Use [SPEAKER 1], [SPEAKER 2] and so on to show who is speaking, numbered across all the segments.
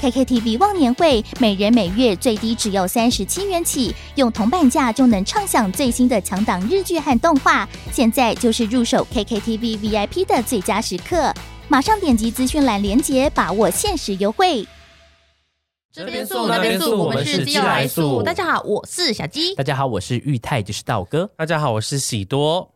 [SPEAKER 1] KKTV 忘年会每人每月最低只要三十七元起，用铜板价就能畅享最新的强档日剧和动画。现在就是入手 KKTV VIP 的最佳时刻，马上点击资讯栏链接，把握限时优惠。
[SPEAKER 2] 这边素那边素，我们是鸡来素。
[SPEAKER 3] 大家好，我是小鸡
[SPEAKER 4] 大。家好，我是玉泰，就是道哥。
[SPEAKER 2] 大家好，我是喜多。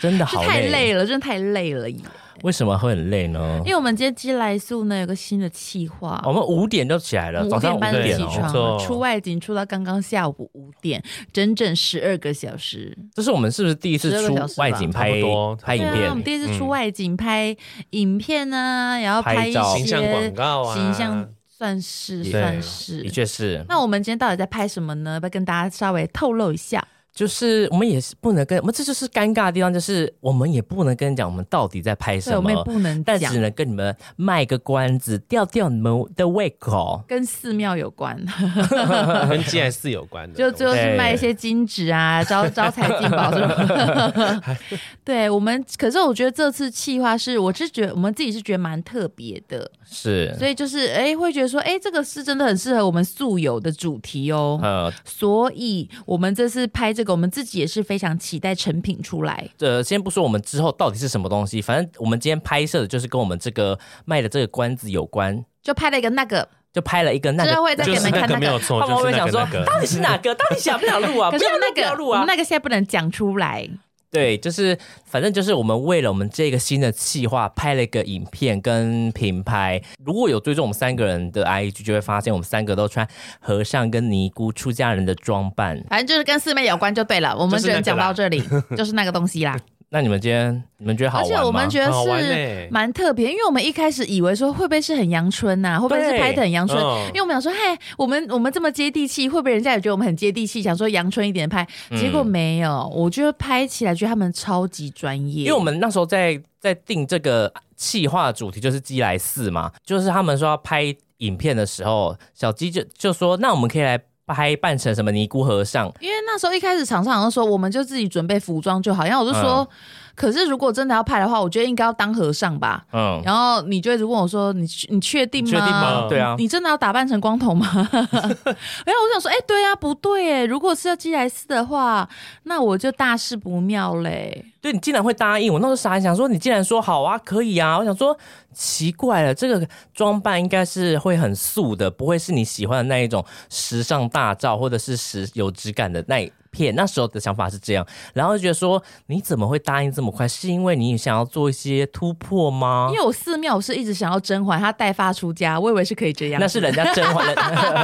[SPEAKER 4] 真的
[SPEAKER 3] 是
[SPEAKER 4] 好哦
[SPEAKER 3] 太累
[SPEAKER 4] 了，
[SPEAKER 3] 了，真的太累了耶！
[SPEAKER 4] 为什么会很累呢
[SPEAKER 3] 因？为我们今天鸡来素呢有个新的企划，
[SPEAKER 4] 我们五点就起来
[SPEAKER 3] 五
[SPEAKER 4] 了，哦啊早上
[SPEAKER 3] 点
[SPEAKER 4] 五
[SPEAKER 3] 半就
[SPEAKER 4] 点
[SPEAKER 3] 起
[SPEAKER 2] 5
[SPEAKER 3] 床
[SPEAKER 4] 哦，
[SPEAKER 3] 了，
[SPEAKER 2] 没错
[SPEAKER 3] 出外景出到刚刚下午五点，整整十二个小时。
[SPEAKER 4] 这是我们是不是第一次
[SPEAKER 3] 12
[SPEAKER 4] 出
[SPEAKER 3] 个小时吧
[SPEAKER 4] 外景
[SPEAKER 2] 差不
[SPEAKER 4] 拍
[SPEAKER 2] 多
[SPEAKER 4] 拍影
[SPEAKER 3] 对啊，我们
[SPEAKER 4] 片？
[SPEAKER 3] 第一次出外景拍影片啊，然后
[SPEAKER 4] 拍
[SPEAKER 3] 一些
[SPEAKER 4] 照
[SPEAKER 2] 形象广告啊
[SPEAKER 3] 形 象算是
[SPEAKER 4] 对
[SPEAKER 3] 算是
[SPEAKER 4] 的确是，
[SPEAKER 3] 那我们今天到底在拍什么呢？要不要跟大家稍微透露一下？
[SPEAKER 4] 就是我们也是不能跟我们，这就是尴尬的地方，就是我们也不能跟你讲我们到底在拍
[SPEAKER 3] 对，
[SPEAKER 4] 什
[SPEAKER 3] 我
[SPEAKER 4] 么
[SPEAKER 3] 们也，不能
[SPEAKER 4] 但
[SPEAKER 3] 讲
[SPEAKER 4] 只能跟你们卖个关子，吊吊你们的胃口。
[SPEAKER 3] 跟寺庙有关，
[SPEAKER 2] 跟 G S 有关的，
[SPEAKER 3] 就最后是卖一些金纸啊，招招财进宝什么
[SPEAKER 4] 哎
[SPEAKER 3] 的。 对我们，可是我觉得这次企划是，我是觉得我们自己是觉得蛮特别的，
[SPEAKER 4] 是，
[SPEAKER 3] 所以就是哎、会觉得说，哎、这个是真的很适合我们素有的主题哦。
[SPEAKER 4] 呃，
[SPEAKER 3] 所以我们这次拍这个，我们自己也是非常期待成品出来。
[SPEAKER 4] 呃，先不说我们之后到底是什么东西，反正我们今天拍摄的就是跟我们这个卖的这个关子有关，
[SPEAKER 3] 就拍了一个那个，
[SPEAKER 4] 就拍了一个那
[SPEAKER 3] 之
[SPEAKER 4] 个
[SPEAKER 3] 后会再
[SPEAKER 2] 就
[SPEAKER 3] 给你
[SPEAKER 2] 是
[SPEAKER 3] 们
[SPEAKER 2] 那
[SPEAKER 3] 看
[SPEAKER 2] 个
[SPEAKER 3] 那
[SPEAKER 2] 没
[SPEAKER 3] 个
[SPEAKER 2] 有。错，
[SPEAKER 4] 他们
[SPEAKER 2] 就是
[SPEAKER 4] 会
[SPEAKER 2] 那
[SPEAKER 4] 想
[SPEAKER 2] 个
[SPEAKER 4] 说
[SPEAKER 2] 那，个
[SPEAKER 4] 到底是哪个？到底想不想录 啊？
[SPEAKER 3] 可是
[SPEAKER 4] 不要
[SPEAKER 3] 那
[SPEAKER 4] 录，不要
[SPEAKER 3] 个
[SPEAKER 4] 录
[SPEAKER 3] 我
[SPEAKER 4] 啊嗯
[SPEAKER 3] 们！那个现在不能讲出来，
[SPEAKER 4] 对，就是反正就是我们为了我们这个新的企划拍了一个影片跟品牌。如果有追踪我们三个人的 IG，就会发现我们三个都穿和尚跟尼姑出家人的装扮。
[SPEAKER 3] 反正就是跟四妹有关就对了。我
[SPEAKER 2] 就
[SPEAKER 3] 们
[SPEAKER 2] 是
[SPEAKER 3] 只能
[SPEAKER 2] 那个
[SPEAKER 3] 讲到
[SPEAKER 2] 啦
[SPEAKER 3] 这 里，就是那个东西啦。
[SPEAKER 4] 那你们今天你们觉得好
[SPEAKER 3] 而
[SPEAKER 4] 玩吗？
[SPEAKER 3] 且我们觉得
[SPEAKER 2] 好玩
[SPEAKER 3] 是
[SPEAKER 2] 欸
[SPEAKER 3] 蛮特别，因为我们一开始以为说会不会是很阳春呐、会不会是
[SPEAKER 4] 对
[SPEAKER 3] 拍的很阳春？
[SPEAKER 2] 嗯
[SPEAKER 3] 因为我们想说，嗨，我们我们这么接地气，会不会人家也觉得我们很接地气，想说阳春一点拍？
[SPEAKER 4] 嗯
[SPEAKER 3] 结果没有，我觉得拍起来觉得他们超级专业，
[SPEAKER 4] 因为我们那时候在在定这个企划主题就是鸡来寺嘛，就是他们说要拍影片的时候，小鸡就就说那我们可以来拍扮成什么尼姑和尚，
[SPEAKER 3] 因为那时候一开始厂商好像说，我们就自己准备服装就好，然后我就说，
[SPEAKER 4] 嗯
[SPEAKER 3] 可是如果真的要拍的话，我觉得应该要当和尚吧。
[SPEAKER 4] 嗯，
[SPEAKER 3] 然后你就一直问我说：“你你确定吗？
[SPEAKER 4] 你确定吗？对啊，
[SPEAKER 3] 你真的要打扮成光头吗？ 然后我想说，哎、对啊，不对哎，如果是要寄来斯的话，那我就大事不妙嘞。
[SPEAKER 4] 对你竟然会答应我，那时候傻眼想说你竟然说好啊，可以啊，我想说奇怪了，这个装扮应该是会很素的，不会是你喜欢的那一种时尚大照或者是时有质感的那一片。那时候的想法是这样，然后就觉得说你怎么会答应这么快？是因为你想要做一些突破吗
[SPEAKER 3] 因？为我寺庙我是一直想要甄嬛她带发出家，我以为是可以这样，
[SPEAKER 4] 那是人家甄嬛，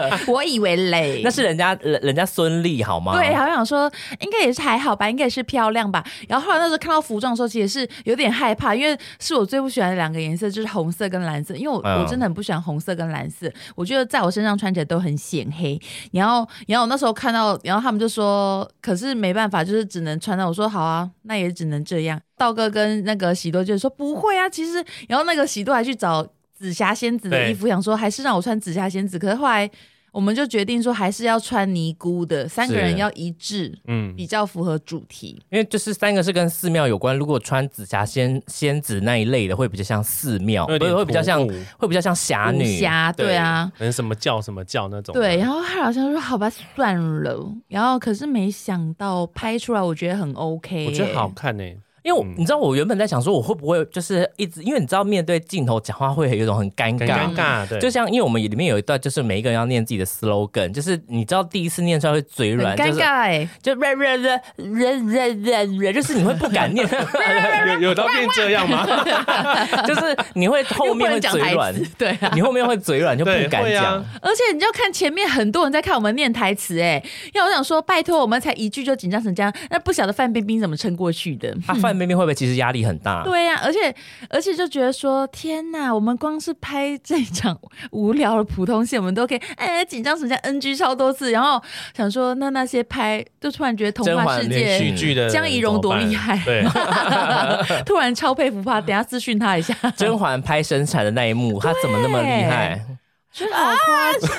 [SPEAKER 4] 人
[SPEAKER 3] 我以为嘞，
[SPEAKER 4] 那是人家人人家孙俪好吗？
[SPEAKER 3] 对，好啊想说应该也是还好吧，应该也是漂亮吧。然后后来那时候看到服装的时候，其实是有点害怕，因为是我最不喜欢的两个颜色，就是红色跟蓝色。因为我、
[SPEAKER 4] 嗯
[SPEAKER 3] 我真的很不喜欢红色跟蓝色，我觉得在我身上穿起来都很显黑。然后，然后我那时候看到，然后他们就说，可是没办法，就是只能穿到。我说好啊，那也只能这样。道哥跟那个喜多就说不会啊，其实，然后那个喜多还去找紫霞仙子的
[SPEAKER 2] 对
[SPEAKER 3] 衣服，想说还是让我穿紫霞仙子，可是后来。我们就决定说，还是要穿尼姑的，三个人
[SPEAKER 4] 是
[SPEAKER 3] 要一致，
[SPEAKER 2] 嗯，
[SPEAKER 3] 比较符合主题。
[SPEAKER 4] 因为就是三个是跟寺庙有关，如果穿紫霞仙仙子那一类的，会比较像寺庙，
[SPEAKER 2] 有
[SPEAKER 4] 不
[SPEAKER 2] 点
[SPEAKER 4] 是会比较像
[SPEAKER 2] 突兀
[SPEAKER 4] 会比较像侠
[SPEAKER 3] 武
[SPEAKER 4] 嗯女。
[SPEAKER 3] 侠，对啊，
[SPEAKER 2] 可能什么教什么教那种的，
[SPEAKER 3] 对。然后他好像说好吧，算了。然后可是没想到拍出来，我觉得很 OK，欸
[SPEAKER 2] 我觉得
[SPEAKER 3] 耶
[SPEAKER 5] 欸
[SPEAKER 2] 好看呢，
[SPEAKER 4] 因为
[SPEAKER 5] 嗯
[SPEAKER 4] 我、你知道，我原本在想说，我会不会就是一直，因为你知道，面对镜头讲话会有一种很尴
[SPEAKER 5] 很
[SPEAKER 4] 尬
[SPEAKER 5] 尴。尬，对，
[SPEAKER 4] 就像因为我们里面有一段，就是每一个人要念自己的 slogan，就是你知道第一次念出来会嘴
[SPEAKER 3] 很
[SPEAKER 4] 软，
[SPEAKER 3] 尴
[SPEAKER 4] 就是
[SPEAKER 3] 尬哎、
[SPEAKER 4] 就 re re re re re re re，就是你会不 敢念，
[SPEAKER 5] 有有到变这样吗？
[SPEAKER 4] 就是 你会后
[SPEAKER 3] 又不
[SPEAKER 4] 面
[SPEAKER 3] 能
[SPEAKER 4] 会
[SPEAKER 3] 讲
[SPEAKER 4] 嘴
[SPEAKER 3] 台
[SPEAKER 4] 软，
[SPEAKER 3] 词，对啊。
[SPEAKER 4] 你后面会嘴软就不
[SPEAKER 5] 对，
[SPEAKER 4] 敢
[SPEAKER 5] 会
[SPEAKER 4] 讲
[SPEAKER 5] 啊。，
[SPEAKER 3] 而且你就看前面很多人在看我们念台词，哎，要我想说，拜托，我们才一句就紧张成这样，那不晓得范冰冰怎么撑过去的。
[SPEAKER 4] 啊，范冰冰会不会其实压力很大？
[SPEAKER 3] 嗯对呀、而且而且就觉得说，天哪，我们光是拍这场无聊的普通戏，我们都可以 哎紧张成这样，NG 超多次，然后想说，那那些拍，就 突然觉得童
[SPEAKER 4] 甄
[SPEAKER 3] 话
[SPEAKER 4] 嬛
[SPEAKER 3] 世
[SPEAKER 4] 连续
[SPEAKER 3] 界
[SPEAKER 5] 喜剧的
[SPEAKER 3] 江宜容多厉害
[SPEAKER 5] 怎么办
[SPEAKER 3] 突然超佩服他，等一下私讯他 一下，
[SPEAKER 4] 甄嬛拍生产的那一幕，她怎么那么厉害？
[SPEAKER 3] 觉得好夸 张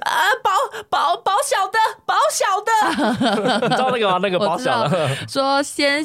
[SPEAKER 4] 啊，保保保小的，保小的，你知道那个吗？那个保
[SPEAKER 3] 我知
[SPEAKER 4] 小
[SPEAKER 3] 道
[SPEAKER 4] 的，
[SPEAKER 3] 说先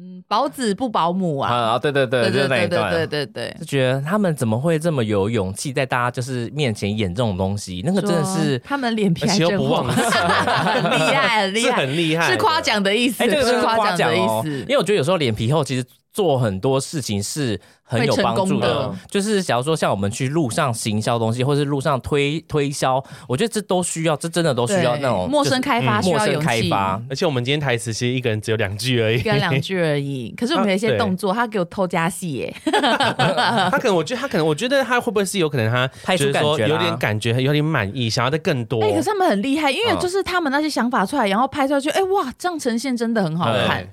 [SPEAKER 3] 嗯保子不保母啊，
[SPEAKER 4] 啊，对对对，
[SPEAKER 3] 对
[SPEAKER 4] 就是
[SPEAKER 3] 对
[SPEAKER 4] 那
[SPEAKER 3] 对
[SPEAKER 4] 一段。啊
[SPEAKER 3] 对对对对。
[SPEAKER 4] 就觉得他们怎么会这么有勇气在大家就是面前演这种东西？那个真的是
[SPEAKER 3] 说，他们脸皮
[SPEAKER 5] 而
[SPEAKER 3] 还
[SPEAKER 5] 且又
[SPEAKER 3] 真
[SPEAKER 5] 不忘
[SPEAKER 3] 厚很 厉害，很厉
[SPEAKER 5] 是
[SPEAKER 3] 害，
[SPEAKER 5] 很厉害，
[SPEAKER 3] 是夸。奖的意思，
[SPEAKER 4] 哎，这个
[SPEAKER 3] 是
[SPEAKER 4] 是夸
[SPEAKER 3] 夸
[SPEAKER 4] 奖
[SPEAKER 3] 的意
[SPEAKER 4] 哦。
[SPEAKER 3] 思
[SPEAKER 4] 因。为我觉得有时候脸皮厚，其实做很多事情是很有帮助
[SPEAKER 3] 会成功
[SPEAKER 4] 的
[SPEAKER 3] 的。
[SPEAKER 4] 就是假如说像我们去路上行销东西，或是路上推推销，我觉得这都需要，这真的都需要
[SPEAKER 3] 对
[SPEAKER 4] 那种
[SPEAKER 3] 陌生开发，
[SPEAKER 4] 就是
[SPEAKER 3] 需
[SPEAKER 4] 陌
[SPEAKER 3] 要
[SPEAKER 4] 生
[SPEAKER 3] 勇
[SPEAKER 4] 开
[SPEAKER 3] 气。
[SPEAKER 4] 发。
[SPEAKER 5] 而且我们今天台词其实一个人只有两句而已
[SPEAKER 3] 一，个人两句而 已，可是我们有一些动作，他给我偷加戏耶，
[SPEAKER 4] 啊
[SPEAKER 5] 他可能我觉得他可能我觉得他会不会是有可能他
[SPEAKER 4] 拍出
[SPEAKER 5] 觉得说
[SPEAKER 4] 感觉啦
[SPEAKER 5] 有点感觉有点满意，想要的更多。
[SPEAKER 3] 哎，可是他们很厉害，因为
[SPEAKER 4] 嗯
[SPEAKER 3] 就是他们那些想法出来，然后拍出来就，哎哇，这样呈现真的很好看
[SPEAKER 5] 对，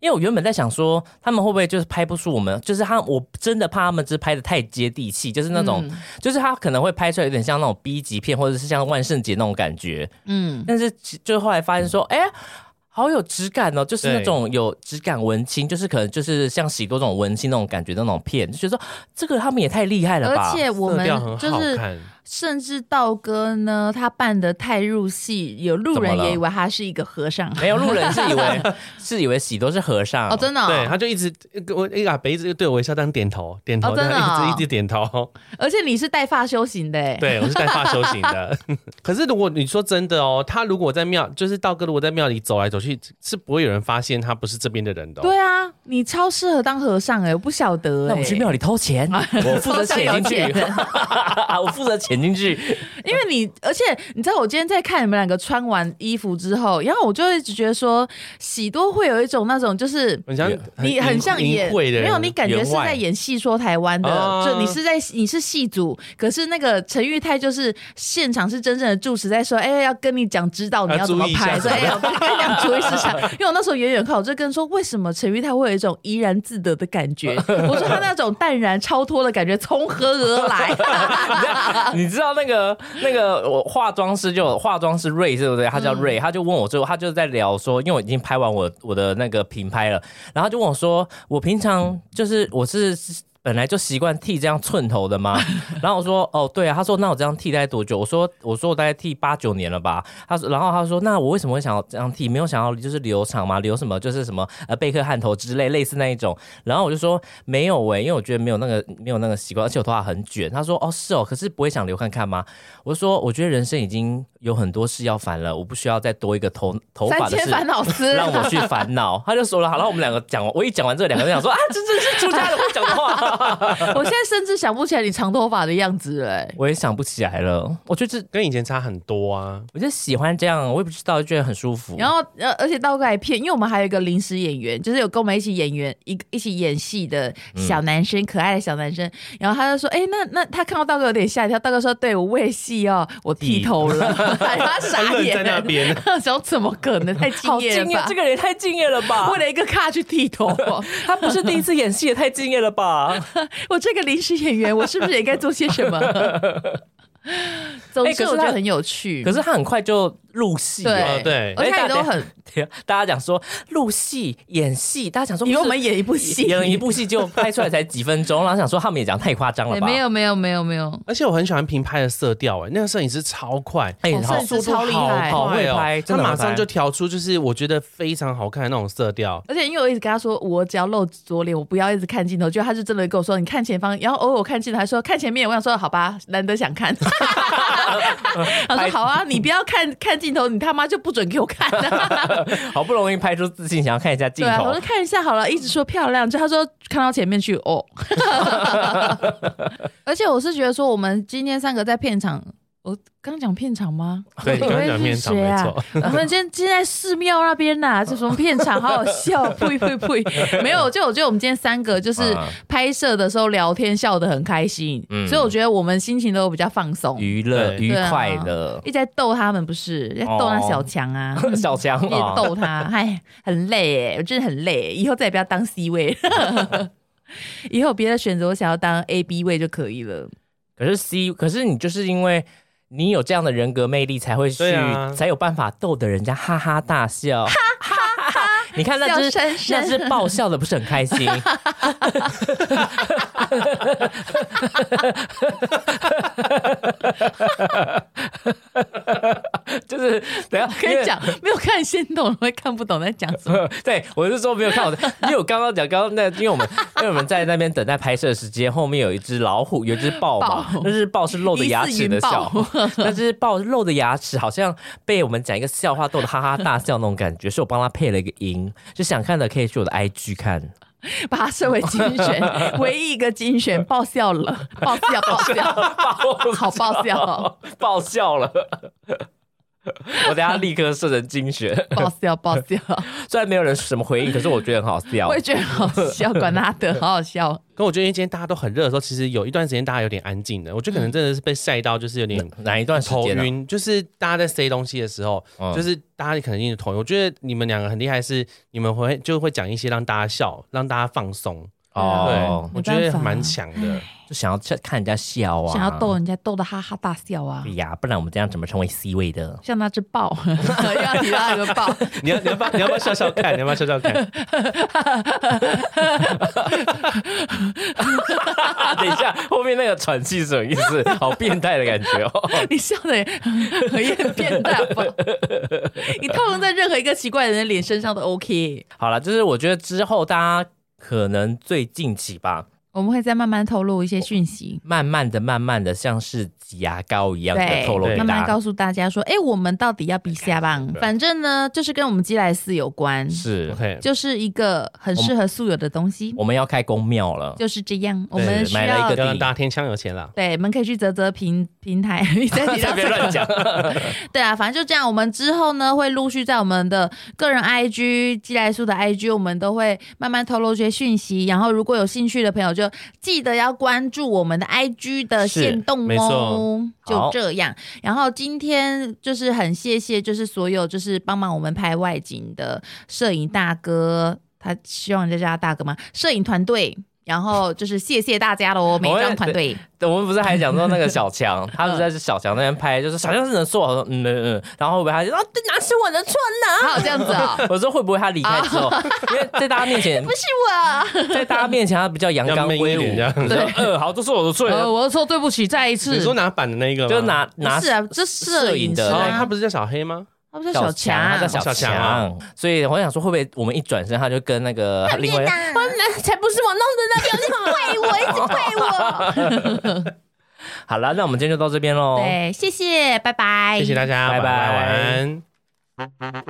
[SPEAKER 4] 因为我原本在想说，他们会不会就是拍不出我们，就是他，我真的怕他们就是拍的太接地气，就是那
[SPEAKER 3] 嗯
[SPEAKER 4] 种，就是他可能会拍出来有点像那种 B 级片，或者是像万圣节那种感觉。
[SPEAKER 3] 嗯，
[SPEAKER 4] 但是其就后来发现说，哎、好有质感哦，就是那
[SPEAKER 5] 对
[SPEAKER 4] 种有质感文青，就是可能就是像许多这种文青那种感觉的那种片，就觉得说这个他们也太厉害了吧。
[SPEAKER 3] 而且我
[SPEAKER 5] 色
[SPEAKER 3] 们
[SPEAKER 5] 调很
[SPEAKER 3] 就
[SPEAKER 5] 好
[SPEAKER 3] 是
[SPEAKER 5] 看，
[SPEAKER 3] 甚至道哥呢，他扮的太入戏，有路
[SPEAKER 4] 怎
[SPEAKER 3] 人
[SPEAKER 4] 么了哦
[SPEAKER 3] 也以为他是一个和尚，
[SPEAKER 4] 没有路人是 以为是以为喜多是和尚
[SPEAKER 3] 哦，真的哦、
[SPEAKER 5] 对，他就一直我一个杯子对我微笑，这样点头点头，
[SPEAKER 3] 哦
[SPEAKER 5] 这
[SPEAKER 3] 真的
[SPEAKER 5] 样一
[SPEAKER 3] 哦
[SPEAKER 5] 直一直点头。
[SPEAKER 3] 而且你是带发修行的哎
[SPEAKER 4] 哦
[SPEAKER 3] 耶，
[SPEAKER 5] 对，我是带发修 行的。可是如果你说真的哦，他如果在庙，就是道哥如果在庙里走来走去，是不会有人发现他不是这边的人的、哦。
[SPEAKER 3] 对啊，你超适合当和尚哎、我不晓得哎、
[SPEAKER 4] 那我们去庙里偷钱，
[SPEAKER 3] 啊
[SPEAKER 4] 我负责潜进去
[SPEAKER 3] 偷香油钱，
[SPEAKER 4] 我负责潜进去。
[SPEAKER 3] 因为你，而且你知道，我今天在看你们两个穿完衣服之后，然后我就一直觉得说，喜多会有一种那种就是。
[SPEAKER 5] 很像
[SPEAKER 3] 你很像
[SPEAKER 5] 淫
[SPEAKER 3] 演，
[SPEAKER 5] 秽的人，
[SPEAKER 3] 没有你感觉
[SPEAKER 4] 员
[SPEAKER 3] 是
[SPEAKER 4] 外
[SPEAKER 3] 在演戏说台湾
[SPEAKER 5] 啊
[SPEAKER 3] 的，就你是在你是戏组，可是那个陈玉泰就是现场是真正的住持在说，哎，要跟你讲指导你
[SPEAKER 5] 要
[SPEAKER 3] 要怎么
[SPEAKER 5] 注意一下
[SPEAKER 3] 拍，说哎，我跟你讲注意 事项，因为我那时候远远看，我就跟人说为什么陈玉泰会有一种怡然自得的感 觉，我说他那种淡然超脱的感觉从何而来？ 啊
[SPEAKER 4] 你知道那个那个我化妆师就有化妆师瑞对不对？他叫
[SPEAKER 3] 嗯
[SPEAKER 4] 瑞，他就问我说，他就在聊说，因为我已经拍完我我的那个品拍了，然后他就问我说，我平常就是我是。本来就习惯剃这样寸头 的吗？然后我说哦，对啊。他说那我这样剃大概多久？我说我说我大概剃八九年了吧。他说，然后他说那我为什么会想要这样剃？没有想要就是留长嘛，留什么就是什么呃贝克汉头之类类似那一种。然后我就说没有欸喂、因为我觉得没有那个没有那个习惯，而且我头发很卷。他说哦是哦，可是不会想留看看吗？我说我觉得人生已经有很多事要烦了，我不需要再多一个头头
[SPEAKER 3] 三
[SPEAKER 4] 发的
[SPEAKER 3] 千
[SPEAKER 4] 事
[SPEAKER 3] 烦恼丝，
[SPEAKER 4] 让我去烦恼。 他就说了，好，然后我们两个讲完，我一讲完这两个人想 说啊，这真是出家人会讲的话，。
[SPEAKER 3] 我现在甚至想不起来你长头发的样子了、欸
[SPEAKER 4] 我也想不起来了。我就是
[SPEAKER 5] 跟以前差很多啊。
[SPEAKER 4] 我就喜欢这样，我也不知道，就觉得很舒服。
[SPEAKER 3] 然后，呃，而且道哥还骗，因为我们还有一个临时演员，就是有跟我们一起演员一一起演戏的
[SPEAKER 4] 嗯
[SPEAKER 3] 小男生，可爱的小男生。然后他就说：“哎、那那他看到道哥有点吓一跳。”道哥说：“对我为戏哦，我剃头了。” 他傻眼
[SPEAKER 5] 愣在那 边，
[SPEAKER 3] 想怎么可能？太敬
[SPEAKER 4] 好
[SPEAKER 3] 业
[SPEAKER 4] 敬
[SPEAKER 3] 了
[SPEAKER 4] 业
[SPEAKER 3] 吧，？
[SPEAKER 4] 这个人也太敬业了吧！
[SPEAKER 3] 为了一个咖去剃头、哦
[SPEAKER 4] 他不是第一次演戏，也太敬业了吧！
[SPEAKER 3] 我这个临时演员，我是不是也应该做些什么？ 总
[SPEAKER 4] 哎可
[SPEAKER 3] 之，
[SPEAKER 4] 是
[SPEAKER 3] 我觉
[SPEAKER 4] 他
[SPEAKER 3] 得很有趣。
[SPEAKER 4] 可是他很快就入戏了。
[SPEAKER 3] 对
[SPEAKER 5] 呃对
[SPEAKER 3] 而且他
[SPEAKER 4] 哎
[SPEAKER 3] 也都
[SPEAKER 4] 大家
[SPEAKER 3] 很
[SPEAKER 4] 大家讲说入戏、演戏，大家讲说
[SPEAKER 3] 以为我
[SPEAKER 4] 不
[SPEAKER 3] 们
[SPEAKER 4] 哦是
[SPEAKER 3] 演一部戏，
[SPEAKER 4] 演了一部戏，就拍出来才几分钟，然后想说他们也讲太夸张了
[SPEAKER 3] 哎
[SPEAKER 4] 吧？
[SPEAKER 3] 没，有没有没有没有，
[SPEAKER 5] 而且我很喜欢平拍的色调，哎，那个摄影师超快，
[SPEAKER 4] 哎，
[SPEAKER 3] 哦
[SPEAKER 4] 好
[SPEAKER 3] 甚至超厉害
[SPEAKER 4] 好
[SPEAKER 5] 快
[SPEAKER 4] 会
[SPEAKER 5] 哦
[SPEAKER 4] 拍，
[SPEAKER 5] 他
[SPEAKER 4] 真的
[SPEAKER 5] 马
[SPEAKER 4] 很
[SPEAKER 5] 上
[SPEAKER 4] 拍
[SPEAKER 5] 就调出就是我觉得非常好看的那种 色调。
[SPEAKER 3] 而且因为我一直跟他说，我只要露左脸，我不要一直看镜头，就他是真的跟我说，你看前方，然后偶尔我看镜头，还说 看前面，我想说好吧，难得想看，他说好啊，你不要看看镜头，你他妈就不准给我 看、
[SPEAKER 4] 好不容易拍出自信，想要看一下镜
[SPEAKER 3] 对啊，
[SPEAKER 4] 头
[SPEAKER 3] 我就，看一下好了，一直说漂亮，就他说看到前面去 哦。而且我是觉得说，我们今天三个在片场，我刚讲片场吗？
[SPEAKER 5] 对，你刚刚讲片场没错，
[SPEAKER 3] 我 们今天今啊呃天在寺庙那边呐、 这什么片场，好好笑， 呸呸呸！没有，就我觉得我们今天三个就是
[SPEAKER 4] 啊
[SPEAKER 3] 拍摄的时候聊天笑得很开心，
[SPEAKER 4] 嗯
[SPEAKER 3] 所以我觉得我们心情都比较放松。
[SPEAKER 4] 娱乐
[SPEAKER 5] 哦对
[SPEAKER 4] 愉
[SPEAKER 3] 对啊
[SPEAKER 4] 快的
[SPEAKER 3] 一直在逗他们，不是在逗那小强啊，
[SPEAKER 5] 哦
[SPEAKER 4] 小强
[SPEAKER 3] 一直
[SPEAKER 4] 啊，
[SPEAKER 3] 逗 他，哎，很累哎，我真的很累，以后再也不要当 C 位 了。以后有别的选择，我想要当 A、B 位就可以了。
[SPEAKER 4] 可是 C，可是你就是因为你有这样的人格魅力，才会去，
[SPEAKER 5] 对啊
[SPEAKER 4] 才有办法逗得人家哈哈大笑。哈哈哈！你看那只
[SPEAKER 3] 笑声声
[SPEAKER 4] 那只爆笑的不是很开心， 就是等一下
[SPEAKER 3] 跟
[SPEAKER 4] 因
[SPEAKER 3] 你
[SPEAKER 4] 为
[SPEAKER 3] 讲，没有看先懂会看不懂在讲什么。
[SPEAKER 4] 对，我是说没有看我的， 因为我刚刚讲，刚刚那，因为我们因为我们在那边等待拍摄的时间，后面有一只老虎，有一只豹嘛
[SPEAKER 3] 豹，
[SPEAKER 4] 那只豹是露着牙齿的笑
[SPEAKER 3] 疑，
[SPEAKER 4] 那只豹露着牙齿，好像被我们讲一个笑话逗得哈哈大笑那种感觉，所以我帮它配了一个音，就想看的可以去我的 IG 看，
[SPEAKER 3] 把它设为精选，唯一一个精选，爆笑了，爆笑，爆笑， 好爆笑哦，
[SPEAKER 4] 爆笑了。我等下立刻设成精选，
[SPEAKER 3] 爆笑，爆笑，
[SPEAKER 4] 虽然没有人什么回应，可是我觉得很好笑
[SPEAKER 3] 我。也觉得好笑，管他的，好好笑。哦
[SPEAKER 5] 跟我觉得因为今天大家都很热的时候，其实有一段时间大家有点安静的，我觉得可能
[SPEAKER 4] 嗯
[SPEAKER 5] 真的是被晒到，就是有点
[SPEAKER 4] 哪一段时
[SPEAKER 5] 头
[SPEAKER 4] 间啊、
[SPEAKER 5] 晕，就是大家在塞东西的时候，
[SPEAKER 4] 嗯
[SPEAKER 5] 就是大家可能有点头晕。我觉得你们两个很厉害，是你们会就会讲一些让大家笑，让大家放松。
[SPEAKER 4] 哦，
[SPEAKER 5] 对，我
[SPEAKER 3] 没
[SPEAKER 5] 觉
[SPEAKER 3] 办法哎
[SPEAKER 5] 得蛮强的。
[SPEAKER 4] 就想要去看人家笑啊，
[SPEAKER 3] 想要逗人家逗得哈哈大笑啊
[SPEAKER 4] 对，哎呀，不然我们这样怎么成为 C 位的？
[SPEAKER 3] 像那只豹， 又要提到那个豹，
[SPEAKER 5] 你要你要不要你要不要笑笑看？你要不要笑 笑看？
[SPEAKER 4] 等一下，后面那个喘气是什么意思？好变态的感觉哦！
[SPEAKER 3] 你笑的也也很变态吧？ 你套用在任何一个奇怪的人的脸身上都 OK。
[SPEAKER 4] 好了，就是我觉得之后大家可能最近期吧，
[SPEAKER 3] 我们会再慢慢透露一些讯息，
[SPEAKER 4] 慢慢的、慢慢的，像是挤牙膏一样的
[SPEAKER 3] 对，
[SPEAKER 4] 透露给
[SPEAKER 3] 慢慢
[SPEAKER 4] 大家
[SPEAKER 3] 告。诉大家说，哎、我们到底要比下棒？反正呢，就是跟我们基莱斯有关，
[SPEAKER 4] 是，
[SPEAKER 5] OK，
[SPEAKER 3] 就是一个很适合素友的东西，
[SPEAKER 4] 我们要开公庙了，
[SPEAKER 3] 就是这样。我
[SPEAKER 5] 对
[SPEAKER 3] 们需
[SPEAKER 4] 哦买了一
[SPEAKER 3] 要
[SPEAKER 4] 个
[SPEAKER 5] 要让大家天枪有钱啦。
[SPEAKER 3] 对，我们可以去泽泽平平台， 你 再提到
[SPEAKER 4] 别
[SPEAKER 3] 这
[SPEAKER 4] 乱
[SPEAKER 3] 个。
[SPEAKER 4] 讲。
[SPEAKER 3] 对啊，反正就这样。我们之后呢，会陆续在我们的个人 IG、基来素的 IG，我们都会慢慢透露一些讯息。然后，如果有兴趣的朋友，就记得要关注我们的 IG 的
[SPEAKER 4] 是
[SPEAKER 3] 线动
[SPEAKER 5] 没
[SPEAKER 3] 哦
[SPEAKER 5] 错。
[SPEAKER 4] 好
[SPEAKER 3] 就这样。然后今天就是很谢谢，就是所有就是帮忙我们拍外景的摄影大哥，他希望人家叫他大哥吗？摄影团队。然后就是谢谢大家喽，每一张团队。
[SPEAKER 4] 我们不是还讲说那个 小强，他不是在小强那边拍，就是小强是能说，我说嗯嗯嗯，然后会不会他就说啊哪是我的错
[SPEAKER 3] 还有这样子 啊、
[SPEAKER 4] 呢？我说会不会他离开之 后，因为在大家面前
[SPEAKER 3] 不，是
[SPEAKER 4] 在大家面前他比较阳
[SPEAKER 5] 要
[SPEAKER 4] 刚
[SPEAKER 5] 闷一
[SPEAKER 4] 威
[SPEAKER 5] 点
[SPEAKER 4] 武
[SPEAKER 5] 这，样
[SPEAKER 4] 对，呃，好，这是我的错
[SPEAKER 3] 我，，呃，我说对不起，再一次。
[SPEAKER 5] 你说拿板的那个吗？
[SPEAKER 4] 就拿拿
[SPEAKER 3] 不是啊，这摄影师
[SPEAKER 4] 摄影的
[SPEAKER 5] 哦，
[SPEAKER 3] 啊，
[SPEAKER 5] 他不是叫小黑吗？
[SPEAKER 3] 他不是
[SPEAKER 4] 小
[SPEAKER 3] 小
[SPEAKER 4] 强，他叫
[SPEAKER 3] 强，
[SPEAKER 4] 哦小
[SPEAKER 5] 小强啊
[SPEAKER 4] 强，所以我想说，会不会我们一转身，他就跟那个另外一个啊
[SPEAKER 3] 哦才不是我弄的那边，你怪我，一直怪我。
[SPEAKER 4] 好了，那我们今天就到这边喽。
[SPEAKER 3] 对，谢谢，拜拜，
[SPEAKER 5] 谢谢大家，
[SPEAKER 4] 拜拜
[SPEAKER 5] 拜拜，晚安。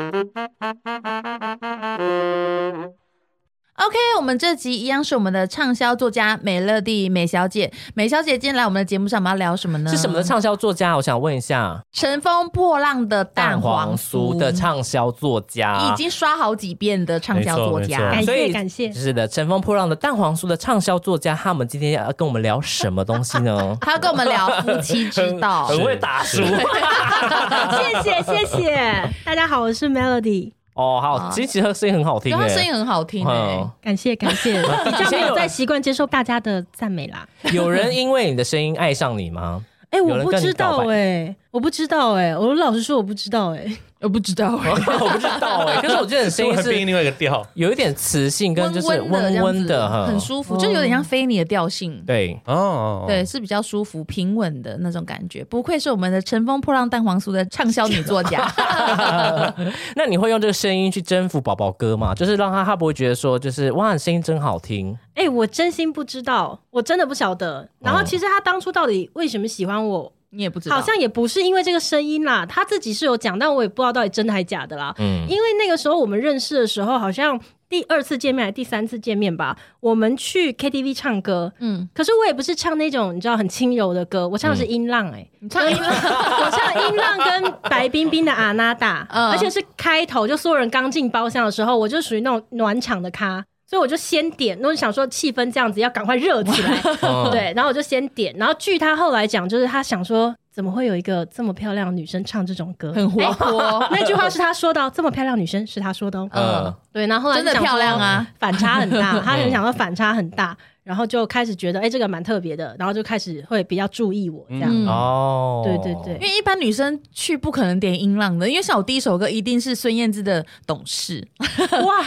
[SPEAKER 3] OK，我们这集一样是我们的畅销作家美乐蒂美小姐。美小姐今天来我们的节目上，我们要聊什么呢？
[SPEAKER 4] 是什么的畅销作家？我想问一下，
[SPEAKER 3] 乘风破浪的蛋
[SPEAKER 4] 蛋黄
[SPEAKER 3] 黄
[SPEAKER 4] 酥啊的畅销作家
[SPEAKER 3] 已，经刷好几遍的畅销作
[SPEAKER 5] 没错
[SPEAKER 3] 家？
[SPEAKER 5] 没。
[SPEAKER 6] 感
[SPEAKER 4] 所以
[SPEAKER 6] 谢感谢
[SPEAKER 4] 就，是的，乘风破浪的蛋黄酥的畅销作家，他们今天要跟我们聊什么东西呢
[SPEAKER 3] 她要跟我们聊夫妻之道。
[SPEAKER 4] 很会打书
[SPEAKER 6] 谢谢谢谢，大家好，我是 Melody，
[SPEAKER 4] 哦。好，其实其实他声音很好听
[SPEAKER 3] 然后
[SPEAKER 4] 诶，
[SPEAKER 3] 声音很好听哎
[SPEAKER 4] 嗯，
[SPEAKER 6] 感谢感谢， 比较没有在习惯接受大家的赞美啦。
[SPEAKER 4] 有人因为你的声音爱上你吗？
[SPEAKER 6] 哎、
[SPEAKER 4] 有人
[SPEAKER 6] 我不知
[SPEAKER 4] 跟
[SPEAKER 6] 道
[SPEAKER 4] 你告
[SPEAKER 6] 哎、我不知道哎、我老实说我不知道哎、
[SPEAKER 3] 我不知道，
[SPEAKER 4] 我不知道哎，可是我觉得你声音
[SPEAKER 5] 我
[SPEAKER 4] 是
[SPEAKER 5] 变另外一个调。哦
[SPEAKER 4] 有一点磁性，跟就是
[SPEAKER 3] 温温的这
[SPEAKER 4] 温
[SPEAKER 3] 样
[SPEAKER 4] 温
[SPEAKER 3] 子
[SPEAKER 4] 的，哈
[SPEAKER 3] 很舒
[SPEAKER 6] 哦
[SPEAKER 3] 服，就有点像菲尼的调性。
[SPEAKER 4] 对，
[SPEAKER 5] 哦，
[SPEAKER 3] 对，是比较舒服、平稳的那种感觉。不愧是我们的《乘风破浪蛋黄酥》的畅销女作家。
[SPEAKER 4] 那你会用这个声音去征服宝宝哥吗？就是让他他不会觉得说，就是哇，你声音真好听，哦
[SPEAKER 6] 哎、我真心不知道，我真的不晓得。然后其实他当初到底为什么喜欢我，
[SPEAKER 3] 你也不知道，
[SPEAKER 6] 好像也不是因为这个声音啦，他自己是有讲，但我也不知道到底真的还假的啦。
[SPEAKER 4] 嗯，
[SPEAKER 6] 因为那个时候我们认识的时候，好像第二次见面还是第三次见面吧，我们去 KTV 唱歌，
[SPEAKER 3] 嗯，
[SPEAKER 6] 可是我也不是唱那种你知道很轻柔的歌，我唱的是音浪、欸，哎、
[SPEAKER 3] 你唱一个，
[SPEAKER 6] 我唱音浪跟白冰冰的阿 娜达，
[SPEAKER 3] 嗯
[SPEAKER 6] 而且是开头就所有人刚进包厢的时候，我就属于那种暖场的咖。所以我就先点，那我就想说气氛这样子要赶快热 起来，
[SPEAKER 4] 嗯，
[SPEAKER 6] 对，然后我就先点，然后据他后来讲，就是他想说，怎么会有一个这么漂亮的女生唱这种歌？
[SPEAKER 3] 很活泼，
[SPEAKER 6] 那句话是他说的、哦，这么漂亮的女生是他说的、哦，
[SPEAKER 4] 嗯，
[SPEAKER 6] 对，然后后来
[SPEAKER 3] 真的
[SPEAKER 6] 就想
[SPEAKER 3] 漂
[SPEAKER 6] 说
[SPEAKER 3] 亮啊，嗯
[SPEAKER 6] 反差很大，他很想说反差很大，然后就开始觉得，哎、这个蛮特别的，然后就开始会比较注意我这样，
[SPEAKER 3] 嗯
[SPEAKER 4] 哦，
[SPEAKER 6] 对对对
[SPEAKER 3] 因为一般女生去不可能点音浪的，因为像我第一首歌一定是孙燕姿的《懂事
[SPEAKER 6] 哇，》，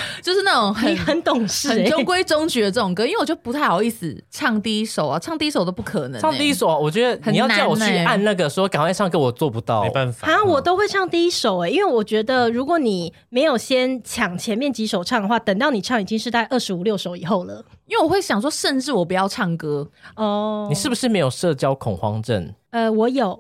[SPEAKER 3] 就是那种很
[SPEAKER 6] 你很懂事、
[SPEAKER 3] 很
[SPEAKER 6] 哎
[SPEAKER 3] 中规中矩的这种歌，因为我就不太好意思唱第一首啊，唱第一首都不可能欸、
[SPEAKER 4] 唱第一首啊，我觉得你要叫我去
[SPEAKER 3] 很难欸
[SPEAKER 4] 按那个说赶快唱歌，我做不到
[SPEAKER 5] 没。办法
[SPEAKER 6] 啊，我都会唱第一首哎、因为我觉得如果你没有先抢前面几首唱的话，等到你唱已经是在二十五六首以后了。
[SPEAKER 3] 因为我会想说，甚至我不要唱歌，
[SPEAKER 6] 哦，
[SPEAKER 4] 你是不是没有社交恐慌症？
[SPEAKER 6] 呃， 我有，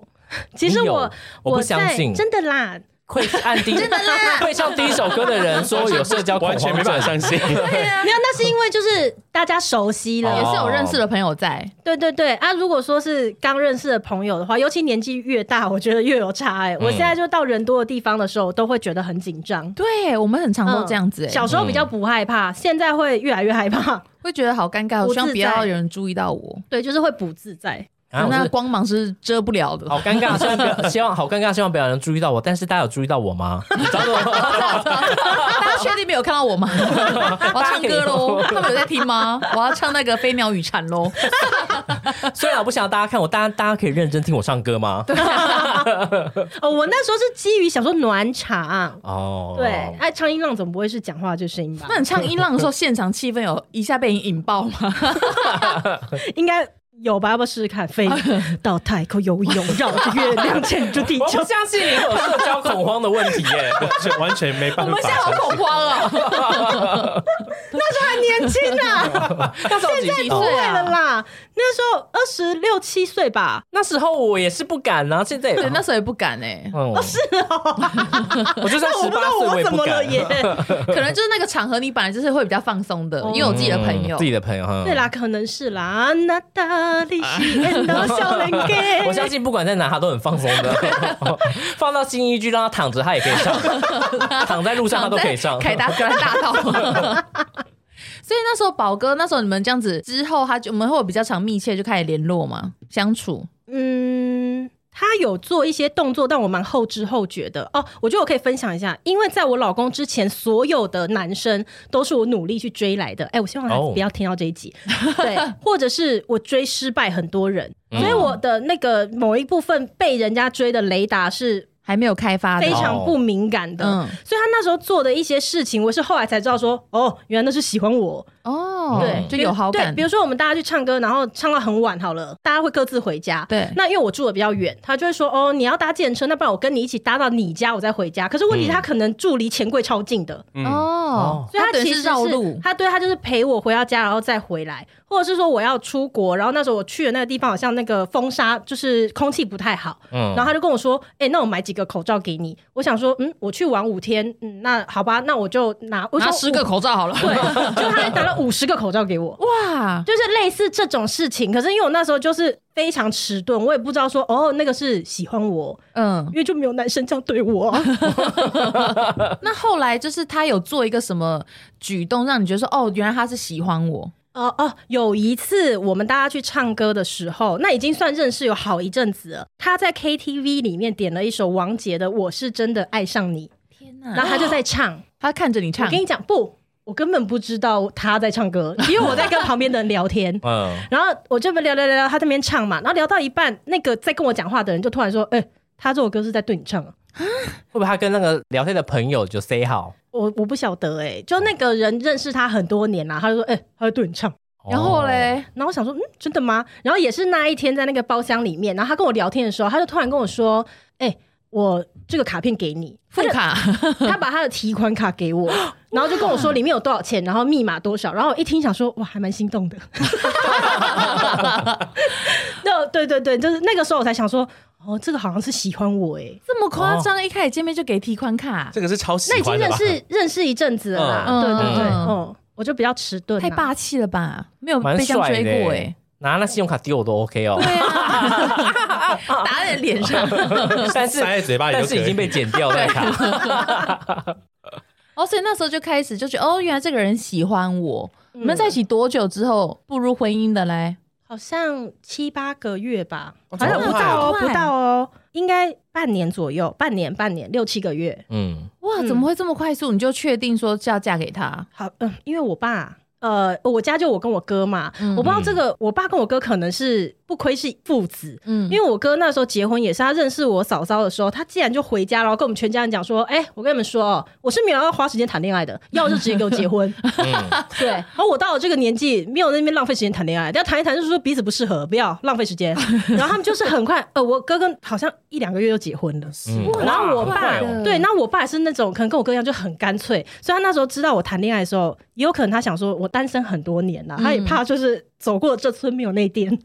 [SPEAKER 6] 其实
[SPEAKER 4] 你有
[SPEAKER 6] 我
[SPEAKER 4] 我不
[SPEAKER 6] 在
[SPEAKER 4] 相信，
[SPEAKER 6] 真的啦，
[SPEAKER 4] 会按 第会唱第一首歌的人说有社交恐
[SPEAKER 5] 完
[SPEAKER 4] 慌症，
[SPEAKER 5] 全没办法相信。
[SPEAKER 6] 没有，那是因为就是大家熟悉了，
[SPEAKER 4] 哦
[SPEAKER 3] 也是有认识的朋友在，
[SPEAKER 6] 对对对啊。如果说是刚认识的朋友的话，尤其年纪越大，我觉得越有差哎、我现在就到人多的地方的时候，我都会觉得很紧张。
[SPEAKER 3] 对我们很常都这样子、欸，
[SPEAKER 6] 嗯小时候比较不害怕，现在会越来越害怕。
[SPEAKER 3] 会觉得好尴尬，
[SPEAKER 6] 不
[SPEAKER 3] 我希望
[SPEAKER 6] 自
[SPEAKER 3] 不要
[SPEAKER 6] 在
[SPEAKER 3] 有人注意到我，
[SPEAKER 6] 对，就是会不自在。
[SPEAKER 4] 啊，我
[SPEAKER 3] 那
[SPEAKER 4] 是
[SPEAKER 3] 光芒是遮不了的。
[SPEAKER 4] 好尴尬，希望不要，希望好尴尬，希望不要有人注意到我。但是大家有注意到我吗？ 你知道 吗？
[SPEAKER 3] 大家确定没有看到我 吗？我要唱歌喽，他们有在听吗？我要唱那个《飞鸟与蝉》喽。
[SPEAKER 4] 虽然我不想要大家看我，大家大家可以认真听我唱歌吗？
[SPEAKER 6] 哦，我那时候是基于想说暖场，
[SPEAKER 4] 哦，
[SPEAKER 6] 对，哎、唱音浪总不会是讲话这声音吧？
[SPEAKER 3] 那你唱《音浪》的时候，现场气氛有一下被你引爆吗？
[SPEAKER 6] 应该有吧？要不要试试看？飞到太空游泳，绕着月 亮牵住地
[SPEAKER 4] 我
[SPEAKER 6] 球
[SPEAKER 4] 不。相信你有社交恐慌的问题 耶。
[SPEAKER 5] 完全完全没办
[SPEAKER 3] 我们现在好
[SPEAKER 5] 法。
[SPEAKER 3] 恐慌 哦。
[SPEAKER 6] 年轻 啊，
[SPEAKER 4] 那时候几岁
[SPEAKER 3] 不会
[SPEAKER 6] 对
[SPEAKER 3] 啊
[SPEAKER 6] 了啦，那时候二十六七岁吧，
[SPEAKER 4] 那时候我也是不敢啊，现在也
[SPEAKER 3] 对，那时候也不敢哎，
[SPEAKER 4] 嗯，是哦， 我就算
[SPEAKER 6] 那我
[SPEAKER 4] 十
[SPEAKER 6] 不知
[SPEAKER 4] 八
[SPEAKER 6] 道
[SPEAKER 4] 岁
[SPEAKER 6] 我
[SPEAKER 4] 也
[SPEAKER 6] 怎
[SPEAKER 4] 不
[SPEAKER 6] 么了
[SPEAKER 4] 敢。啊
[SPEAKER 6] 耶。
[SPEAKER 3] 可能就是那个场合，你本来就是会比较放松
[SPEAKER 6] 哦
[SPEAKER 3] 的，因为我自己的朋友
[SPEAKER 4] 嗯自。己的朋友，嗯，
[SPEAKER 6] 对。啦，可能是啦。啊那达利西恩哎的小人给
[SPEAKER 4] 我相信不管在哪，他都很放松的。放到新一居，让他躺着，他也可以上；躺在路上，他都可以上。
[SPEAKER 3] 凯达格兰大道。所以那时候宝哥，那时候你们这样子之后，他就我们会有比较常密切就开始联络嘛，相处。
[SPEAKER 6] 嗯。他有做一些动作，但我蛮后知后觉的哦。我觉得我可以分享一下，因为在我老公之前，所有的男生都是我努力去追来的。哎、我希望他
[SPEAKER 4] 哦
[SPEAKER 6] 不要听到这一 集，对，或者是我追失败很多人，所以我的那个某一部分被人家追的雷达是
[SPEAKER 3] 还没有开发的
[SPEAKER 6] 非，常不敏感的。
[SPEAKER 3] 啊嗯，
[SPEAKER 6] 所以他那时候做的一些事情，我是后来才知道说，哦，原来那是喜欢我，
[SPEAKER 3] 哦，
[SPEAKER 4] 对
[SPEAKER 3] 就有好感
[SPEAKER 6] 对，比。如说我们大家去唱歌，然后唱到很晚好了，大家会各自回家。
[SPEAKER 3] 对
[SPEAKER 6] 那因为我住的比较远，他就会说，哦，你要搭电车，那不然我跟你一起搭到你家，我再回家。可是问
[SPEAKER 3] 嗯
[SPEAKER 6] 题是他可能住离钱柜超近的，
[SPEAKER 5] 嗯，
[SPEAKER 3] 哦，
[SPEAKER 6] 所以他
[SPEAKER 3] 等于
[SPEAKER 6] 其
[SPEAKER 3] 是
[SPEAKER 6] 实
[SPEAKER 3] 绕
[SPEAKER 6] 是
[SPEAKER 3] 路，
[SPEAKER 6] 他对他就是陪我回到家，然后再回来，或者是说我要出国，然后那时候我去的那个地方好像那个风沙，就是空气不太好，
[SPEAKER 4] 嗯。
[SPEAKER 6] 然后他就跟我说，哎、那我买几个口罩给你。我想说，嗯，我去玩五天，嗯，那好吧，那我就拿，我
[SPEAKER 3] 拿
[SPEAKER 6] 想
[SPEAKER 3] 十个，口罩好了。
[SPEAKER 6] 对， 就他还拿了五十个口罩给我。
[SPEAKER 3] 哇，
[SPEAKER 6] 就是类似这种事情，可是因为我那时候就是非常迟钝，我也不知道说哦，那个是喜欢我，
[SPEAKER 3] 嗯
[SPEAKER 6] 因，为就没有男生这样对我啊、
[SPEAKER 3] 那后来就是他有做一个什么举动，让你觉得说，哦，原来他是喜欢我，
[SPEAKER 6] 哦哦，有一次我们大家去唱歌的时候，那已经算认识有好一阵子了。他在 KTV 里面点了一首王杰的《我是真的爱上你》，
[SPEAKER 3] 天哪
[SPEAKER 6] 然后他就在唱。
[SPEAKER 3] 他看着你
[SPEAKER 6] 我
[SPEAKER 3] 唱
[SPEAKER 6] 跟，你讲，不，我根本不知道他在唱歌，因为我在跟旁边的人聊天
[SPEAKER 4] 嗯，
[SPEAKER 6] 然后我这边聊聊聊聊，他这边唱嘛，然后聊到一半，那个在跟我讲话的人就突然说：“哎、他这首歌是在对你唱啊。”
[SPEAKER 4] 会不会他跟那个聊天的朋友就 say 好？
[SPEAKER 6] 我我不晓得哎、就那个人认识他很多年啦，他就说：“哎、他在对你唱。”
[SPEAKER 4] 哦
[SPEAKER 3] 然后嘞，
[SPEAKER 6] 然后我想说，嗯，真的吗？然后也是那一天在那个包厢里面，然后他跟我聊天的时候，他就突然跟我说：“哎、我这个卡片给你。”
[SPEAKER 3] 副卡，
[SPEAKER 6] 他把他的提款卡给我，然后就跟我说里面有多少钱，然后密码多少。然后我一听想说，哇，还蛮心 动的。那对对对，就是那个时候我才想说，哦，这个好像是喜欢我哎、
[SPEAKER 3] 这么夸张，一开始见面就给提款卡，
[SPEAKER 5] 这个是超喜
[SPEAKER 6] 那已经
[SPEAKER 5] 欢的
[SPEAKER 6] 认
[SPEAKER 5] 吧？
[SPEAKER 6] 识认识一阵子了啦，
[SPEAKER 3] 嗯
[SPEAKER 6] 对对对，
[SPEAKER 3] 嗯
[SPEAKER 6] 哦、我就比较迟钝啦，
[SPEAKER 3] 太霸气了吧？没有
[SPEAKER 4] 蛮
[SPEAKER 3] 哦被这样
[SPEAKER 4] 帅的
[SPEAKER 3] 追过哎、
[SPEAKER 4] 欸，拿那信用卡丢我都 OK 哦，
[SPEAKER 3] 对啊，打在脸上。
[SPEAKER 4] 但是
[SPEAKER 5] 塞在嘴巴里
[SPEAKER 4] 但
[SPEAKER 5] 就是可以
[SPEAKER 4] 已经被剪掉那卡，
[SPEAKER 3] 哦，所以那时候就开始就觉得，哦，原来这个人喜欢我。
[SPEAKER 6] 嗯
[SPEAKER 3] 你们在一起多久之后步入婚姻的嘞？
[SPEAKER 6] 好像七八个月吧，
[SPEAKER 5] 哦
[SPEAKER 6] 好像
[SPEAKER 5] 这
[SPEAKER 6] 不
[SPEAKER 5] 么快啊
[SPEAKER 6] 到哦，
[SPEAKER 3] 快
[SPEAKER 6] 不到哦，应该半年左右，半年半年六七个月。
[SPEAKER 4] 嗯，
[SPEAKER 3] 哇，
[SPEAKER 6] 嗯
[SPEAKER 3] 怎么会这么快速？你就确定说是要嫁给他？
[SPEAKER 6] 好，嗯，因为我爸，呃，我家就我跟我哥嘛，
[SPEAKER 3] 嗯
[SPEAKER 6] 我不知道这个，我爸跟我哥可能是不亏是父子。
[SPEAKER 3] 嗯
[SPEAKER 6] 因为我哥那时候结婚也是他认识我嫂嫂的时候，他竟然就回家，然后跟我们全家人讲说：“哎、我跟你们说哦，我是没有要花时间谈恋爱的，要我就直接给我 结婚。
[SPEAKER 3] 嗯
[SPEAKER 6] 对，然后我到了这个年纪，没有在那边浪费时间谈恋爱，但谈一谈就是说彼此不适合，不要浪费时间。然后他们就是很快，呃，我哥跟好像一两个月就结婚 了。
[SPEAKER 4] 嗯
[SPEAKER 6] 然后我
[SPEAKER 4] 哇
[SPEAKER 6] 爸
[SPEAKER 4] 好快哦
[SPEAKER 6] 对，那我爸也是那种可能跟我哥一样就很干脆，所以他那时候知道我谈恋爱的时候，也有可能他想说我单身很多年了，他也怕就是走过这村没有那店。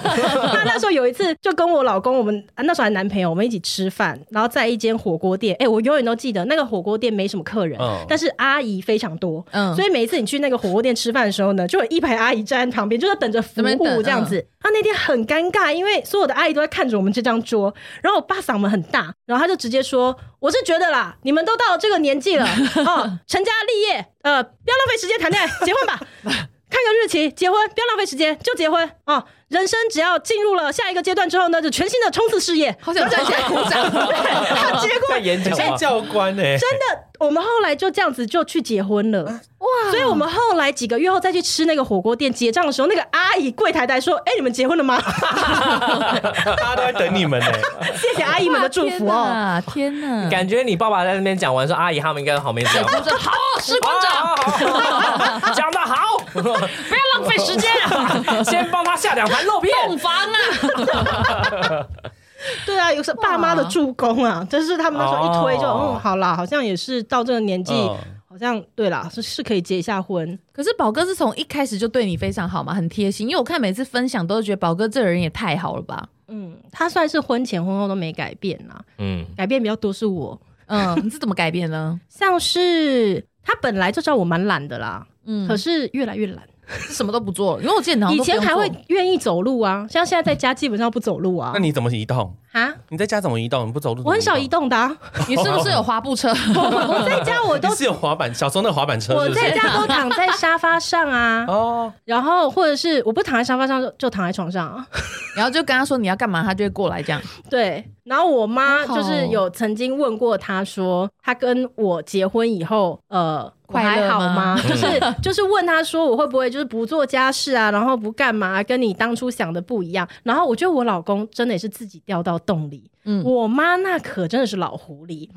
[SPEAKER 6] 他那时候有一次就跟我老公，我们啊那时候还男朋友，我们一起吃饭，然后在一间火锅店，哎、我永远都记得那个火锅店没什么客人，
[SPEAKER 5] 嗯
[SPEAKER 6] 但是阿姨非常多，
[SPEAKER 3] 嗯
[SPEAKER 6] 所以每一次你去那个火锅店吃饭的时候呢，就有一排阿姨站在旁边，就在等着服
[SPEAKER 3] 在那边
[SPEAKER 6] 务
[SPEAKER 3] 等嗯
[SPEAKER 6] 这样子。他那天很尴尬，因为所有的阿姨都在看着我们这张桌，然后我爸嗓门很大，然后他就直接说：“我是觉得啦，你们都到了这个年纪 了，哦，成家立业，呃，不要浪费时间谈恋爱，结婚吧。”看个日期，结婚，不要浪费时间，就结婚哦！人生只要进入了下一个阶段之后呢，就全新的冲刺事业。
[SPEAKER 3] 好想站起来鼓 掌。
[SPEAKER 6] 他 结果
[SPEAKER 4] 在演讲
[SPEAKER 5] 像
[SPEAKER 4] 吗？
[SPEAKER 5] 教官哎、欸，
[SPEAKER 6] 真的，我们后来就这样子就去结婚了，哇！所以我们后来几个月后再去吃那个火锅店结账的时候，那个阿姨柜台台说：“哎、你们结婚了吗？”
[SPEAKER 5] 大家都在等你们哎、
[SPEAKER 6] 谢谢阿姨们的祝福哦。
[SPEAKER 3] 哇！天哪，
[SPEAKER 4] 感觉你爸爸在那边讲完说，阿姨他们应该在旁边 讲，啊
[SPEAKER 3] 我说好，时光长，
[SPEAKER 4] 哦好好好 讲得好，
[SPEAKER 3] 不要浪费时间，
[SPEAKER 4] 先帮他下两盘肉片。
[SPEAKER 3] 洞房啊！
[SPEAKER 6] 对啊，有时候爸妈的助攻啊，就是他们那时候一推就，
[SPEAKER 4] 哦
[SPEAKER 6] 嗯，好啦，好像也是到这个年纪，
[SPEAKER 5] 嗯
[SPEAKER 6] 好像对啦，是是可以结一下婚。
[SPEAKER 3] 可是宝哥是从一开始就对你非常好嘛，很贴心。因为我看每次分享都是觉得宝哥这人也太好了吧。
[SPEAKER 6] 嗯，他算是婚前婚后都没改变啦，
[SPEAKER 4] 嗯，
[SPEAKER 6] 改变比较多是我，
[SPEAKER 3] 嗯，你是怎么改变呢？
[SPEAKER 6] 像是他本来就知道我蛮懒的啦，
[SPEAKER 3] 嗯，
[SPEAKER 6] 可是越来越懒。
[SPEAKER 3] 是什么都不做了，因为我记得你好像
[SPEAKER 6] 以
[SPEAKER 3] 都不用
[SPEAKER 6] 前还会
[SPEAKER 3] 做
[SPEAKER 6] 愿意走路啊，像现在在家基本上不走路啊
[SPEAKER 5] 那。你怎么移动？
[SPEAKER 6] 啊，
[SPEAKER 5] 你在家怎么移动？你不走路？
[SPEAKER 6] 我很少移。动 的、啊，
[SPEAKER 3] 你是不是有滑步 车？
[SPEAKER 6] 我在家我都
[SPEAKER 5] 你是有滑板，小时候那个滑板车
[SPEAKER 6] 我
[SPEAKER 5] 是不
[SPEAKER 6] 在
[SPEAKER 5] 是？
[SPEAKER 6] 家都躺在沙发上啊，
[SPEAKER 5] 哦，
[SPEAKER 6] 然后或者是我不躺在沙发上就就躺在床 上啊。
[SPEAKER 3] 然后就跟他说你要干嘛，他就会过来这样。
[SPEAKER 6] 对，然后我妈
[SPEAKER 3] 好好
[SPEAKER 6] 就是有曾经问过她说，她跟我结婚以后，呃，我
[SPEAKER 3] 快乐
[SPEAKER 6] 还好
[SPEAKER 3] 吗
[SPEAKER 5] 嗯
[SPEAKER 6] 吗？就是就是问她说，我会不会就是不做家事啊，然后不干嘛，跟你当初想的不一样。然后我觉得我老公真的也是自己掉到洞里，
[SPEAKER 3] 嗯
[SPEAKER 6] 我妈那可真的是老狐狸。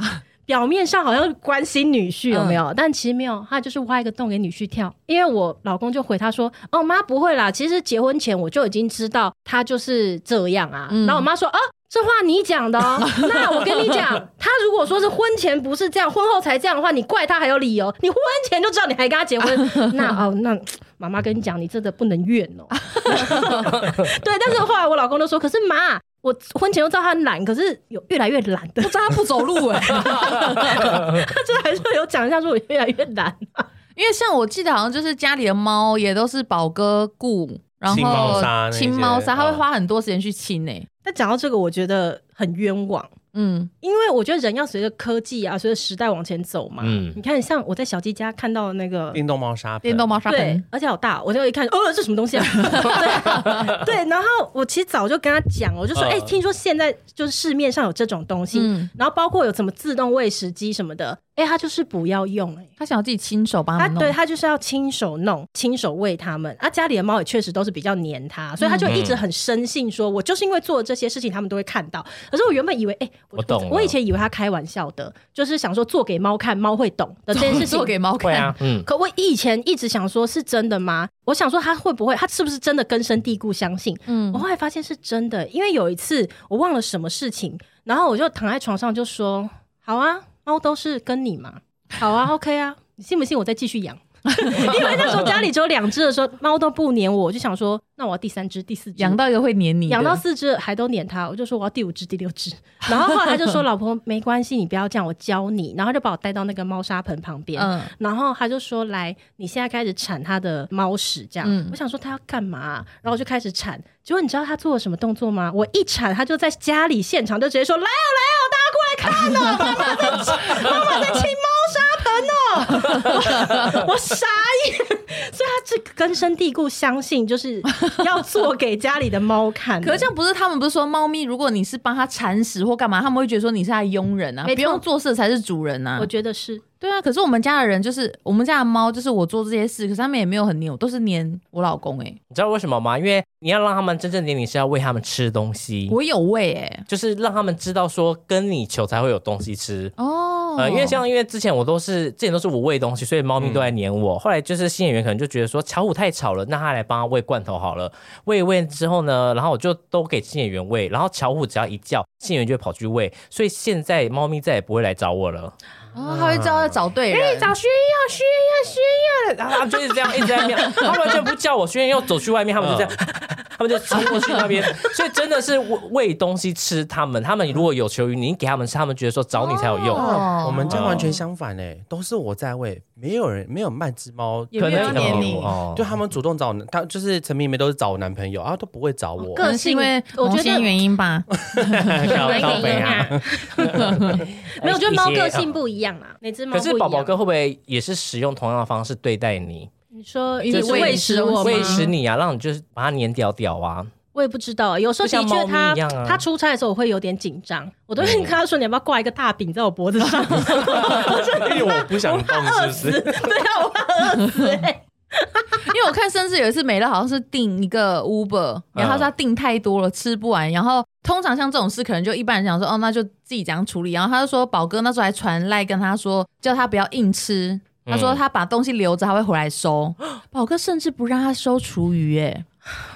[SPEAKER 6] 表面上好像关心女
[SPEAKER 3] 嗯
[SPEAKER 6] 婿有没有，但其实没有，她就是挖一个洞给女婿跳。因为我老公就回她说：“哦，妈不会啦，其实结婚前我就已经知道他就是这样啊。
[SPEAKER 3] 嗯
[SPEAKER 6] 然后我妈说：“啊，这话你讲的 哦。那我跟你讲，他如果说是婚前不是这样，婚后才这样的话，你怪他还有理由。你婚前就知道你还跟他 结婚，那哦，那妈妈跟你讲，你真的不能怨哦。 对，但是后来我老公都说，可是妈。”我婚前就知道他很懒，可是有越来越懒的
[SPEAKER 3] 不知道他不走路 哎、
[SPEAKER 6] 他这还是有讲一下，说我越来越懒。
[SPEAKER 3] 因为像我记得好像就是家里的猫也都是宝哥顾，然
[SPEAKER 5] 清猫
[SPEAKER 3] 后
[SPEAKER 5] 砂那些
[SPEAKER 3] 亲猫砂，
[SPEAKER 5] 嗯
[SPEAKER 3] 他会花很多时间去亲哎、
[SPEAKER 6] 但讲到这个，我觉得很冤枉，
[SPEAKER 3] 嗯，
[SPEAKER 6] 因为我觉得人要随着科技啊，随着时代往前走嘛。
[SPEAKER 4] 嗯
[SPEAKER 6] 你看，像我在小鸡家看到的那个。
[SPEAKER 5] 电动猫砂盆，
[SPEAKER 3] 电动猫砂
[SPEAKER 6] 对
[SPEAKER 3] 盆，，
[SPEAKER 6] 而且好大，我就一看，哦，这什么东西 啊？对对，然后我其实早就跟他讲，我就说，
[SPEAKER 5] 嗯
[SPEAKER 6] 哎、听说现在就是市面上有这种东西，
[SPEAKER 3] 嗯
[SPEAKER 6] 然后包括有什么自动喂食机什么的，哎、他就是不要用、哎。
[SPEAKER 3] 他想要自己亲手帮
[SPEAKER 6] 他
[SPEAKER 3] 们弄。
[SPEAKER 6] 对他就是要亲手弄、亲手喂他们。啊，家里的猫也确实都是比较黏他，所以他
[SPEAKER 3] 嗯
[SPEAKER 6] 就一直很深信说，我就是因为做了这些事情，他们都会看到。可是我原本以为，哎、
[SPEAKER 4] 我懂了
[SPEAKER 6] 我以前以为他开玩笑的，就是想说做给猫看，猫会懂的这件事情
[SPEAKER 3] 做。给猫
[SPEAKER 4] 会
[SPEAKER 3] 看
[SPEAKER 4] 啊，，嗯，
[SPEAKER 6] 可我以前一直想说，是真的吗？我想说他会不会，他是不是真的根深蒂固相信？
[SPEAKER 3] 嗯
[SPEAKER 6] 我，后来发现是真的，因为有一次我忘了什么事情，然后我就躺在床上就说：“好啊，猫都是跟你嘛，好啊，OK 啊，你信不信我再继续养？” 因为那时候家里只有两只的时候，猫都不粘我，我就想说，那我要第三只、第四只，
[SPEAKER 3] 养到一个会黏你的，
[SPEAKER 6] 养到四只还都撵它，我就说我要第五只、第六只。然后后来他就 说：“老婆，没关系，你不要这样，我教你。”然后就把我带到那个猫砂盆旁边，
[SPEAKER 3] 嗯
[SPEAKER 6] 然后他就说：“来，你现在开始铲它的猫屎。”这样，
[SPEAKER 3] 嗯
[SPEAKER 6] 我想说他要干嘛、然后我就开始铲。结果你知道他做了什么动作吗？我一铲，他就在家里现场就直接说：“来哦，来哦， 大家过来看哦，妈妈在妈妈在清猫砂盆哦！” 我我傻眼，所以他是根深蒂固相信就是要做给家里的猫看的。
[SPEAKER 3] 可是这样不是他们不是说猫咪，如果你是帮它铲屎或干嘛，他们会觉得说你是它的佣人啊，
[SPEAKER 6] 没错
[SPEAKER 3] 不用做事才是主人啊
[SPEAKER 6] 我。觉得是。
[SPEAKER 3] 对啊，可是我们家的人就是我们家的猫，就是我做这些事，可是他们也没有很黏我，都是黏我老公哎、
[SPEAKER 4] 你知道为什么吗？因为你要让他们真正年龄是要喂他们吃东西，
[SPEAKER 3] 我有喂哎、
[SPEAKER 4] 就是让他们知道说跟你求才会有东西吃。
[SPEAKER 3] 哦，
[SPEAKER 4] 呃，因为像因为之前我都是之前都是我喂东西，所以猫咪都来黏我。后来就是新演员可能就觉得说巧虎太吵了，那他来帮他喂罐头好了。喂一喂之后呢，然后我就都给新演员喂，然后巧虎只要一叫，新演员就会跑去喂，所以现在猫咪再也不会来找我了。
[SPEAKER 3] 哦，他会知道
[SPEAKER 4] 啊
[SPEAKER 3] 要找对人，
[SPEAKER 4] 薛耀，薛耀，薛耀，然后他们就是这样一直在喵，他们完全不叫我，薛耀要走去外面，他们就这样。 他们就冲过去那边，所以真的是喂喂东西吃他们。他们如果有求于你，你给他们吃，他们觉得说找你才有用。
[SPEAKER 3] 哦
[SPEAKER 2] 我们家完全相反哎、
[SPEAKER 5] 欸
[SPEAKER 2] 都是我在喂，没有人没有半只猫。
[SPEAKER 3] 也没有要
[SPEAKER 4] 可能
[SPEAKER 3] 黏
[SPEAKER 4] 有
[SPEAKER 3] 你。
[SPEAKER 4] 哦
[SPEAKER 2] 对他们主动找他，就是陈明梅都是找我男朋友，啊都不会找我。
[SPEAKER 3] 可能是因为
[SPEAKER 6] 我
[SPEAKER 3] 某
[SPEAKER 6] 觉
[SPEAKER 3] 些
[SPEAKER 6] 得
[SPEAKER 3] 原因吧，
[SPEAKER 4] 搞
[SPEAKER 6] 人
[SPEAKER 4] 到哎北
[SPEAKER 6] 给
[SPEAKER 4] 啊！
[SPEAKER 6] 啊， 没
[SPEAKER 3] 哎
[SPEAKER 6] 有，我觉得猫个性
[SPEAKER 4] 不。
[SPEAKER 6] 不一样啦，每只猫
[SPEAKER 4] 可
[SPEAKER 6] 不一
[SPEAKER 4] 是
[SPEAKER 6] 样啊
[SPEAKER 4] 宝宝哥会不会也是使用同样的方式对待你，
[SPEAKER 6] 你说
[SPEAKER 3] 就是是喂
[SPEAKER 6] 喂
[SPEAKER 3] 食
[SPEAKER 6] 食
[SPEAKER 3] 我吗
[SPEAKER 6] 我
[SPEAKER 4] 喂食你啊，让你就是把它粘屌屌啊？
[SPEAKER 6] 我也不知道，有时候
[SPEAKER 4] 就像
[SPEAKER 6] 的确
[SPEAKER 4] 猫
[SPEAKER 6] 它
[SPEAKER 4] 咪一样啊哦
[SPEAKER 6] 它出差的时候我会有点紧张，我都会跟他说你要不要挂一个大饼在我脖子上，
[SPEAKER 5] 因为我不想动，是不是？
[SPEAKER 6] 对啊，我怕饿死欸。
[SPEAKER 3] 因为我看甚至有一次美乐好像是订一个 Uber，然后他说他订太多了吃不完，然后通常像这种事可能就一般人想说哦那就自己这样处理，然后他就说宝哥那时候还传赖跟他说叫他不要硬吃，他说他把东西留着他会回来收，
[SPEAKER 6] 嗯
[SPEAKER 3] 宝哥甚至不让他收厨余，哎，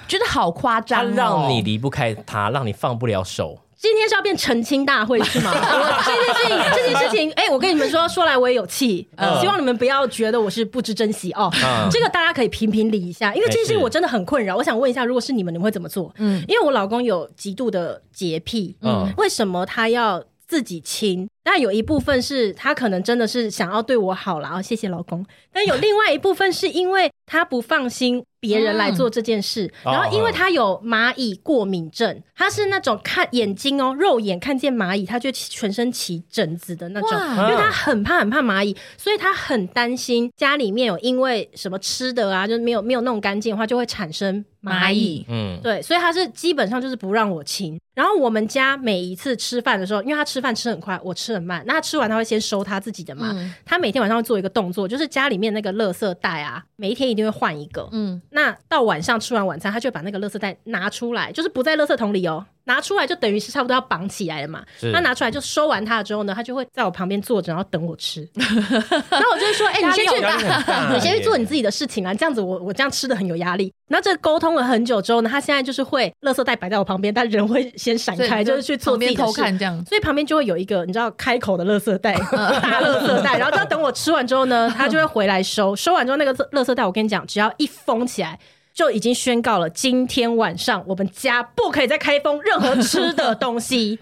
[SPEAKER 3] 觉得好夸张、
[SPEAKER 4] 它
[SPEAKER 3] 哦，
[SPEAKER 4] 让你离不开它，让你放不了手。
[SPEAKER 6] 今天是要变澄清大会是 吗？我这件事情，这件事情，哎、我跟你们说，说来我也有气，呃希望你们不要觉得我是不知珍惜哦。
[SPEAKER 4] 嗯
[SPEAKER 6] 这个大家可以评评理一下，因为这件事
[SPEAKER 4] 没
[SPEAKER 6] 情
[SPEAKER 4] 事
[SPEAKER 6] 我真的很困扰。我想问一下，如果是你们，你们会怎么做？
[SPEAKER 3] 嗯
[SPEAKER 6] 嗯，因为我老公有极度的洁癖，
[SPEAKER 5] 嗯，
[SPEAKER 6] 为什么他要自己亲？但有一部分是他可能真的是想要对我好啦，哦，谢谢老公。但有另外一部分是因为他不放心别人来做这件事，
[SPEAKER 4] 嗯
[SPEAKER 6] 然后因
[SPEAKER 4] 哦
[SPEAKER 6] 为他有蚂蚁过敏症，他是那种看眼睛哦，肉眼看见蚂蚁，他就全身起疹子的那种。
[SPEAKER 3] 哇
[SPEAKER 6] 因为他很怕很怕蚂蚁，所以他很担心家里面有因为什么吃的啊，就是没有没有弄干净的话，就会产生蚂
[SPEAKER 3] 蚂
[SPEAKER 6] 蚁。
[SPEAKER 3] 蚁，
[SPEAKER 4] 嗯，
[SPEAKER 6] 对，所以他是基本上就是不让我亲。然后我们家每一次吃饭的时候，因为他吃饭吃很快，我吃很慢。那他吃完他会先收他自己的嘛？
[SPEAKER 3] 嗯
[SPEAKER 6] 他每天晚上会做一个动作，就是家里面那个垃圾袋啊，每一天一定会换一个。
[SPEAKER 3] 嗯，
[SPEAKER 6] 那到晚上吃完晚餐，他就会把那个垃圾袋拿出来，就是不在垃圾桶里哦，拿出来就等于是差不多要绑起来了嘛。
[SPEAKER 4] 是。
[SPEAKER 6] 他拿出来就收完它了之后呢，他就会在我旁边坐着，然后等我吃。 然后我就会 说：“哎、你先去
[SPEAKER 5] 压力很
[SPEAKER 3] 啊
[SPEAKER 5] 大
[SPEAKER 6] 你先去做
[SPEAKER 5] 耶
[SPEAKER 6] 你自己的事情啊，这样子我我这样吃的很有压力。然后这沟通了很久之后呢，他现在就是会垃圾袋摆在我旁边，但人会先闪
[SPEAKER 3] 所以
[SPEAKER 6] 开，
[SPEAKER 3] 你
[SPEAKER 6] 就是去做
[SPEAKER 3] 旁
[SPEAKER 6] 自
[SPEAKER 3] 边
[SPEAKER 6] 己的
[SPEAKER 3] 偷
[SPEAKER 6] 事。
[SPEAKER 3] 看这样，
[SPEAKER 6] 所以旁边就会有一个你知道开口的垃圾 袋，大垃圾袋，然后就要等我吃完之后呢，他就会回来收。收完之后那个垃圾袋，我跟你讲，只要一封起来。就已经宣告了，今天晚上我们家不可以再开封任何吃的东西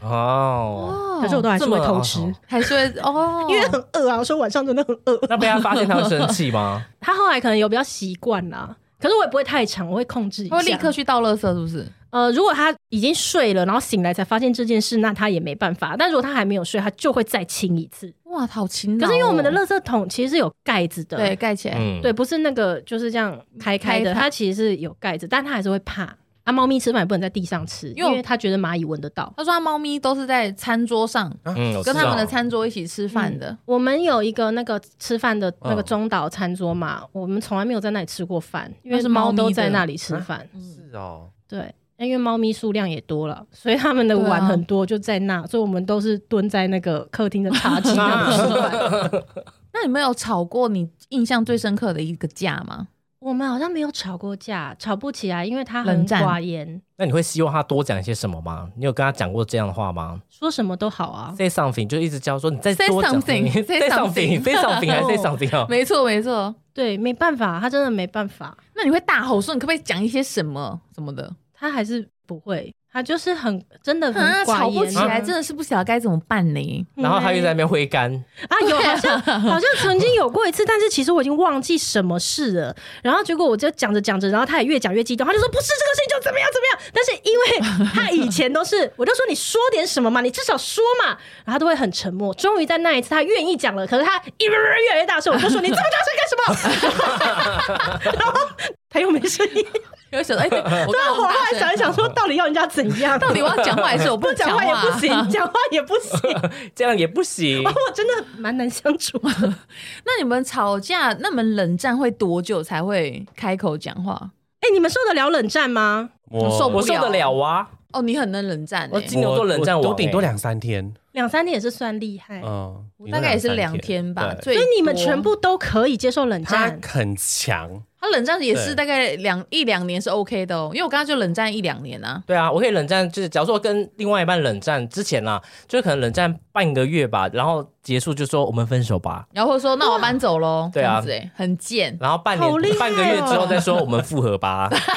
[SPEAKER 4] 哦，
[SPEAKER 3] 哦
[SPEAKER 6] 可是我都还是会偷吃
[SPEAKER 4] 这，么
[SPEAKER 3] 还是会 哦，
[SPEAKER 6] 因为很饿啊。我说晚上真的很饿。
[SPEAKER 4] 那被他发现他会生气吗？
[SPEAKER 6] 他后来可能有比较习惯啦，可是我也不会太长，我会控制一下。
[SPEAKER 3] 他会立刻去倒垃圾，是不是？
[SPEAKER 6] 呃，如果他已经睡了，然后醒来才发现这件事，那他也没办法。但如果他还没有睡，他就会再亲一次。
[SPEAKER 3] 哇，好勤劳
[SPEAKER 6] 可
[SPEAKER 3] 哦、
[SPEAKER 6] 是因为我们的垃圾桶其实是有盖子的，
[SPEAKER 3] 对盖起来，
[SPEAKER 4] 嗯，
[SPEAKER 6] 对，，不是那个就是这样开开
[SPEAKER 3] 开
[SPEAKER 6] 的，
[SPEAKER 3] 开
[SPEAKER 6] 它其实是有盖子，但它还是会怕。啊，猫咪吃饭也不能在地上吃，
[SPEAKER 3] 因为
[SPEAKER 6] 因
[SPEAKER 3] 我
[SPEAKER 6] 为它觉得蚂蚁闻得到。
[SPEAKER 3] 他说他猫咪都是在餐桌上
[SPEAKER 4] 嗯，我知
[SPEAKER 3] 跟他们的
[SPEAKER 4] 道
[SPEAKER 3] 餐桌一起吃饭的。
[SPEAKER 6] 我们有一个那个吃饭的那个
[SPEAKER 5] 嗯
[SPEAKER 6] 中岛餐桌嘛，我们从来没有在那里吃过饭，因
[SPEAKER 3] 那
[SPEAKER 6] 为
[SPEAKER 3] 是猫
[SPEAKER 6] 猫
[SPEAKER 3] 咪
[SPEAKER 6] 都
[SPEAKER 3] 的
[SPEAKER 6] 在那里吃饭。
[SPEAKER 5] 是哦，
[SPEAKER 6] 对，因为猫咪数量也多了，所以它们的
[SPEAKER 3] 对啊
[SPEAKER 6] 碗很多，就在那，所以我们都是蹲在那个客厅的茶几那里吃饭。
[SPEAKER 3] 那你们有吵过你印象最深刻的一个架吗？
[SPEAKER 6] 我们好像没有吵过架，吵不起来，因为他
[SPEAKER 3] 冷
[SPEAKER 6] 很
[SPEAKER 3] 战
[SPEAKER 6] 寡言，
[SPEAKER 4] 那你会希望他多讲一些什么吗？你有跟他讲过这样的话吗
[SPEAKER 6] 说什么都好啊。
[SPEAKER 4] ？Say something 就一直教说你再
[SPEAKER 3] Say
[SPEAKER 4] 多讲
[SPEAKER 3] something, say
[SPEAKER 4] say something say something 还是 say
[SPEAKER 6] 哦
[SPEAKER 4] something 哦。
[SPEAKER 3] 没错没错。
[SPEAKER 6] 对，没办法，他真的没办法，
[SPEAKER 3] 那你会大吼说你可不可以讲一些什么什么的？
[SPEAKER 6] 他还是不会，他就是很真的很
[SPEAKER 3] 啊，
[SPEAKER 6] 寡
[SPEAKER 3] 吵
[SPEAKER 6] 言
[SPEAKER 3] 不
[SPEAKER 6] 啊，
[SPEAKER 3] 起来，真的是不晓得该怎么办 呢。
[SPEAKER 4] 然后他又在那边挥杆，
[SPEAKER 6] 啊，有好像好像曾经有过一次，但是其实我已经忘记什么事了。然后结果我就讲着讲着，然后他也越讲越激动，他就说不是这个事情就怎么样怎么样。但是因为他以前都是，我就说你说点什么嘛，你至少说嘛，然后他都会很沉默。终于在那一次他愿意讲了，可是他一越来越大声，我就说你这么大声干什么？然后他又没声音。
[SPEAKER 3] 有想到，哎、对我
[SPEAKER 6] 对啊，
[SPEAKER 3] 刚
[SPEAKER 6] 我后来想一想说，到底要人家怎样？
[SPEAKER 3] 到底我要讲话还是我
[SPEAKER 6] 不
[SPEAKER 3] 讲
[SPEAKER 6] 讲话也
[SPEAKER 3] 啊
[SPEAKER 6] 不行，讲话也不行，
[SPEAKER 4] 这样也不行。
[SPEAKER 6] 我真的蛮难相处的。
[SPEAKER 3] 那你们吵架，那你们冷战会多久才会开口讲话？
[SPEAKER 6] 哎、你们受得了冷战吗？
[SPEAKER 2] 我
[SPEAKER 3] 受不
[SPEAKER 4] 我受得了啊，
[SPEAKER 3] 哦，你很能冷战、
[SPEAKER 4] 我
[SPEAKER 3] 欸，
[SPEAKER 2] 嗯
[SPEAKER 4] 金牛座冷战王
[SPEAKER 2] 我顶多
[SPEAKER 4] 欸
[SPEAKER 2] 两三天，
[SPEAKER 6] 两三天也是算厉害，
[SPEAKER 2] 嗯，
[SPEAKER 3] 哎我大概也是两天吧，
[SPEAKER 2] 对
[SPEAKER 3] 最
[SPEAKER 6] 所
[SPEAKER 3] 多
[SPEAKER 6] 以你们全部都可以接受冷
[SPEAKER 2] 他
[SPEAKER 6] 战。
[SPEAKER 2] 很强，
[SPEAKER 3] 他冷战也是
[SPEAKER 2] 对
[SPEAKER 3] 大概两一两年是 OK 的哦，因为我刚刚就冷战一两年啊。
[SPEAKER 4] 对啊，我可以冷战，就是假如说跟另外一半冷战之前啦，就是可能冷战半个月吧，然后结束就说我们分手吧，
[SPEAKER 3] 然后或者说那我搬走喽，
[SPEAKER 4] 对啊
[SPEAKER 3] 这样子哎、很贱。
[SPEAKER 4] 然后半年、
[SPEAKER 6] 好厉害哦
[SPEAKER 4] 半个月之后再说我们复合 吧，
[SPEAKER 3] 哎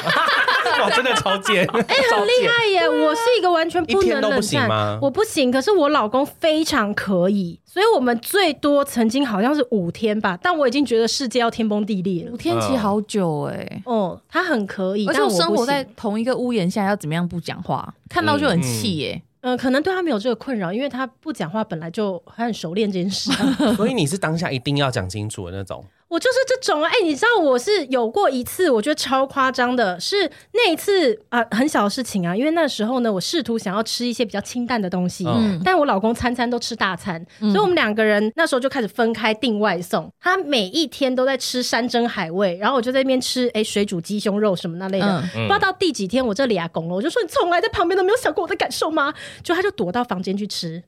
[SPEAKER 2] 哇，真的超贱，
[SPEAKER 6] 哎、很厉害耶！我是一个完全不
[SPEAKER 2] 一
[SPEAKER 6] 能
[SPEAKER 2] 天都
[SPEAKER 6] 冷
[SPEAKER 2] 不行
[SPEAKER 6] 战，
[SPEAKER 2] 吗
[SPEAKER 6] 我不行。可是我老公非常可以，所以我们最多曾经好像是五天吧，但我已经觉得世界要天崩地裂了
[SPEAKER 3] 五。天其实好久哎、
[SPEAKER 6] 哦，他很可以，
[SPEAKER 3] 而且
[SPEAKER 6] 但
[SPEAKER 3] 我
[SPEAKER 6] 嗯我
[SPEAKER 3] 生活
[SPEAKER 6] 不行
[SPEAKER 3] 在同一个屋檐下，要怎么样不讲话，看到就很气耶、
[SPEAKER 6] 呃，可能对他没有这个困扰，因为他不讲话本来就他很熟练这件事啊、
[SPEAKER 2] 所以你是当下一定要讲清楚的那种，
[SPEAKER 6] 我就是这种啊！哎、你知道我是有过一次，我觉得超夸张的，是那一次啊、呃很小的事情啊，因为那时候呢，我试图想要吃一些比较清淡的东西，
[SPEAKER 2] 嗯
[SPEAKER 6] 但我老公餐餐都吃大餐，所以我们两个人那时候就开始分开订外送，他每一天都在吃山珍海味，然后我就在那边吃哎、水煮鸡胸肉什么那类的，
[SPEAKER 3] 嗯
[SPEAKER 6] 不知道到第几天我这里啊拱了，我就说你从来在旁边都没有想过我的感受吗？就他就躲到房间去吃，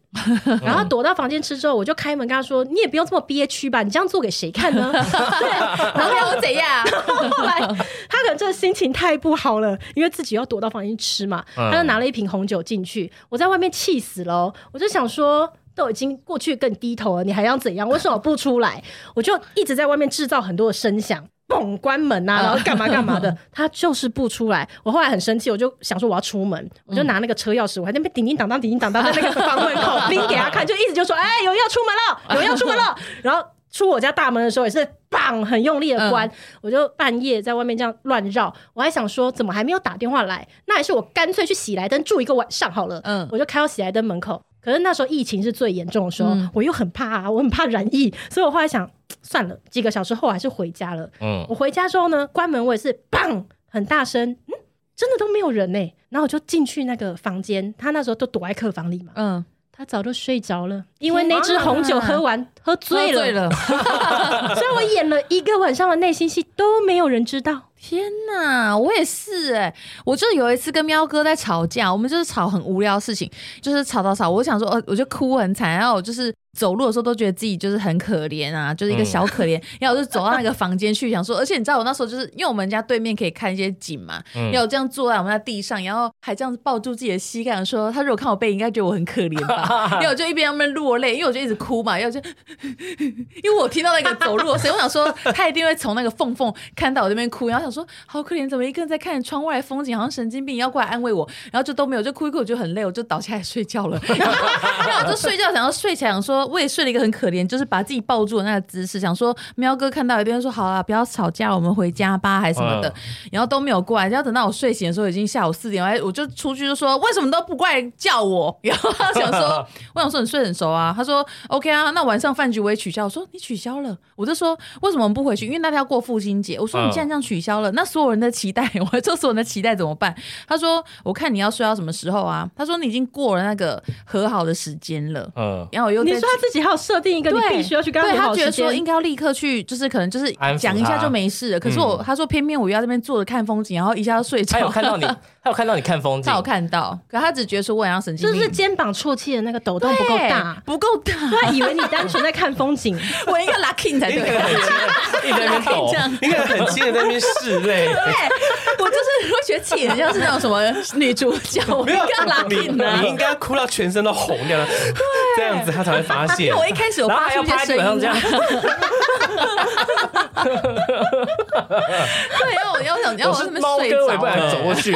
[SPEAKER 6] 然后躲到房间吃之后，我就开门跟他说：“你也不用这么憋屈吧，你这样做给谁看呢？”对，
[SPEAKER 3] 然后要我怎样？
[SPEAKER 6] 后来他可能真的心情太不好了，因为自己要躲到房间吃嘛，他就拿了一瓶红酒进去。我在外面气死了哦，我就想说。都已经过去更低头了，你还要怎样？为什么不出来？我就一直在外面制造很多的声响，嘣关门啊，然后干嘛干嘛的，他就是不出来。我后来很生气，我就想说我要出门，我就拿那个车钥匙，我还在那边叮叮当当叮叮当当在那个房门口拎给他看，就一直就说：“哎，有人要出门了，有人要出门了。”然后出我家大门的时候也是砰，很用力的关，我就半夜在外面这样乱绕，我还想说怎么还没有打电话来，那还是我干脆去喜来登住一个晚上好了。
[SPEAKER 3] 嗯
[SPEAKER 6] 我就开到喜来登门口。可是那时候疫情是最严重的时候，
[SPEAKER 3] 嗯
[SPEAKER 6] 我又很怕、啊，我很怕染疫，所以我后来想，算了，几个小时后我还是回家了。
[SPEAKER 4] 嗯，
[SPEAKER 3] 哦
[SPEAKER 6] 我回家之后呢，关门我也是砰，很大声，嗯，真的都没有人呢、然后我就进去那个房间，他那时候都躲在客房里嘛，
[SPEAKER 3] 嗯，
[SPEAKER 6] 他早就睡着了，因为那支红酒喝完、喝醉了，
[SPEAKER 3] 醉了，
[SPEAKER 6] 所以我演了一个晚上的内心戏，都没有人知道。
[SPEAKER 3] 天呐，我也是哎、我就是有一次跟喵哥在吵架，我们就是吵很无聊的事情，就是吵吵吵，我想说，呃，我就哭很惨，然后我就是走路的时候都觉得自己就是很可怜啊，就是一个小可怜，然后我就走到那个房间去，想说，而且你知道我那时候就是因为我们家对面可以看一些景嘛，然后我这样坐在我们家地上，然后还这样子抱住自己的膝盖，说他如果看我背影，应该觉得我很可怜吧，然后我就一边在那边落泪，因为我就一直哭嘛，然后我就因为我听到那个走路的声音，我想说他一定会从那个缝缝看到我这边哭，然后想说好可怜，怎么一个人在看窗外的风景，好像神经病，要过来安慰我，然后就都没有，就哭一哭，我就很累，我就倒下来睡觉了。 然后然后我就睡觉，想要睡起来，想说我也睡了一个很可怜，就是把自己抱住的那个姿势，想说喵哥看到一定会说好啊啦，不要吵架，我们回家吧，还是什么的
[SPEAKER 4] 嗯，
[SPEAKER 3] 然后都没有过来，然后等到我睡醒的时候已经下午四点，我还我就出去就说为什么都不过来叫我， 然后他想说。我想说你睡得很熟啊，他说 OK 啊，那晚上饭局我也取消。我说你取消了，我就说为什么我们不回去？因为那天要过父亲节。我说
[SPEAKER 4] 嗯
[SPEAKER 3] 你既然这样取消了，那所有人的期待，我说所有人的期待怎么办？他说我看你要睡到什么时候啊？他说你已经过了那个和好的时间了。
[SPEAKER 4] 嗯，
[SPEAKER 3] 然后我又
[SPEAKER 6] 你
[SPEAKER 3] 再
[SPEAKER 6] 说他自己还有设定一个你
[SPEAKER 3] 对，
[SPEAKER 6] 必须要去跟他
[SPEAKER 3] 对
[SPEAKER 6] 和
[SPEAKER 3] 他
[SPEAKER 6] 好
[SPEAKER 3] 觉
[SPEAKER 6] 时
[SPEAKER 3] 得说
[SPEAKER 6] 间
[SPEAKER 3] 应。该要立刻去，就是可能就是
[SPEAKER 4] 安抚
[SPEAKER 3] 讲一下
[SPEAKER 4] 他嗯
[SPEAKER 3] 就没事了。可是我、他说偏偏我又要这边坐着看风景，然后一下要睡着。，
[SPEAKER 4] 他有看到你他有看到你看风景
[SPEAKER 3] 他有，看到，可他只觉得说我好像神经
[SPEAKER 6] 就
[SPEAKER 3] 病，
[SPEAKER 6] 是肩膀啜泣的那个抖动
[SPEAKER 3] 对
[SPEAKER 6] 不够 大，
[SPEAKER 3] 不够大，
[SPEAKER 6] 他以为你单纯在看风景，
[SPEAKER 3] 我应该拉 king 才对。
[SPEAKER 4] 一直在那边抖
[SPEAKER 3] 这。样
[SPEAKER 5] 你可能很亲的在那边拭泪，
[SPEAKER 3] 对，我就是会觉得气人，像是那种什么女主角， 我
[SPEAKER 5] 没
[SPEAKER 3] 应
[SPEAKER 5] 有
[SPEAKER 3] 该拉啊
[SPEAKER 5] 你
[SPEAKER 3] king
[SPEAKER 5] 你应
[SPEAKER 3] 呢。
[SPEAKER 5] 该哭到全身都红掉了，这样子他才会发
[SPEAKER 3] 因
[SPEAKER 5] 现
[SPEAKER 3] 为。我一开始有
[SPEAKER 4] 然后
[SPEAKER 3] 发
[SPEAKER 4] 还
[SPEAKER 3] 出
[SPEAKER 4] 要
[SPEAKER 3] 一些
[SPEAKER 4] 趴在
[SPEAKER 3] 声
[SPEAKER 4] 地板上
[SPEAKER 3] 音
[SPEAKER 4] 这
[SPEAKER 3] 啊
[SPEAKER 4] 样，，
[SPEAKER 3] 对，然后我要想，然后
[SPEAKER 4] 是
[SPEAKER 3] 那边
[SPEAKER 4] 猫
[SPEAKER 3] 睡
[SPEAKER 4] 哥，我也不
[SPEAKER 3] 着
[SPEAKER 5] 呃
[SPEAKER 3] 了，
[SPEAKER 4] 敢走过去。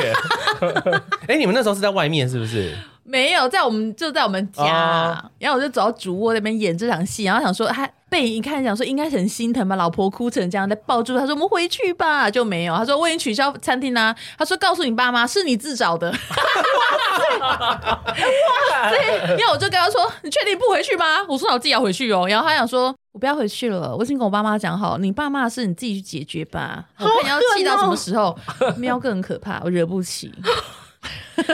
[SPEAKER 5] 哎，你们那时候是在外面是不是？
[SPEAKER 3] 没有在我们就在我们家
[SPEAKER 5] 哦，
[SPEAKER 3] 然后我就走到主卧那边演这场戏，然后想说他背影一看，想说应该很心疼吧，老婆哭成这样，再抱住他说我们回去吧，就没有，他说我已经取消餐厅啦、他说告诉你爸妈是你自找的，对，啊然后我就跟他说：“你确定不回去吗？”我说：“那我自己要回去哦。”然后他想说：“我不要回去了，我已经跟我爸妈讲好，你爸妈的事你自己去解决吧。” 我看你要气到什么时候？ 喵更可怕，我惹不起。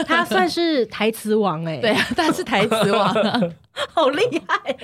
[SPEAKER 6] 他算是台词王哎、
[SPEAKER 3] 对，啊，他是台词 王、啊。
[SPEAKER 6] 好厉害哦、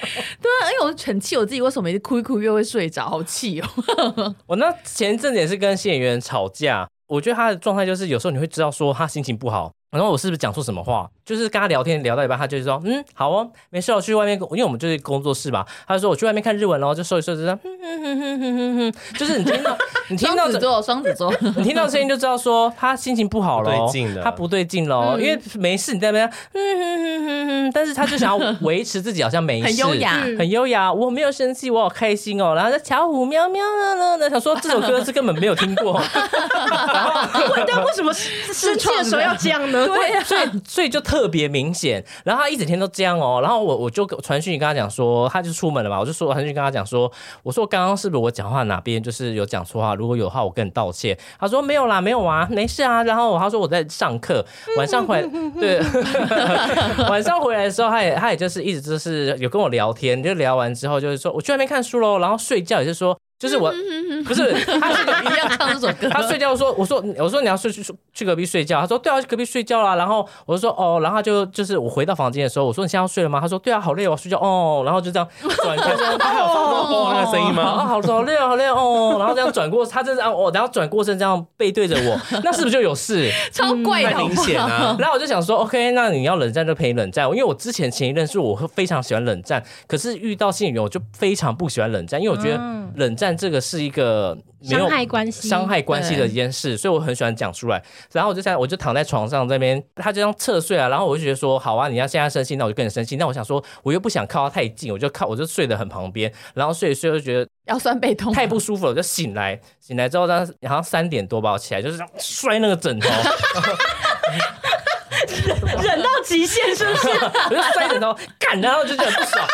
[SPEAKER 3] 对啊，因为我很气我自己，为什么一哭一哭越会睡着，好气哦。
[SPEAKER 4] 我那前一阵子也是跟谢演员吵架，我觉得他的状态就是有时候你会知道说他心情不好，然后我是不是讲错什么话，就是跟他聊天聊到一半，他就说嗯好哦，没事，我去外面，因为我们就是工作室嘛，他就说我去外面看日文咯，然后哦就收一收，就这样，哼哼哼哼哼哼哼，就是你听到 你听
[SPEAKER 3] 双
[SPEAKER 4] 到
[SPEAKER 3] 子
[SPEAKER 4] 这
[SPEAKER 3] 座，双子座，
[SPEAKER 4] 你听到声音就知道说他心情不好了，
[SPEAKER 5] 不对劲了
[SPEAKER 4] 他不对劲了，因为没事你在那边，嗯哼哼哼哼，但是他就想要维持自己好像没事，
[SPEAKER 3] 很优雅。
[SPEAKER 6] 嗯
[SPEAKER 4] 很优雅，我没有生气，我好开心哦。然后在巧虎喵喵呢呢呢，想说这首歌是根本没有听过，
[SPEAKER 6] 对，但为什么生气的时候要这样呢？
[SPEAKER 3] 对 啊，
[SPEAKER 4] 所以所以就特别明显。然后他一整天都这样哦。然后我我就传讯跟他讲说，他就出门了嘛，我就说传讯跟他讲说，我说刚刚是不是我讲话哪边就是有讲错话？如果有的话，我跟你道歉。他说没有啦，没有啊，没事啊。然后他说我在上课，晚上回来 对，晚上回来的时候，他也他也就是一直就是有跟我聊天，就聊完之后就是说我去外面看书喽，然后睡觉也是说。就 是我，不是，他是
[SPEAKER 3] 一样唱这首歌。
[SPEAKER 4] 他睡觉说，我说我说你要睡去去隔壁睡觉，他说对啊，去隔壁睡觉啦。然后我就说哦，然后他就就是我回到房间的时候，我说你现在要睡了吗？他说对啊，好累哦，我要睡觉哦。然后就这样转过身，
[SPEAKER 5] 他还有放汪汪那个声音
[SPEAKER 4] 啊
[SPEAKER 5] 吗？
[SPEAKER 4] 好好累哦哦，好累哦。然后这样转过，他就这样哦，然后转过身这样背对着啊我，那是不是就有事？
[SPEAKER 3] 超怪的，
[SPEAKER 5] 太明显
[SPEAKER 3] 好不好
[SPEAKER 5] 啊！
[SPEAKER 4] 然后我就想说，OK，那你要冷战就陪你冷战，因为我之前前一任是我会非常喜欢冷战，可是遇到性缘我就非常不喜欢冷战，因为我觉得冷战这个是一个没有
[SPEAKER 6] 嗯伤害关系
[SPEAKER 4] 伤害关系的一件事，所以我很喜欢讲出来。然后我就在我就躺在床上这边，他就这样侧睡啊，然后我就觉得说，好啊，你要现在生气，那我就跟你生气。那我想说，我又不想靠他太近，我就靠我就睡得很旁边，然后睡一睡就觉得
[SPEAKER 3] 要酸背痛，
[SPEAKER 4] 太不舒服了，我就醒来，醒来之后，当时好像三点多吧，我起来就是这样摔那个枕头。
[SPEAKER 6] 忍到极限是不是？
[SPEAKER 4] 我就摔枕头，干，然后就觉得不爽。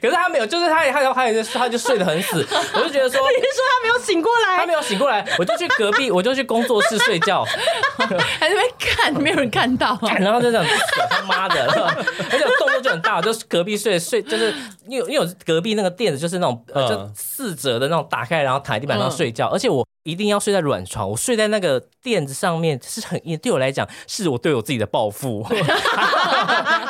[SPEAKER 4] 可是他没有，就是他也他有他也是他就睡得很死，我就觉得说
[SPEAKER 6] 你是说他没有醒过
[SPEAKER 4] 他
[SPEAKER 6] 来？
[SPEAKER 4] 没有醒过来，我就去隔壁，我就去工作室睡觉，
[SPEAKER 3] 还在那边看，没有人看到。
[SPEAKER 4] 干然后就这样不爽他妈的， 而且我动作就很大，我就是隔壁睡睡，就是因为因为我隔壁那个垫子就是那种呃
[SPEAKER 5] 嗯
[SPEAKER 4] 就四折的那种打开，然后躺在地板上睡觉，而且我。一定要睡在软床，我睡在那个垫子上面 是很硬，对我来讲是我对我自己的报复。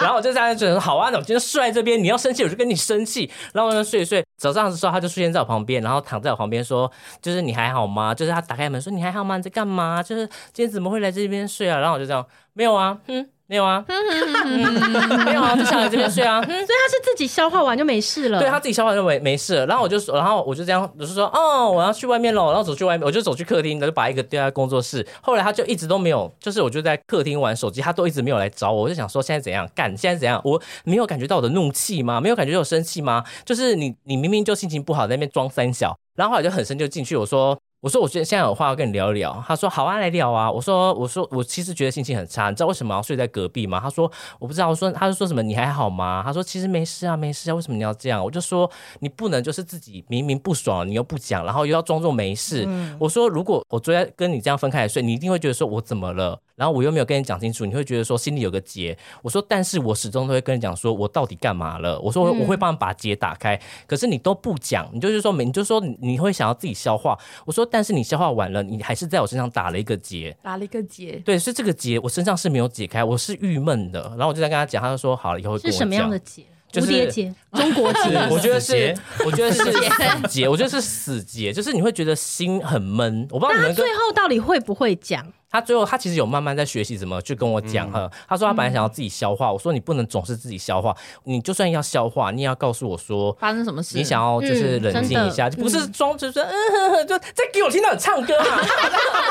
[SPEAKER 4] 然后我就在那准说好啊，那我今天睡在这边，你要生气我就跟你生气。然后我就睡一睡，早上的时候他就出现在我旁边，然后躺在我旁边说，就是你还好吗？就是他打开门说你还好吗？你在干嘛？就是今天怎么会来这边睡啊？然后我就这样没有啊，嗯，没有啊，嗯，没有啊，就 想来这边睡啊，嗯。
[SPEAKER 6] 所以他是自己消化完就没事了。
[SPEAKER 4] 对他自己消化就没没事了，然后我就说，然后我就这样，我就说，哦，我要去外面喽，然后走去外面，我就走去客厅，然后就把一个丢在工作室。后来他就一直都没有，就是我就在客厅玩手机，他都一直没有来找我。我就想说，现在怎样干？现在怎样？我没有感觉到我的怒气吗？没有感觉到我生气吗？就是你，你明明就心情不好，在那边装三小。然后后来就很生气，就进去，我说。我说我现现在有话要跟你聊一聊，他说好啊，来聊啊。我说我说我其实觉得心情很差，你知道为什么要睡在隔壁吗？他说我不知道，我说他就说什么你还好吗？他说其实没事啊，没事啊，为什么你要这样？我就说你不能就是自己明明不爽，你又不讲，然后又要装作没事。我说如果我昨天跟你这样分开来睡，你一定会觉得说我怎么了，然后我又没有跟你讲清楚，你会觉得说心里有个结。我说但是我始终都会跟你讲说我到底干嘛了，我说
[SPEAKER 6] 嗯
[SPEAKER 4] 我我会帮你把结打开，可是你都不讲，你就是说你就说你你会想要自己消化。我说但是你消化完了，你还是在我身上打了一个结。
[SPEAKER 3] 打了一个结，
[SPEAKER 4] 对，是这个结，我身上是没有解开，我是郁闷的。然后我就在跟他讲，他就说好了，以后会
[SPEAKER 6] 是
[SPEAKER 4] 跟我
[SPEAKER 6] 什么样
[SPEAKER 4] 讲
[SPEAKER 6] 的结？
[SPEAKER 4] 就
[SPEAKER 6] 蝴蝶
[SPEAKER 4] 是
[SPEAKER 6] 结、中 国结，
[SPEAKER 4] 我觉得
[SPEAKER 5] 死结
[SPEAKER 4] 是，我觉得是死结，我觉得是死结，就是你会觉得心很闷。我不知道
[SPEAKER 6] 那
[SPEAKER 4] 你
[SPEAKER 6] 他
[SPEAKER 4] 们跟
[SPEAKER 6] 最后到底会不会讲？
[SPEAKER 4] 他最后他其实有慢慢在学习怎么去跟我
[SPEAKER 6] 嗯
[SPEAKER 4] 讲哈。他说他本来想要自己消化，我说你不能总是自己消化，你就算要消化，你也要告诉我说
[SPEAKER 3] 发生什么事？
[SPEAKER 4] 你想要就是
[SPEAKER 6] 嗯
[SPEAKER 4] 冷静一下，就不是装着说嗯哼哼，就再给我听到你唱歌啊，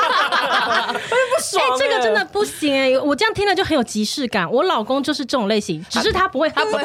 [SPEAKER 4] 我就不
[SPEAKER 6] 哎、
[SPEAKER 4] 爽。欸
[SPEAKER 6] 这个真的。不行哎、我这样听了就很有即视感。我老公就是这种类型，只是他不会，他 不
[SPEAKER 4] 他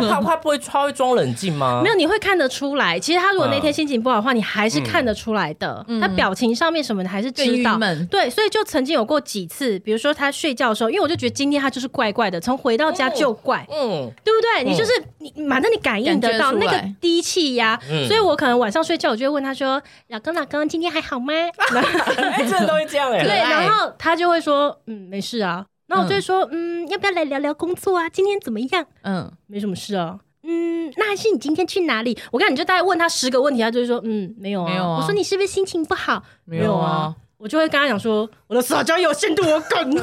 [SPEAKER 4] 他他不会他会装冷静吗？
[SPEAKER 6] 嗯没有，你会看得出来。其实他如果那天心情不好的话，你还是看得出来的。他表情上面什么，你还是知
[SPEAKER 3] 更郁
[SPEAKER 6] 道
[SPEAKER 3] 闷。
[SPEAKER 6] 对，所以就曾经有过几次，比如说他睡觉的时候，因为我就觉得今天他就是怪怪的，从回到家就怪，
[SPEAKER 4] 嗯，
[SPEAKER 6] 对不对？你就是你，反正你哦感应
[SPEAKER 3] 感
[SPEAKER 6] 得到
[SPEAKER 3] 觉
[SPEAKER 6] 那
[SPEAKER 3] 出来
[SPEAKER 6] 个低气压，
[SPEAKER 4] 嗯
[SPEAKER 6] 所以我可能晚上睡觉，我就会问他说：“老公，老公，今天还好吗？”啊
[SPEAKER 4] 哎，真的都会这样哎。
[SPEAKER 6] 对，
[SPEAKER 3] 爱
[SPEAKER 6] 然后他就会说：“嗯，没事啊。”那我就会说：“嗯，要不要来聊聊工作啊？今天怎么样？”
[SPEAKER 3] 嗯，
[SPEAKER 6] 没什么事啊。嗯，那还是你今天去哪里？我看你就大概问他十个问题，他就会说嗯没有啊。
[SPEAKER 3] 没有啊
[SPEAKER 6] 我说你是不是心情不好？
[SPEAKER 3] 没有啊。
[SPEAKER 6] 我就会跟他讲说我的撒娇有限度，我 滚，
[SPEAKER 5] 你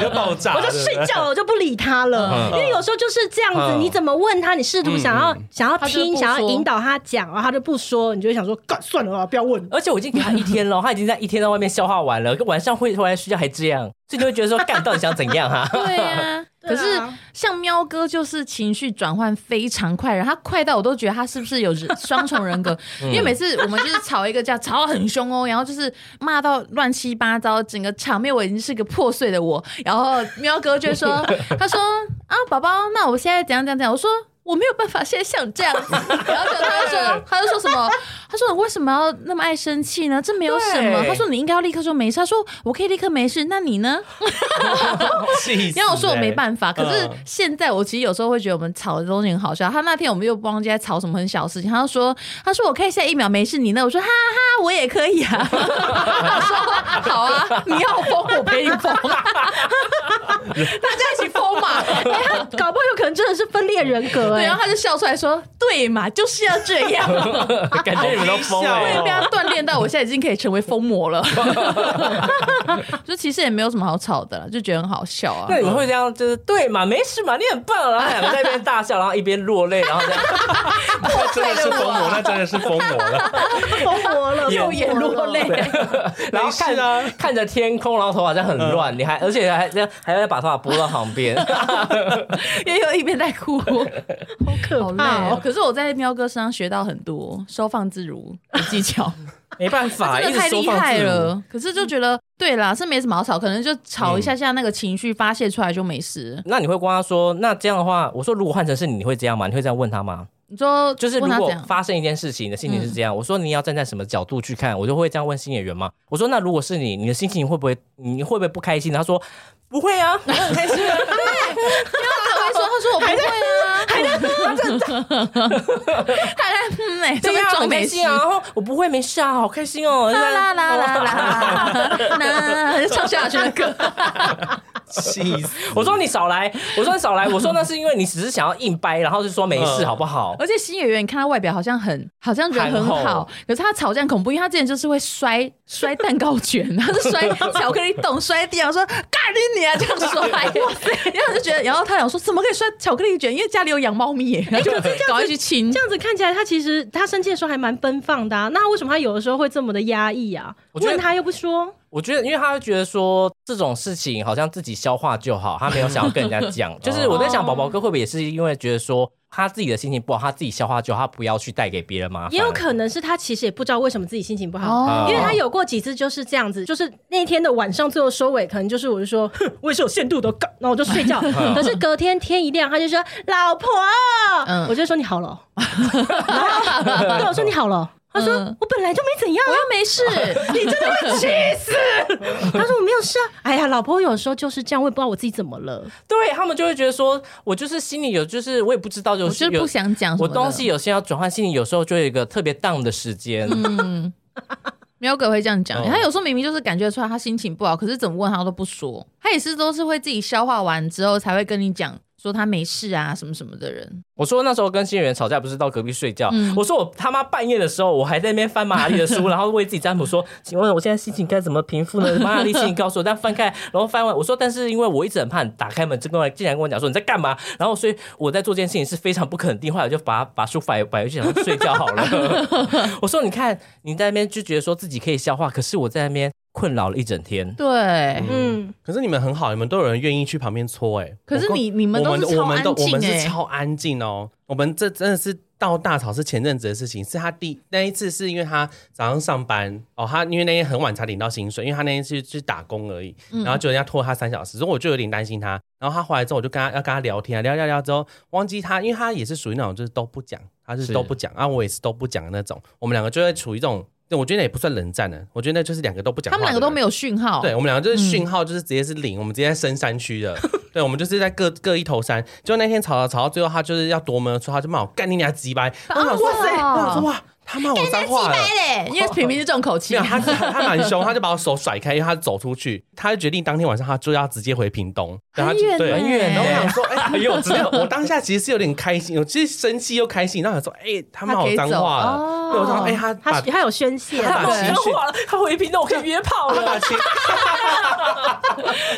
[SPEAKER 5] 就爆炸，
[SPEAKER 6] 我就睡觉了，我就不理他了。
[SPEAKER 5] 嗯
[SPEAKER 6] 因为有时候就是这样子，
[SPEAKER 5] 嗯
[SPEAKER 6] 你怎么问他，你试图想要
[SPEAKER 5] 嗯
[SPEAKER 6] 想要
[SPEAKER 3] 他就不
[SPEAKER 6] 听，
[SPEAKER 3] 说
[SPEAKER 6] 想要引导他讲，然后他就不说，你就会想说干算了啊，不要 问。
[SPEAKER 4] 而且我已经给他一天了，他已经在一天在外面消化完了，晚上会回来睡觉还这样，所以你会觉得说，干到底想怎样啊哈、
[SPEAKER 3] 对呀、可是像喵哥就是情绪转换非常快，然后他快到我都觉得他是不是有人双重人格？因为每次我们就是吵一个架，吵到很凶哦，然后就是骂到乱七八糟，整个场面我已经是个破碎的我。然后喵哥就说：“他说啊，宝宝，那我现在怎样怎样怎样？”我说。我没有办法，现在像这样子，然后就他就说，他就说什么？他说你为什么要那么爱生气呢？这没有什么。
[SPEAKER 4] 对
[SPEAKER 3] 他说你应该要立刻说没事。他说我可以立刻没事，那你呢？
[SPEAKER 5] 气死
[SPEAKER 3] 你
[SPEAKER 5] 欸
[SPEAKER 3] 要我说我没
[SPEAKER 5] 法，
[SPEAKER 3] 办法，可是现在我其实有时候会觉得我们吵的东西很好笑。他那天我们又忘记在吵什么很小的事情，他就说：“他说我可以现在一秒没事，你呢？”我说：“哈哈，我也可以啊。”他说：“好啊，你要疯我陪你疯啊，大家一起疯嘛。”
[SPEAKER 6] 哎，他搞不好有可能真的是分裂人
[SPEAKER 3] 对，
[SPEAKER 6] 格
[SPEAKER 3] 啊
[SPEAKER 6] 哎
[SPEAKER 3] 然。后他就笑出来说：“对嘛，就是要这样。
[SPEAKER 4] 感觉你们都疯了、欸
[SPEAKER 5] 好
[SPEAKER 3] 我
[SPEAKER 5] 微
[SPEAKER 3] 也
[SPEAKER 5] 笑
[SPEAKER 3] 被他锻炼到，我现在已经可以成为疯魔了。 就其实也没有什么好吵的啦，就觉得很好笑啊。
[SPEAKER 4] 那
[SPEAKER 5] 嗯
[SPEAKER 4] 你们会这样，就是对嘛，没事嘛，你很棒然后两个在那边大笑，然后一边落 泪，然后这样，
[SPEAKER 5] 那真的是疯魔，那真的是疯魔 了，
[SPEAKER 6] 疯魔 了，
[SPEAKER 3] 右眼落泪，
[SPEAKER 4] 然后看、
[SPEAKER 5] 没事啊嗯
[SPEAKER 4] 看着天空，然后头发这样很乱，你还而且还这样还要把头发拨到旁 边，
[SPEAKER 3] 也有一边在哭，
[SPEAKER 6] 好可
[SPEAKER 3] 好累哦
[SPEAKER 6] 怕哦！！
[SPEAKER 3] 可是我在喵哥身上学到很多收放自如的技巧，
[SPEAKER 4] 没办法，
[SPEAKER 3] 真
[SPEAKER 4] 一
[SPEAKER 3] 的
[SPEAKER 4] 直
[SPEAKER 3] 太
[SPEAKER 4] 收
[SPEAKER 3] 厉
[SPEAKER 4] 放
[SPEAKER 3] 害
[SPEAKER 4] 自如。
[SPEAKER 3] 了。可是就觉得，对啦，是没什么好吵，可能就吵一下下，那个情绪发泄出来就没事。
[SPEAKER 4] 那你会跟他说，那这样的话，我说如果换成是你，你会这样吗？你会这样问他吗？
[SPEAKER 3] 你说，
[SPEAKER 4] 就是如
[SPEAKER 3] 问他怎
[SPEAKER 4] 果
[SPEAKER 3] 样？
[SPEAKER 4] 发生一件事情，你的心情是这样，我说你要站在什么角度去看，我就会这样问新演员嘛。我说那如果是你，你的心情会不会，你会不会不开心？他说不会啊，我很开心啊。
[SPEAKER 3] 他会说，他说我不会啊，还在还在嗯哎，这
[SPEAKER 4] 对
[SPEAKER 3] 边
[SPEAKER 4] 啊，
[SPEAKER 3] 装
[SPEAKER 4] 很
[SPEAKER 3] 没
[SPEAKER 4] 开
[SPEAKER 3] 事
[SPEAKER 4] 心。啊。然后我不会，没事啊，好开心哦。
[SPEAKER 3] 啦啦啦啦啦啦啦，唱萧亚轩的歌，
[SPEAKER 5] 气死！
[SPEAKER 4] 我说你少来，我说你少来，我说那是因为你只是想要硬掰，然后就说没事，
[SPEAKER 5] 嗯
[SPEAKER 4] 好 不 好？
[SPEAKER 3] 而且新演员，你看他外表好像很，好像人很
[SPEAKER 4] 憨
[SPEAKER 3] 好
[SPEAKER 4] 厚，
[SPEAKER 3] 可是他吵架很恐怖，因为他之前就是会摔 摔蛋糕卷，他是摔 巧克力冻摔地上，说干你娘这样摔， 然后我就觉得，然后他想说怎么可以摔巧克力卷，因为家里有养猫咪 耶，然后就搞快去亲
[SPEAKER 6] 这。样子看起来，他其实他生气的时候还蛮奔放的、啊，那为什么他有的时候会这么的压抑啊？
[SPEAKER 4] 我觉得
[SPEAKER 6] 问他又不说，
[SPEAKER 4] 我觉得，因为他会觉得说这种事情好像自己消化就好，他没有想要跟人家 讲。就是我在想，宝宝哥会不会也是因为觉得说他自己的心情不好，他自己消化就好，他不要去带给别人麻烦。
[SPEAKER 6] 也有可能是他其实也不知道为什么自己心情不好。
[SPEAKER 4] 啊
[SPEAKER 3] 哦
[SPEAKER 6] 因为他有过几次就是这样子，就是那天的晚上最后收尾，可能就是我就说， 哼，我也是有限度的， 干然后我就睡 觉。
[SPEAKER 4] 嗯
[SPEAKER 6] 可是隔天天一亮，他就说老婆，
[SPEAKER 3] 嗯
[SPEAKER 6] 我就说你好 了，然后对我说你好了，他说、
[SPEAKER 3] 嗯
[SPEAKER 6] 我本来就没怎样
[SPEAKER 3] 我
[SPEAKER 6] 啊、
[SPEAKER 3] 又没 事，你真的会气死。
[SPEAKER 6] 他说我没有事啊。哎呀，老婆有时候就是这样，我也不知道我自己怎么了。
[SPEAKER 4] 对他们就会觉得说，我就是心里有，就是我也不知道，有
[SPEAKER 3] 我就是不
[SPEAKER 4] 有
[SPEAKER 3] 想讲什
[SPEAKER 4] 我
[SPEAKER 3] 么的嗯
[SPEAKER 4] 东西有些要转换，心里有时候就有一个特别 down 的时间。
[SPEAKER 3] 喵哥会这样讲，
[SPEAKER 5] 哦
[SPEAKER 3] 他有时候明明就是感觉出来他心情不好，可是怎么问他都不说，他也是都是会自己消化完之后才会跟你讲说他没事啊什么什么的人，
[SPEAKER 4] 我说那时候跟新人吵架，不是到隔壁睡觉。
[SPEAKER 3] 嗯
[SPEAKER 4] 我说我他妈半夜的时候，我还在那边翻马里的书，然后为自己占卜说，请问我现在心情该怎么平复呢？马里心情告诉我，但翻开，然后翻完，我说，但是因为我一直很怕你打开门，这个竟然跟我讲说你在干嘛，然后所以我在做这件事情是非常不肯定，后来我就把把书摆摆回去，想说睡觉好了。我说你看你在那边就觉得说自己可以消化，可是我在那边困扰了一整天。
[SPEAKER 3] 对。
[SPEAKER 6] 嗯，
[SPEAKER 5] 可是你们很好，你们都有人愿意去旁边搓哎、
[SPEAKER 3] 可是
[SPEAKER 5] 我跟
[SPEAKER 3] 你你们
[SPEAKER 5] 我
[SPEAKER 3] 都
[SPEAKER 5] 们
[SPEAKER 3] 是超
[SPEAKER 5] 我们
[SPEAKER 3] 安
[SPEAKER 5] 都我
[SPEAKER 3] 静
[SPEAKER 5] 们
[SPEAKER 3] 哎、
[SPEAKER 5] 是超安静哦。我们这真的是到大吵是前阵子的事情，是他第那一次是因为他早上上班哦，他因为那天很晚才领到薪水，因为他那天是去打工而已，
[SPEAKER 3] 嗯
[SPEAKER 5] 然后就人家拖他三小时，所以我就有点担心他。然后他回来之后，我就跟他要跟他聊天啊，聊聊聊之后忘记他，因为他也是属于那种就是都不讲，他是
[SPEAKER 4] 是
[SPEAKER 5] 都不讲啊，我也是都不讲的那种，我们两个就会处于这种。我觉得也不算冷战了，啊我觉得那就是两个都不讲
[SPEAKER 3] 他
[SPEAKER 5] 话的
[SPEAKER 3] 们
[SPEAKER 5] 人。
[SPEAKER 3] 两个都没有讯号，
[SPEAKER 5] 对，我们两个就是讯号，就是直接是零，我们直接在深山区的。对，我们就是在各各一头山。就那天吵吵吵到最后，他就是要夺门而出，他就骂我干你娘鸡掰！我想说，哇塞，我想说哇，他骂我脏话了。
[SPEAKER 3] 哎、因为平平是这种口气
[SPEAKER 5] 没有，，他他他蛮凶，他就把我手甩开，因为他走出去，他就决定当天晚上他就要直接回屏东，然后他就
[SPEAKER 3] 很远
[SPEAKER 5] 对
[SPEAKER 3] 呢很远
[SPEAKER 5] 然后我想说，哎、
[SPEAKER 4] 很幼
[SPEAKER 5] 只有 我当下其实是有点开心，我其实生气又开心，然后想说，哎、他骂
[SPEAKER 3] 他可
[SPEAKER 5] 我
[SPEAKER 3] 以
[SPEAKER 5] 脏
[SPEAKER 3] 走
[SPEAKER 5] 话了，
[SPEAKER 3] 哦
[SPEAKER 5] 对，我想说，哎、他把
[SPEAKER 6] 他哦他有宣泄，
[SPEAKER 5] 哎他
[SPEAKER 4] 他
[SPEAKER 5] 把
[SPEAKER 4] 我
[SPEAKER 5] 情绪
[SPEAKER 4] 说话了，他回屏东，我可以约炮
[SPEAKER 5] 他
[SPEAKER 4] 了。
[SPEAKER 5] 把情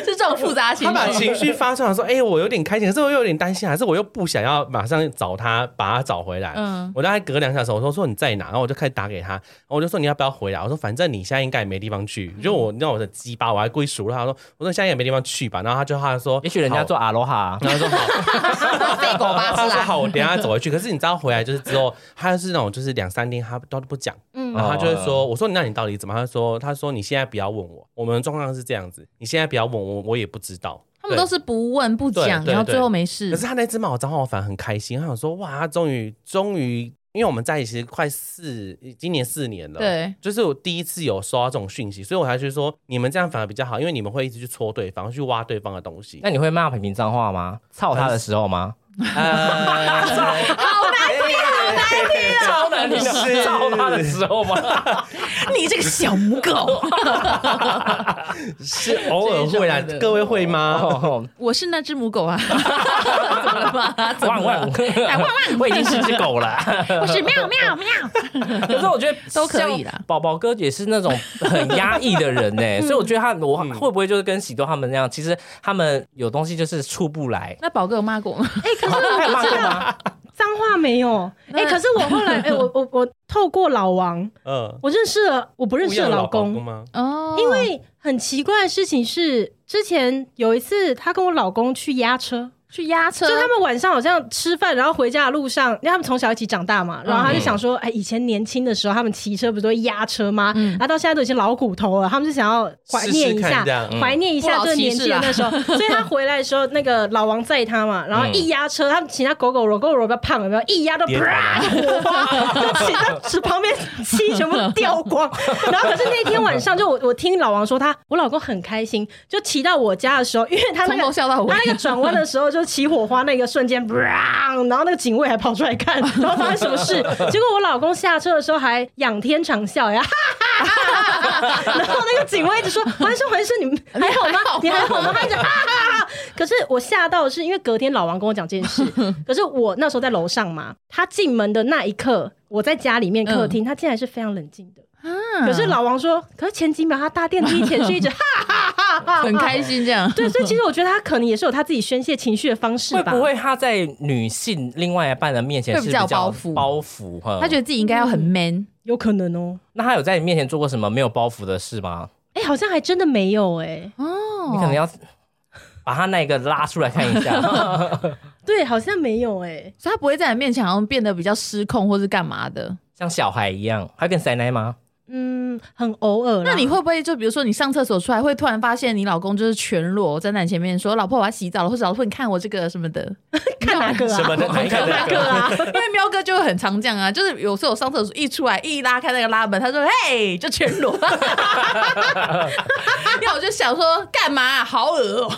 [SPEAKER 3] 是这种复杂情
[SPEAKER 5] 他把
[SPEAKER 3] 绪。
[SPEAKER 5] 情绪发出 来，说：“哎、我有点开心，可是我又有点担心，还是我又不想要马上找他，把他找回来。”
[SPEAKER 3] 嗯
[SPEAKER 5] 我大概隔两小时，我说：“说你在哪？”然后我就开始打给他，然后我就说：“你要不要回来？”我说：“反正你现在应该也没地方
[SPEAKER 4] 嗯
[SPEAKER 5] 去。就我你知道我的鸡巴，我还故意数落他说：“我说现在也没地方去吧。”然后他就他说：“
[SPEAKER 4] 也许人家做阿罗哈，
[SPEAKER 5] 好。”然后他说：“好。”
[SPEAKER 3] 被狗巴啊
[SPEAKER 5] 他
[SPEAKER 3] 吃
[SPEAKER 5] 说
[SPEAKER 3] 啦。
[SPEAKER 5] 好，我等一下走回去。可是你知道回来就是之后，他是那种就是两三天他都不讲，
[SPEAKER 4] 哦
[SPEAKER 6] 嗯
[SPEAKER 5] 然后他就会说，我说那你到底怎么？他说他说你现在不要问我，我们的状况是这样子，你现在不要问我，我也不知道。
[SPEAKER 3] 他们都
[SPEAKER 5] 对
[SPEAKER 3] 是不问不讲，
[SPEAKER 5] 对对
[SPEAKER 3] 然后最后
[SPEAKER 5] 对
[SPEAKER 3] 没
[SPEAKER 5] 可
[SPEAKER 3] 事
[SPEAKER 5] 是。他那只猫脏话，我反而很开心。他想说，哇，他终于终于，因为我们在一起快四，今年四年了，，
[SPEAKER 3] 对，
[SPEAKER 5] 就是我第一次有收到这种讯息，所以我还是说，你们这样反而比较好，因为你们会一直去戳对方，去挖对方的东 西。哎
[SPEAKER 4] 那你会骂平平脏话吗？操他的时候吗？
[SPEAKER 5] 呃，
[SPEAKER 6] 啊
[SPEAKER 4] 超难听的，操他的时候吗？
[SPEAKER 3] 你这个小母狗，
[SPEAKER 5] 是偶尔会啦
[SPEAKER 3] 这是什么，的
[SPEAKER 5] 各位会吗？
[SPEAKER 4] 啊哦，
[SPEAKER 3] 我是那只母 狗啊，怎么了吗？怎么
[SPEAKER 4] 汪
[SPEAKER 3] 了
[SPEAKER 4] 汪？，我已经是只狗了。啊
[SPEAKER 3] 我是喵喵喵。
[SPEAKER 4] 可是我觉得
[SPEAKER 3] 都可以啦
[SPEAKER 4] 像宝宝哥也是那种很压抑的人 呢，所以我觉得他我会不会就是跟喜多他们那样？其实他们有东西就是出不来。
[SPEAKER 3] 那宝哥有骂过 吗？
[SPEAKER 6] 哎，可是
[SPEAKER 4] 还有
[SPEAKER 6] 我
[SPEAKER 4] 骂
[SPEAKER 6] 不知
[SPEAKER 4] 过
[SPEAKER 6] 道
[SPEAKER 4] 吗？
[SPEAKER 6] 脏话没有，哎，可是我后来，哎，我我我透过老王，
[SPEAKER 5] 嗯，
[SPEAKER 6] 我认识了我不认识的老
[SPEAKER 5] 不一样的
[SPEAKER 6] 公，
[SPEAKER 5] 吗？
[SPEAKER 3] 哦，
[SPEAKER 6] 因为很奇怪的事情是，之前有一次他跟我老公去押车，
[SPEAKER 3] 去压车，
[SPEAKER 6] 就他们晚上好像吃饭，然后回家的路上，因为他们从小一起长大嘛，然后他就
[SPEAKER 4] 嗯
[SPEAKER 6] 想说，哎，以前年轻的时候他们骑车不是都会压车吗？
[SPEAKER 3] 嗯
[SPEAKER 6] 然后到现在都已经老骨头了，他们就想要怀念一
[SPEAKER 5] 试试
[SPEAKER 6] 下
[SPEAKER 5] 看这样，嗯
[SPEAKER 6] 怀念一下这个年纪的那时候。所以他回来的时候，那个老王载他嘛，然后一压车，他们骑他狗狗肉，狗狗肉比较胖，有没有？一压到
[SPEAKER 5] 跌倒
[SPEAKER 6] 啪
[SPEAKER 5] 了
[SPEAKER 6] 就火花，就骑到纸旁边漆全部掉光。然后可是那天晚上，就我我听老王说他，我老公很开心，就骑到我家的时候，因为他那
[SPEAKER 3] 从
[SPEAKER 6] 个
[SPEAKER 3] 头笑到尾
[SPEAKER 6] 他。那个转弯的时候，就起火花那个瞬间，然后那个警卫还跑出来 看，然后发生什么事？结果我老公下车的时候还仰天长笑呀，然后那个警卫一直说：“环生，环生，你们还好吗？你还好吗？”他一直哈哈哈。可是我吓到的是，因为隔天老王跟我讲这件 事，可是我那时候在楼上嘛，他进门的那一刻，我在家里面客
[SPEAKER 3] 嗯
[SPEAKER 6] 厅，他竟然是非常冷静的。
[SPEAKER 3] 啊
[SPEAKER 6] 可是老王说，可是前几秒他搭电梯前是一直哈哈哈哈哈，
[SPEAKER 3] 很开心这样。
[SPEAKER 5] 哦
[SPEAKER 6] 对，所以其实我觉得他可能也是有他自己宣泄情绪的方式
[SPEAKER 4] 会
[SPEAKER 6] 吧。
[SPEAKER 4] 不会他在女性另外一半的面前
[SPEAKER 3] 会
[SPEAKER 4] 是
[SPEAKER 3] 比
[SPEAKER 4] 比
[SPEAKER 3] 较
[SPEAKER 4] 较
[SPEAKER 3] 包袱
[SPEAKER 4] 包袱？哼
[SPEAKER 3] 他觉得自己应该要很 man，
[SPEAKER 6] 有可能哦？
[SPEAKER 4] 那他有在你面前做过什么没有包袱的事吗？
[SPEAKER 6] 哎、好像还真的没有哎、
[SPEAKER 5] 嗯
[SPEAKER 3] 哦
[SPEAKER 4] 你可能要把他那个拉出来看 一下。
[SPEAKER 6] 对，好像没有哎、
[SPEAKER 3] 所以他不会在你面前好像变得比较失控或是干嘛的。
[SPEAKER 4] 像小孩一样，他跟塞奶吗？
[SPEAKER 6] 嗯，很偶尔啦。
[SPEAKER 3] 那你会不会就比如说你上厕所出来，会突然发现你老公就是全裸站在你前面说：“老婆，我要洗澡了，或者老婆你看我这个什么的
[SPEAKER 6] 看哪 个啊？
[SPEAKER 5] 什么 的哪一个
[SPEAKER 6] 看哪个 啊？
[SPEAKER 3] 因为喵哥就很常这样啊，就是有时候我上厕所一出来一拉开那个拉门，他说嘿就全裸， 然后我就想说干嘛啊、好恶哦、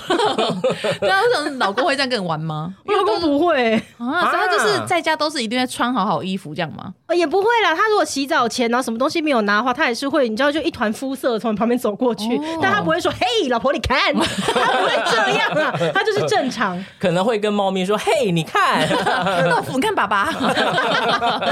[SPEAKER 3] 对啊，我想老公会这样跟你玩吗？
[SPEAKER 6] 我老公不会、
[SPEAKER 3] 啊，所以他就是在家都是一定会穿好好衣服这样吗？
[SPEAKER 6] 呃也不会啦。他如果洗澡前然后什么东西没有拿的话，他也是会，你知道，就一团肤色从你旁边走过去，
[SPEAKER 3] 哦
[SPEAKER 6] 但他不会说“嘿，老婆你 看”，他不会这样啊，他就是正常。
[SPEAKER 4] 可能会跟猫咪说：“嘿，你看，
[SPEAKER 3] 豆腐，你看爸爸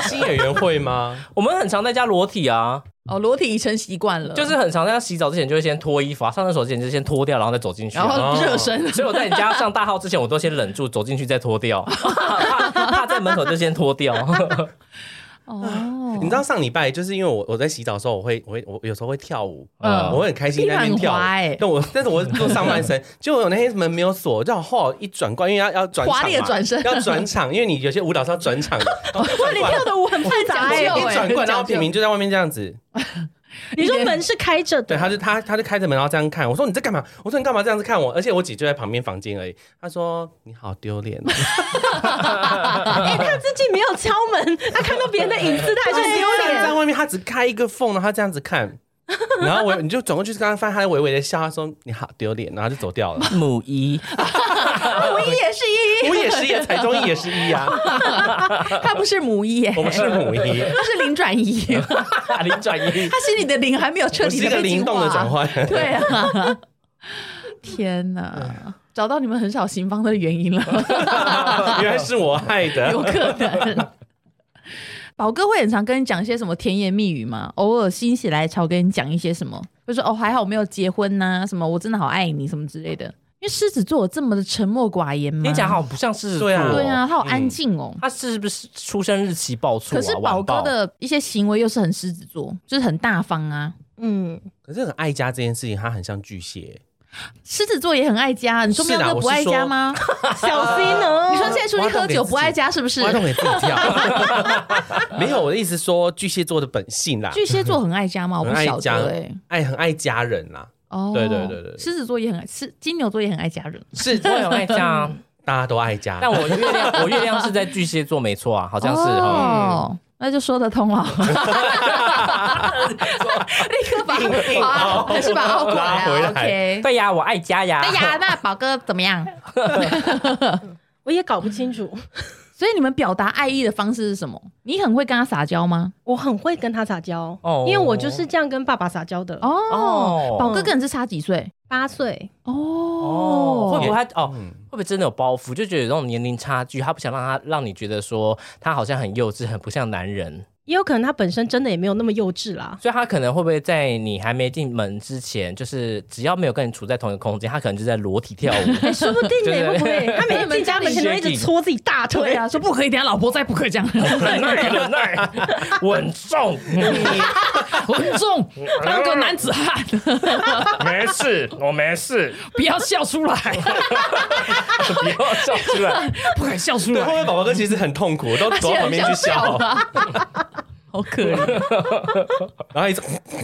[SPEAKER 5] 新演员会吗？
[SPEAKER 4] 我们很常在家裸体啊，
[SPEAKER 3] 哦，裸体已成习惯了，
[SPEAKER 4] 就是很常在家洗澡之前就会先脱衣服啊，上厕所之前就先脱掉，然后再走进去啊、
[SPEAKER 3] 然后热身。
[SPEAKER 4] 所以我在你家上大号之前，我都先忍住，走进去再脱 掉，怕怕在门口就先脱 掉。
[SPEAKER 3] 哦
[SPEAKER 5] 你知道上礼拜就是因为我我在洗澡的时候，我会我会我有时候会跳舞，
[SPEAKER 3] 嗯
[SPEAKER 5] 我会很开心在那边
[SPEAKER 3] 地板
[SPEAKER 5] 跳
[SPEAKER 3] 很
[SPEAKER 5] 舞
[SPEAKER 3] 滑欸，
[SPEAKER 5] 但我但是我做上半身， 就我那天门没有锁，然后后来一转过来，因为要要转场嘛
[SPEAKER 3] 华丽的转身
[SPEAKER 5] 要转场，因为你有些舞蹈是要转 场的，然后一转
[SPEAKER 6] 你
[SPEAKER 5] 过来
[SPEAKER 6] 跳的舞很复杂
[SPEAKER 3] 很嗯
[SPEAKER 6] 哎、
[SPEAKER 3] 讲究欸
[SPEAKER 5] 一转过来，
[SPEAKER 3] 很
[SPEAKER 5] 然后
[SPEAKER 3] 讲究
[SPEAKER 5] 品明就在外面这样子，
[SPEAKER 6] 你说门是开着
[SPEAKER 5] 对，
[SPEAKER 6] 的，
[SPEAKER 5] 他就他他就开着门，然后这样看我说你在干嘛？我说你干嘛这样子看我？而且我姐就在旁边房间而已。她说你好丢脸哦，
[SPEAKER 6] 哎、他自己没有敲门，他看到别人的影子，他还是很丢
[SPEAKER 5] 她
[SPEAKER 6] 脸
[SPEAKER 5] 哦在。外面，她只开一个缝，然后她这样子看。然后我你就转过去刚刚发现她微微的笑，她说你好丢脸，然后就走掉了。
[SPEAKER 4] 母 一，
[SPEAKER 3] 我一也是一，
[SPEAKER 5] 我也是一，台中一也是一啊，
[SPEAKER 3] 他不是母一耶，
[SPEAKER 5] 我们是母一，
[SPEAKER 3] 他是零转 移，
[SPEAKER 4] 零啊转 移。
[SPEAKER 3] 他心里的零还没有彻
[SPEAKER 5] 我
[SPEAKER 3] 底
[SPEAKER 5] 是一
[SPEAKER 3] 的
[SPEAKER 5] 个灵动的转换。
[SPEAKER 3] 对 啊，天哪！找到你们很少行方的原因了，
[SPEAKER 5] 原来是我害
[SPEAKER 3] 有
[SPEAKER 5] 的，
[SPEAKER 3] 可能。宝哥会很常跟你讲一些什么甜言蜜语吗？偶尔心血来潮跟你讲一些什么，就说哦还好我没有结婚呐、什么我真的好爱你什么之类的。因为狮子座有这么的沉默寡言吗？
[SPEAKER 4] 听起来好不像狮子座，
[SPEAKER 5] 对啊
[SPEAKER 3] 对啊，他好安静哦。
[SPEAKER 4] 他是不是出生日期报错、
[SPEAKER 3] 可
[SPEAKER 4] 啊？
[SPEAKER 3] 是宝
[SPEAKER 4] 晚
[SPEAKER 3] 哥
[SPEAKER 4] 报
[SPEAKER 3] 的一些行为又是很狮子座，就是很大方啊。
[SPEAKER 6] 嗯，
[SPEAKER 5] 可是很爱家这件事情，她很像巨蟹。
[SPEAKER 3] 狮子座也很爱家，你说
[SPEAKER 5] 是啦
[SPEAKER 3] 喵哥不
[SPEAKER 5] 我是
[SPEAKER 3] 爱家
[SPEAKER 5] 说
[SPEAKER 3] 吗？
[SPEAKER 6] 小心哦、
[SPEAKER 3] 你说现在出去喝酒不爱家是不是
[SPEAKER 5] 我？都给自己跳， 没有我的意思说巨蟹座的本性啦，
[SPEAKER 3] 巨蟹座很爱家吗？我
[SPEAKER 5] 很
[SPEAKER 3] 不
[SPEAKER 5] 爱
[SPEAKER 3] 晓
[SPEAKER 5] 家
[SPEAKER 3] 得哎。，
[SPEAKER 5] 爱很爱家人啦，
[SPEAKER 3] 哦，
[SPEAKER 5] 对对对对
[SPEAKER 3] 狮子座也很爱，狮金牛座也很爱家人，
[SPEAKER 5] 是
[SPEAKER 4] 我有爱家啊，
[SPEAKER 5] 大家都爱 家。
[SPEAKER 4] 但我月亮我月亮是在巨蟹座，没错啊，好像是哦。
[SPEAKER 3] 哦，那就说得通 了。立刻把好啊，还是把奥过
[SPEAKER 5] 拉回
[SPEAKER 3] 来
[SPEAKER 5] 来
[SPEAKER 3] 啊？OK。
[SPEAKER 4] 对呀，我爱家呀。
[SPEAKER 3] 哎呀，那宝哥怎么样？
[SPEAKER 6] 我也搞不清楚。
[SPEAKER 3] 所以你们表达爱意的方式是什么？你很会跟他撒娇吗？
[SPEAKER 6] 我很会跟他撒娇，
[SPEAKER 4] 哦
[SPEAKER 6] 因为我就是这样跟爸爸撒娇的。
[SPEAKER 3] 哦，
[SPEAKER 4] 哦，
[SPEAKER 3] 宝哥跟你是差几岁？
[SPEAKER 6] 八岁，
[SPEAKER 4] 哦，会
[SPEAKER 3] 哦，
[SPEAKER 4] 不会他哦？
[SPEAKER 5] 嗯
[SPEAKER 4] 会不会真的有包袱？就觉得有那种年龄差距，他不想让他让你觉得说他好像很幼稚，很不像男人，
[SPEAKER 6] 也有可能他本身真的也没有那么幼稚啦。
[SPEAKER 4] 所以他可能会不会在你还没进门之前，就是只要没有跟你处在同一个空间，他可能就在裸体跳舞。
[SPEAKER 6] 哎、 说不定呢、
[SPEAKER 4] 对
[SPEAKER 6] 会不 会？他每天进家门前都一直搓自己大
[SPEAKER 3] 对
[SPEAKER 6] 腿
[SPEAKER 3] 啊，说哎不可以，等下老婆再不可以这样，
[SPEAKER 4] 忍耐，忍耐，稳重，
[SPEAKER 3] 稳重，当个男子汉，
[SPEAKER 4] 没事，我没事，
[SPEAKER 3] 不要笑出来，
[SPEAKER 4] 不要笑出来。
[SPEAKER 3] 不敢笑出
[SPEAKER 5] 对，会不会宝宝哥其实很痛苦，都
[SPEAKER 3] 他
[SPEAKER 5] 躲到旁边去笑，
[SPEAKER 3] 好可怜。
[SPEAKER 5] 然后一直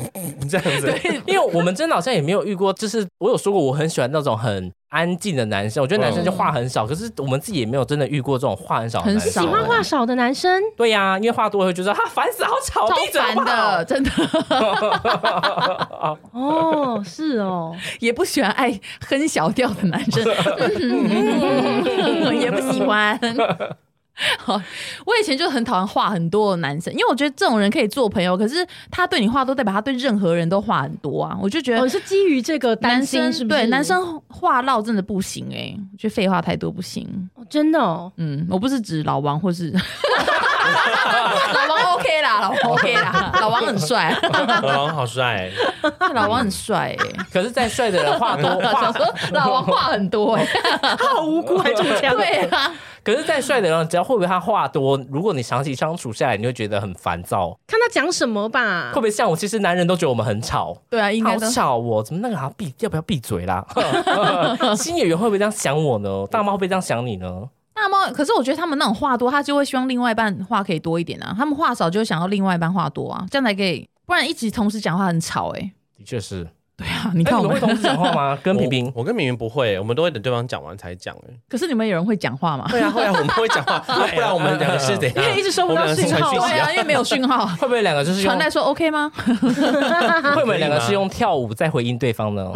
[SPEAKER 5] 这样子。
[SPEAKER 4] 因为我们真的好像也没有遇过，就是我有说过，我很喜欢那种很安静的男生，我觉得男生就话很
[SPEAKER 3] 嗯
[SPEAKER 4] 少，可是我们自己也没有真的遇过这种话很少的男生。
[SPEAKER 3] 很
[SPEAKER 6] 喜
[SPEAKER 3] 少啊
[SPEAKER 6] 欢话少的男生，
[SPEAKER 4] 对呀、因为话多了会觉得哈烦死了，好吵，
[SPEAKER 3] 超
[SPEAKER 4] 闭嘴好
[SPEAKER 3] 烦
[SPEAKER 4] 不好
[SPEAKER 3] 的，真的
[SPEAKER 6] 哦，是哦，
[SPEAKER 3] 也不喜欢爱哼小调的男生， 也不喜欢。好，我以前就很讨厌话很多的男生，因为我觉得这种人可以做朋友，可是他对你话多，代表他对任何人都话很多啊。我就觉
[SPEAKER 6] 我、
[SPEAKER 3] 得
[SPEAKER 6] 哦是基于这个担
[SPEAKER 3] 男
[SPEAKER 6] 心，
[SPEAKER 3] 生
[SPEAKER 6] 是不是？
[SPEAKER 3] 对男、生话唠真的不行哎、欸，我觉得废话太多不行。
[SPEAKER 6] 哦、真的哦，
[SPEAKER 3] 嗯，我不是指老王或是老王 OK 啦，老王 OK 啦，老王很帅，
[SPEAKER 5] 老王好帅，
[SPEAKER 3] 老王很帅哎、
[SPEAKER 4] 可是，再帅的人话 多话
[SPEAKER 3] 想，说老王话很多哎、
[SPEAKER 6] 他好无辜，还中枪。
[SPEAKER 3] 对啊，
[SPEAKER 4] 可是再帅的人，只要会不会他话多，如果你长期相处下来，你会觉得很烦躁。
[SPEAKER 6] 看他讲什么吧
[SPEAKER 3] 啊
[SPEAKER 4] 会不。会像我？其实男人都觉得我们很吵。
[SPEAKER 3] 对啊，应
[SPEAKER 4] 好
[SPEAKER 3] 该都
[SPEAKER 4] 吵哦！怎么那个好像闭要不要闭嘴 啦？新演员会不会这样想我呢？大妈会不会这样想你呢？
[SPEAKER 3] 大猫。可是我觉得他们那种话多，他就会希望另外一半话可以多一点啊。他们话少，就会想要另外一半话多啊，这样才可以。不然一起同时讲话很吵哎、
[SPEAKER 4] 的确是，
[SPEAKER 3] 对啊，你
[SPEAKER 4] 哎
[SPEAKER 3] 看
[SPEAKER 4] 你
[SPEAKER 3] 我
[SPEAKER 4] 们会
[SPEAKER 3] 们，
[SPEAKER 4] 同时讲话吗？跟平平
[SPEAKER 5] 我，我跟明明不会，我们都会等对方讲完才讲。哎，
[SPEAKER 3] 可是你们有人会讲话吗？
[SPEAKER 5] 对啊，后来我们会讲话，不然我们两个是怎
[SPEAKER 4] 对
[SPEAKER 5] 样？
[SPEAKER 6] 因为一直收不
[SPEAKER 5] 我
[SPEAKER 6] 到
[SPEAKER 5] 们两个
[SPEAKER 6] 信号
[SPEAKER 5] 传讯息
[SPEAKER 3] 对啊，因为没有讯号，
[SPEAKER 4] 会不会两个 就是啊用
[SPEAKER 3] 传来说 OK 吗？
[SPEAKER 4] 会不会两个
[SPEAKER 5] 可以吗
[SPEAKER 4] 是用跳舞在回应对方 呢？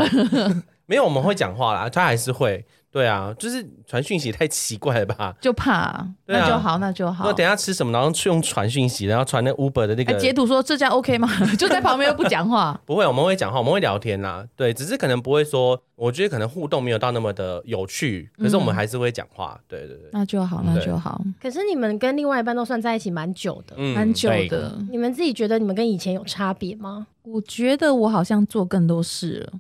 [SPEAKER 5] 没有，我们会讲话啦，他还是会。对啊，就是传讯息太奇怪了吧？
[SPEAKER 3] 就怕，
[SPEAKER 5] 对啊
[SPEAKER 3] 那就好，那就好
[SPEAKER 5] 那。等一下吃什么，然后去用传讯息，然后传那 Uber 的那
[SPEAKER 3] 哎，
[SPEAKER 5] 个。
[SPEAKER 3] 截图说这家 OK 吗？ 就在旁边又不讲话，
[SPEAKER 5] 不会，我们会讲话，我们会聊天啦。对，只是可能不会说，我觉得可能互动没有到那么的有趣，可是我们还是会讲话。对对对，
[SPEAKER 3] 那就好，那就好，
[SPEAKER 6] 可是你们跟另外一半都算在一起蛮久的，
[SPEAKER 5] 嗯
[SPEAKER 3] 蛮久
[SPEAKER 4] 对
[SPEAKER 3] 的。
[SPEAKER 6] 你们自己觉得你们跟以前有差别吗？
[SPEAKER 3] 我觉得我好像做更多事了。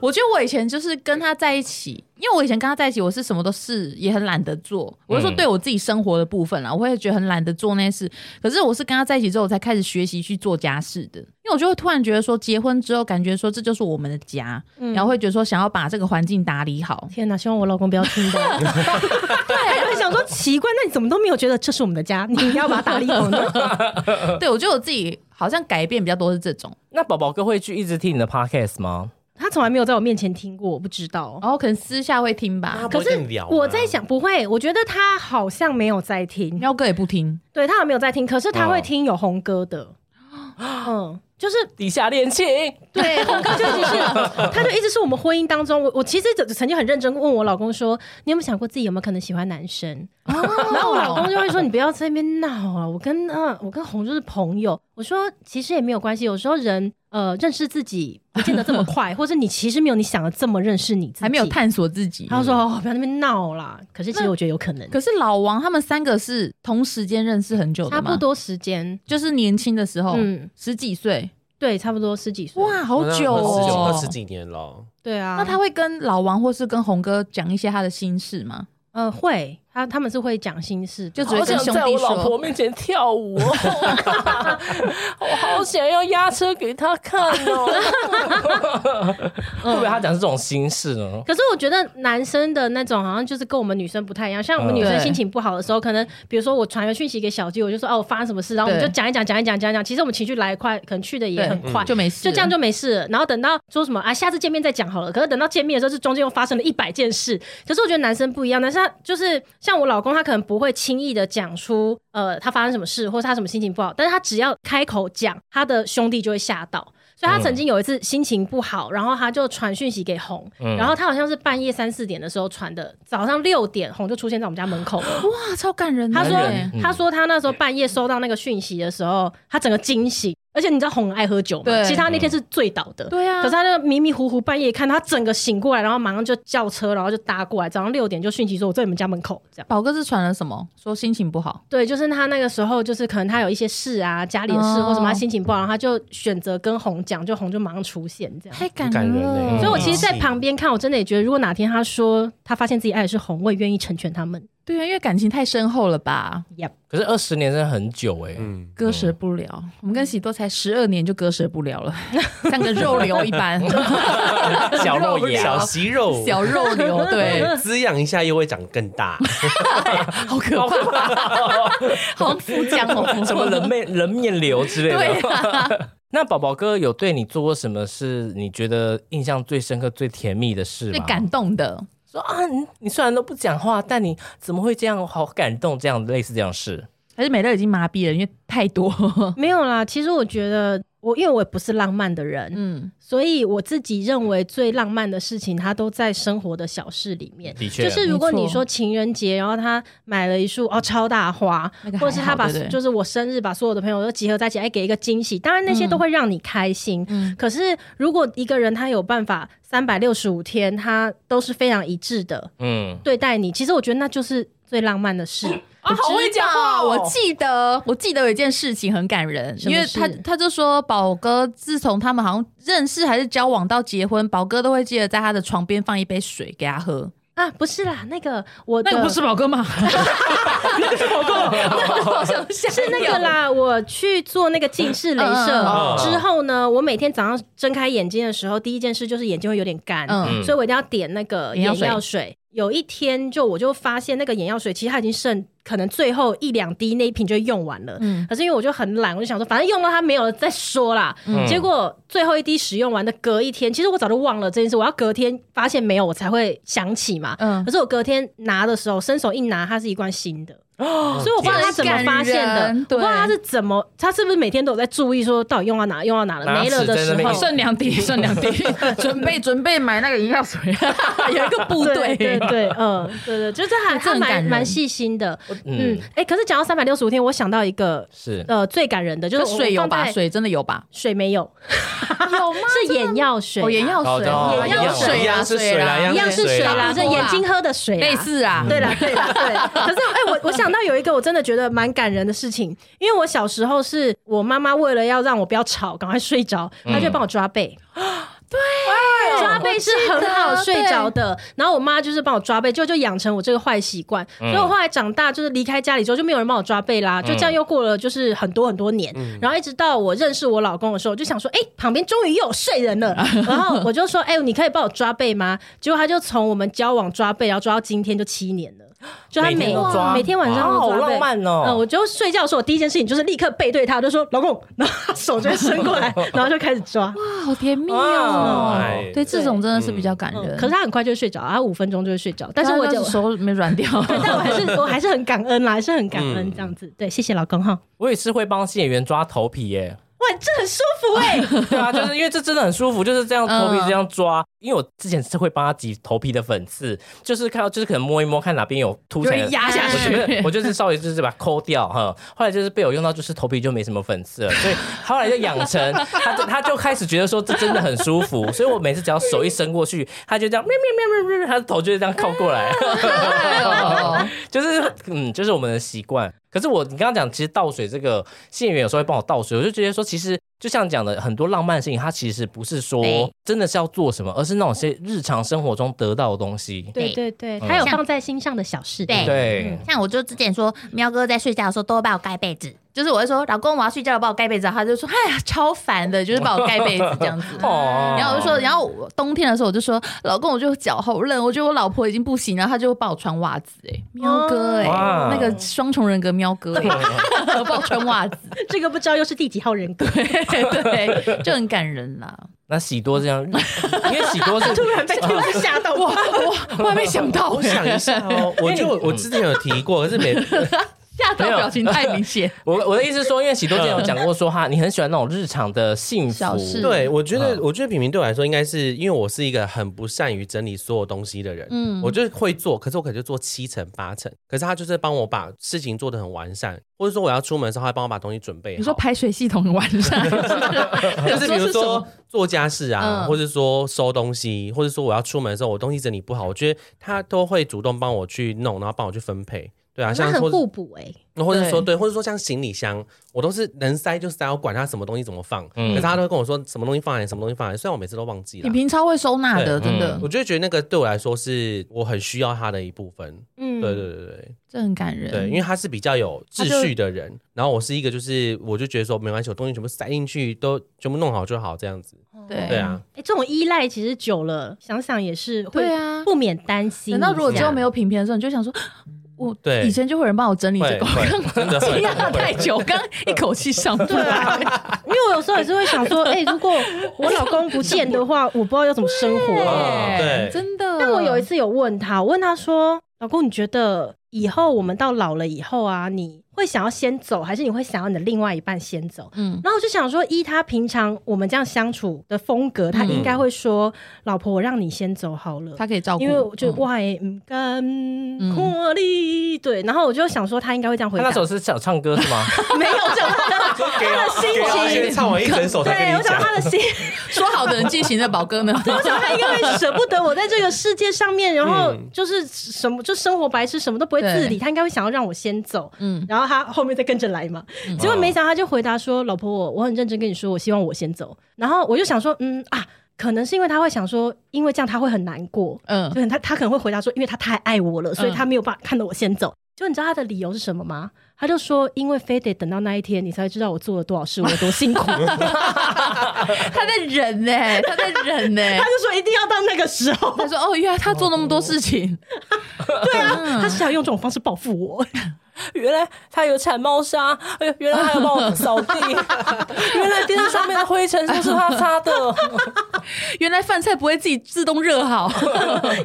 [SPEAKER 3] 我觉得我以前就是跟他在一起，因为我以前跟他在一起，我是什么都事也很懒得做。我是说
[SPEAKER 4] 嗯
[SPEAKER 3] 对我自己生活的部分啦，我会觉得很懒得做那些事。可是我是跟他在一起之后，我才开始学习去做家事的，因为我就会突然觉得说，结婚之后感觉说这就是我们的家，然后会觉得说想要把这个环境打理 好。
[SPEAKER 6] 天哪，希望我老公不要听到。对，我会想说奇怪，那你怎么都没有觉得这是我们的家？你要把它打理好呢？
[SPEAKER 3] 对我觉得我自己好像改变比较多是这种，
[SPEAKER 4] 那宝宝哥会去一直听你的 podcast 吗？
[SPEAKER 6] 他从来没有在我面前听过，我不知道。
[SPEAKER 3] 然后可能私下会听吧
[SPEAKER 5] 他。不
[SPEAKER 6] 可
[SPEAKER 5] 会
[SPEAKER 6] 是
[SPEAKER 5] 跟你聊吗
[SPEAKER 6] 我在想，不会，我觉得他好像没有在听，
[SPEAKER 3] 喵哥也不听，
[SPEAKER 6] 对他好像没有在听，可是他会
[SPEAKER 4] 哦
[SPEAKER 6] 听有红歌的，嗯，就是
[SPEAKER 4] 地下恋情，
[SPEAKER 6] 对，红哥就一直是，他就一直是我们婚姻当中，我我其实曾经很认真问我老公说，你有没有想过自己有没有可能喜欢男生？ 然后我老公就
[SPEAKER 3] 哦
[SPEAKER 6] 会说，你不要在那边闹啊，我跟呃我跟红就是朋友。我说其实也没有关系，有时候人呃认识自己不见得这么 快，或者你其实没有你想的这么认识你自己，
[SPEAKER 3] 还没有。探索自己。
[SPEAKER 6] 他就说哦，不要在那边闹啦。可是其实
[SPEAKER 3] 那
[SPEAKER 6] 我觉得有可能，
[SPEAKER 3] 可是老王他们三个是同时间认识很久的
[SPEAKER 6] 差
[SPEAKER 3] 吗？
[SPEAKER 6] 不，多时间，
[SPEAKER 3] 就是年轻的时候，
[SPEAKER 6] 嗯，
[SPEAKER 3] 十几岁，
[SPEAKER 6] 对，差不多十几岁。
[SPEAKER 3] 哦哇，好久
[SPEAKER 5] 十几
[SPEAKER 3] 哦
[SPEAKER 5] 二，十几年了。
[SPEAKER 6] 对啊，
[SPEAKER 3] 那他会跟老王或是跟红哥讲一些他的心事吗？
[SPEAKER 6] 呃会，他他们是会讲心事的，哦
[SPEAKER 3] 就只会
[SPEAKER 4] 好
[SPEAKER 3] 跟
[SPEAKER 4] 想
[SPEAKER 3] 兄
[SPEAKER 4] 在
[SPEAKER 3] 弟
[SPEAKER 4] 我老婆
[SPEAKER 3] 说，
[SPEAKER 4] 面前跳舞哦，我好想要压车给他看哦。啊 会不会他讲这种心事
[SPEAKER 3] 嗯
[SPEAKER 4] 呢？
[SPEAKER 6] 可是我觉得男生的那种好像就是跟我们女生不太一样，像我们
[SPEAKER 4] 嗯
[SPEAKER 6] 女生
[SPEAKER 3] 对
[SPEAKER 6] 心情不好的时候，可能比如说我传个讯息给小鸡，我就说哦、我发生什么事，然后我们就
[SPEAKER 3] 对
[SPEAKER 6] 讲一讲讲一讲讲一讲，其实我们情绪来得快，可能去的也
[SPEAKER 3] 对
[SPEAKER 6] 很快，
[SPEAKER 3] 啊就没事，
[SPEAKER 6] 就这样就没事了。然后等到说什么啊，下次见面再讲好了。可是等到见面的时候，是中间又发生了一百件事。可是我觉得男生不一样，男生他就是像我老公，他可能不会轻易的讲出呃他发生什么事，或是他什么心情不好，但是他只要开口讲，他的兄弟就会吓到。所以他曾经有一次心情不好，然后他就传讯息给红，
[SPEAKER 4] 嗯
[SPEAKER 6] 然后他好像是半夜三四点的时候传的，早上六点红就出现在我们家门口了。
[SPEAKER 3] 哇，超感人的
[SPEAKER 6] 他
[SPEAKER 3] 耶。
[SPEAKER 6] 说
[SPEAKER 4] 人嗯
[SPEAKER 6] 他说他那时候半夜收到那个讯息的时候，他整个惊醒，而且你知道红很爱喝酒嘛，
[SPEAKER 3] 对
[SPEAKER 6] 其实他那天是醉倒的，
[SPEAKER 3] 对啊，
[SPEAKER 6] 可是他就迷迷糊糊半夜看他整个醒过来，然后马上就叫车，然后就搭过来，早上六点就讯息说我在你们家门口这样。
[SPEAKER 3] 宝哥是传了什么？说心情不好，
[SPEAKER 6] 对，就是他那个时候，就是可能他有一些事啊，家里的事
[SPEAKER 3] 哦
[SPEAKER 6] 或什么，他心情不好，然后他就选择跟红讲，就红就马上出现这样。
[SPEAKER 3] 太感
[SPEAKER 5] 感人
[SPEAKER 3] 了。
[SPEAKER 5] 欸
[SPEAKER 6] 所以，我其实，
[SPEAKER 5] 嗯
[SPEAKER 6] 在旁边看，我真的也觉得，如果哪天他说他发现自己爱的是红，我也愿意成全他们。
[SPEAKER 3] 对啊，因为感情太深厚了吧，
[SPEAKER 4] 可是二十年真的很久哎、
[SPEAKER 5] 嗯，
[SPEAKER 3] 割舍不了。我们跟喜多才十二年就割舍不了了， 像个肉瘤一般，
[SPEAKER 4] 小肉芽
[SPEAKER 5] 小息肉，
[SPEAKER 3] 小肉 瘤，对。
[SPEAKER 5] 哎滋养一下又会长更 大。
[SPEAKER 3] 好可怕，好像副将哦，
[SPEAKER 4] 什么人面人面瘤之类
[SPEAKER 3] 对
[SPEAKER 4] 的。那宝宝哥有对你做过什么是你觉得印象最深刻、最甜蜜的事吗？
[SPEAKER 3] 最感动的，
[SPEAKER 4] 说啊，你你虽然都不讲话，但你怎么会这样？好感动，这样类似这样的事。
[SPEAKER 3] 还是美乐已经麻痹了，因为太多。
[SPEAKER 6] 没有啦，其实我觉得我，因为我也不是浪漫的 人，
[SPEAKER 3] 嗯，
[SPEAKER 6] 所以我自己认为最浪漫的事情，它都在生活的小事里面。
[SPEAKER 4] 的确，
[SPEAKER 6] 就是如果
[SPEAKER 3] 没
[SPEAKER 6] 你
[SPEAKER 3] 错
[SPEAKER 6] 说情人节，然后他买了一束哦超大花，
[SPEAKER 3] 那个还
[SPEAKER 6] 或者是他
[SPEAKER 3] 好
[SPEAKER 6] 把
[SPEAKER 3] 对不对
[SPEAKER 6] 就是我生日把所有的朋友都集合在一起，哎给一个惊喜，当然那些
[SPEAKER 3] 嗯
[SPEAKER 6] 都会让你开心。
[SPEAKER 3] 嗯
[SPEAKER 6] 可是如果一个人他有办法三百六十五天，他都是非常一致的
[SPEAKER 4] 嗯，
[SPEAKER 6] 对待你，其实我觉得那就是最浪漫的事。
[SPEAKER 4] 啊，好会讲话、哦，
[SPEAKER 3] 我记得，我记得有一件事情很感人，
[SPEAKER 6] 什么
[SPEAKER 3] 因为他
[SPEAKER 6] 事
[SPEAKER 3] 他就说宝哥自从他们好像认识还是交往到结婚，宝哥都会记得在他的床边放一杯水给他喝。
[SPEAKER 6] 啊，不是啦，那个我的
[SPEAKER 3] 宝哥 吗？那个是 宝哥，我想吓
[SPEAKER 6] 是那个啦，我去做那个近视镭射、
[SPEAKER 5] 嗯嗯嗯
[SPEAKER 6] 之后呢，我每天早上睁开眼睛的时候，第一件事就是眼睛会有点干，
[SPEAKER 3] 嗯
[SPEAKER 6] 所以我一定要点那个
[SPEAKER 3] 眼药
[SPEAKER 6] 眼
[SPEAKER 3] 水
[SPEAKER 6] 药水。有一天就我就发现那个眼药水其实它已经剩可能最后一两滴那一瓶就用完了，
[SPEAKER 3] 嗯
[SPEAKER 6] 可是因为我就很懒，我就想说反正用到它没有了再说啦。
[SPEAKER 4] 嗯
[SPEAKER 6] 结果最后一滴使用完的隔一天，其实我早就忘了这件事，我要隔天发现没有我才会想起嘛。
[SPEAKER 3] 嗯
[SPEAKER 6] 可是我隔天拿的时候，伸手一拿，它是一罐新的，
[SPEAKER 4] 哦
[SPEAKER 6] 所以我不知道它是怎么发现
[SPEAKER 3] 太
[SPEAKER 6] 的
[SPEAKER 3] 感，人
[SPEAKER 6] 我不知道它是怎么，它是不是每天都有在注意说到底用到哪用到哪了
[SPEAKER 4] 拿
[SPEAKER 6] 没了
[SPEAKER 4] 尺
[SPEAKER 6] 的
[SPEAKER 4] 在那
[SPEAKER 6] 时
[SPEAKER 4] 边
[SPEAKER 6] 候
[SPEAKER 4] 一直，
[SPEAKER 3] 剩两 滴，剩两滴，准备准备买那个营养水， 有一个部队，
[SPEAKER 6] 对对对，嗯，对对，就是还
[SPEAKER 3] 对哎这很
[SPEAKER 6] 还
[SPEAKER 3] 感
[SPEAKER 6] 蛮
[SPEAKER 3] 人
[SPEAKER 6] 蛮细心的，嗯
[SPEAKER 4] 嗯，，
[SPEAKER 6] 哎、可是讲到三百六十五天，我想到一个
[SPEAKER 4] 是
[SPEAKER 6] 呃最感人的，就是
[SPEAKER 3] 就
[SPEAKER 6] 我
[SPEAKER 3] 水有吧？
[SPEAKER 6] 我放在
[SPEAKER 3] 水真的有吧？
[SPEAKER 6] 水没有，
[SPEAKER 3] 有吗？
[SPEAKER 6] 是眼药水啊、
[SPEAKER 3] 哦，眼药
[SPEAKER 4] 好
[SPEAKER 3] 水
[SPEAKER 4] 的哦，
[SPEAKER 3] 眼药
[SPEAKER 6] 一
[SPEAKER 3] 水啊，
[SPEAKER 5] 样是水啦
[SPEAKER 3] 啦，
[SPEAKER 6] 一样是水啦，
[SPEAKER 3] 差
[SPEAKER 6] 这
[SPEAKER 3] 不多
[SPEAKER 6] 眼睛喝的水啦
[SPEAKER 3] 类。似啊，
[SPEAKER 6] 对啦，对啦，对。可是，哎、我我想到有一个我真的觉得蛮感人的事情，因为我小时候是我妈妈为了要让我不要吵，赶快睡着，她就帮我抓背。对，抓背是很好睡着的。然后我妈就是帮我抓背，就就养成我这个坏习惯。所以
[SPEAKER 4] 嗯
[SPEAKER 6] 我后来长大就是离开家里之后，就没有人帮我抓背啦。就这样又过了就是很多很多年，
[SPEAKER 4] 嗯
[SPEAKER 6] 然后一直到我认识我老公的时候，我就想说，哎、旁边终于又有睡人了。然后我就说，哎、你可以帮我抓背吗？结果他就从我们交往抓背，然后抓到今天就七年了。就他
[SPEAKER 4] 每天
[SPEAKER 6] 每
[SPEAKER 4] 都抓
[SPEAKER 6] 每天晚上
[SPEAKER 4] 哇
[SPEAKER 6] 都抓
[SPEAKER 4] 好
[SPEAKER 6] 背
[SPEAKER 4] 浪漫哦
[SPEAKER 6] 嗯我就睡觉的时候，我第一件事情就是立刻背对他，我就说老公， 然后他手就会伸过 来，然后就开始抓。
[SPEAKER 3] 哇，好甜蜜
[SPEAKER 4] 哇
[SPEAKER 3] 哦
[SPEAKER 5] 哎。
[SPEAKER 3] 对，这种真的是比较感人。
[SPEAKER 6] 嗯可是他很快就会睡着，他五分钟就会睡着。但是
[SPEAKER 3] 刚
[SPEAKER 6] 我
[SPEAKER 3] 刚
[SPEAKER 6] 就，
[SPEAKER 3] 手没软 掉，
[SPEAKER 6] 对但我还是我还是很感恩啦，还是很感
[SPEAKER 5] 嗯
[SPEAKER 6] 恩这样子。对，谢谢老公哈。
[SPEAKER 4] 我也是会帮新演员抓头皮耶。
[SPEAKER 6] 哇，这很舒服哎、
[SPEAKER 4] 对啊，就是因为这真的很舒服，就是这样头皮
[SPEAKER 3] 嗯
[SPEAKER 4] 这样抓。因为我之前是会帮他挤头皮的粉刺，就是看到就是可能摸一摸，看哪边有凸起来
[SPEAKER 3] 就
[SPEAKER 4] 的。
[SPEAKER 3] 压下
[SPEAKER 4] 我不是
[SPEAKER 3] 去，
[SPEAKER 4] 我就是稍微就是把它抠掉哈，后来就是被我用到，就是头皮就没什么粉刺了，所以后来就养成，他就他就开始觉得说这真的很舒服，所以我每次只要手一伸过去，他就这样喵喵喵喵喵，他的头就这样靠过来，
[SPEAKER 3] 哦
[SPEAKER 4] 就是嗯，就是我们的习惯。可是我你刚刚讲，其实倒水这个信源有时候会帮我倒水，我就觉得说，其实就像讲的很多浪漫的事情，它其实不是说
[SPEAKER 3] 对
[SPEAKER 4] 真的是要做什么，而是那种些日常生活中得到的东西。
[SPEAKER 6] 对对对，还有放在心上的小事。
[SPEAKER 7] 对
[SPEAKER 3] 嗯
[SPEAKER 4] 对，
[SPEAKER 7] 像我就之前说，喵哥在睡觉的时候都会帮我盖被子，
[SPEAKER 3] 就是我会说老公我要睡觉了，帮我盖被子，他就说哎呀超烦的，就是帮我盖被子这样子。
[SPEAKER 4] 哦
[SPEAKER 3] 然后我就说，然后我冬天的时候我就说，老公，我就脚好冷，我觉得我老婆已经不行，然后他就帮我穿袜子、哎，喵哥、哎、
[SPEAKER 4] 哇
[SPEAKER 3] 那个双重人格喵哥、哎， 帮我穿袜子，
[SPEAKER 6] 这个不知道又是第几号人格，
[SPEAKER 3] 对对，就很感人啦。
[SPEAKER 4] 那喜多这样， 因为喜 多是
[SPEAKER 6] 突然被突然吓到我。
[SPEAKER 3] 我还没想到、
[SPEAKER 5] 我想一
[SPEAKER 3] 哎嗯
[SPEAKER 5] 下哦，我就我之前有提过，可是每
[SPEAKER 3] 吓到
[SPEAKER 4] 没有
[SPEAKER 3] 表情太明显，
[SPEAKER 4] 我我的意思是说，因为喜多之前有讲过说哈，你很喜欢那种日常的幸福
[SPEAKER 3] 小，事
[SPEAKER 5] 对，我觉得
[SPEAKER 4] 嗯，
[SPEAKER 5] 我觉得品评对我来说，应该是因为我是一个很不善于整理所有东西的人。嗯，我就是会做，可是我可能就做七成八成。可是他就是帮我把事情做得很完善，或者说我要出门的时候，他帮我把东西准备 好。
[SPEAKER 3] 你说排水系统很完 善，
[SPEAKER 5] 就是比如
[SPEAKER 3] 是什
[SPEAKER 5] 说
[SPEAKER 3] 么
[SPEAKER 5] 做家事啊，
[SPEAKER 3] 嗯
[SPEAKER 5] 或者说收东西，或者说我要出门的时候，我东西整理不好，我觉得他都会主动帮我去弄，然后帮我去分配。对啊，
[SPEAKER 6] 那
[SPEAKER 5] 像
[SPEAKER 6] 很
[SPEAKER 5] 或者
[SPEAKER 6] 互补哎、
[SPEAKER 3] 欸
[SPEAKER 5] 或者说
[SPEAKER 3] 对
[SPEAKER 5] 对，或者说像行李箱，我都是能塞就塞，我管它什么东西怎么放。
[SPEAKER 4] 嗯
[SPEAKER 5] 可是他都会跟我说什么东西放哪里，什么东西放哪里。虽然我每次都忘记了
[SPEAKER 3] 你，平超会收纳的，
[SPEAKER 4] 对
[SPEAKER 3] 真的
[SPEAKER 4] 嗯
[SPEAKER 5] 我，就会觉得那个对我来说是我很需要他的一部分。
[SPEAKER 6] 嗯，
[SPEAKER 5] 对对对对
[SPEAKER 3] 这很感人。
[SPEAKER 5] 对对，因为他是比较有秩序的人，然后我是一个就是我就觉得说没关系，我东西全部塞进去都全部弄好就好这样子。
[SPEAKER 3] 对
[SPEAKER 5] 对啊，
[SPEAKER 6] 哎、这种依赖其实久了，想想也是会
[SPEAKER 3] 对啊
[SPEAKER 6] 不免担心一下。
[SPEAKER 3] 难道如果之后没有品评的时候，你就想说，我
[SPEAKER 5] 对
[SPEAKER 3] 以前就会有人帮我整理这
[SPEAKER 5] 会
[SPEAKER 3] 个，
[SPEAKER 5] 会
[SPEAKER 3] 我
[SPEAKER 5] 真的
[SPEAKER 3] 刚惊
[SPEAKER 5] 会
[SPEAKER 3] 讶太久，刚一口气上不
[SPEAKER 6] 对啊
[SPEAKER 3] 来。，
[SPEAKER 6] 因为我有时候也是会想 说，哎、如果我老公不见的话，我不知道要怎么生活、啊
[SPEAKER 5] 哦对
[SPEAKER 3] 真的。
[SPEAKER 6] 但我有一次有问他，我问他说：“老公，你觉得以后我们到老了以后啊，你会想要先走，还是你会想要你的另外一半先走？”
[SPEAKER 3] 嗯，
[SPEAKER 6] 然后我就想说，依他平常我们这样相处的风格，他应该会说：“老婆，我让你先走好了。”
[SPEAKER 3] 他可以照顾，
[SPEAKER 6] 因为我就
[SPEAKER 3] 嗯
[SPEAKER 6] 我也不甘看你，对，然后我就想说他应该会这样回
[SPEAKER 4] 他
[SPEAKER 6] 答
[SPEAKER 4] 那，首是想唱歌 是吗？
[SPEAKER 6] 没有这样，
[SPEAKER 5] 他的心
[SPEAKER 4] 哦
[SPEAKER 6] 情
[SPEAKER 5] 唱完一整首再
[SPEAKER 6] 对
[SPEAKER 5] 跟
[SPEAKER 6] 我
[SPEAKER 5] 你
[SPEAKER 6] 想
[SPEAKER 5] 讲。
[SPEAKER 6] 他的心
[SPEAKER 3] 说好的人进行的宝 哥呢？
[SPEAKER 6] 我想他应该会舍不得我在这个世界上面，然后就是什么就生活白痴，什么都不会自理，
[SPEAKER 3] 嗯对
[SPEAKER 6] 他应该会想要让我先走，
[SPEAKER 3] 嗯
[SPEAKER 6] 然后他后面再跟着来嘛。结果没想到他就回答说：“老婆，我我很认真跟你说，我希望我先走。”然后我就想说：“嗯啊，可能是因为他会想说，因为这样他会很难过，
[SPEAKER 3] 嗯
[SPEAKER 6] 对，他他可能会回答说，因为他太爱我了，所以
[SPEAKER 3] 嗯
[SPEAKER 6] 他没有办法看到我先走。就你知道他的理由是什么吗？他就说，因为非得等到那一天，你才会知道我做了多少事，我有多 辛苦。
[SPEAKER 3] 他在忍呢，他在忍呢。
[SPEAKER 6] 他就说一定要到那个时候。
[SPEAKER 3] 他说：“哦，原来他做那么多事情，
[SPEAKER 6] 对啊，他是想用这种方式报复我。
[SPEAKER 4] 原来他有铲猫砂，哎呦，原来他有帮我扫 地，原来电视上面的灰尘都是他擦 的。
[SPEAKER 3] 原来饭菜不会自己自动热 好，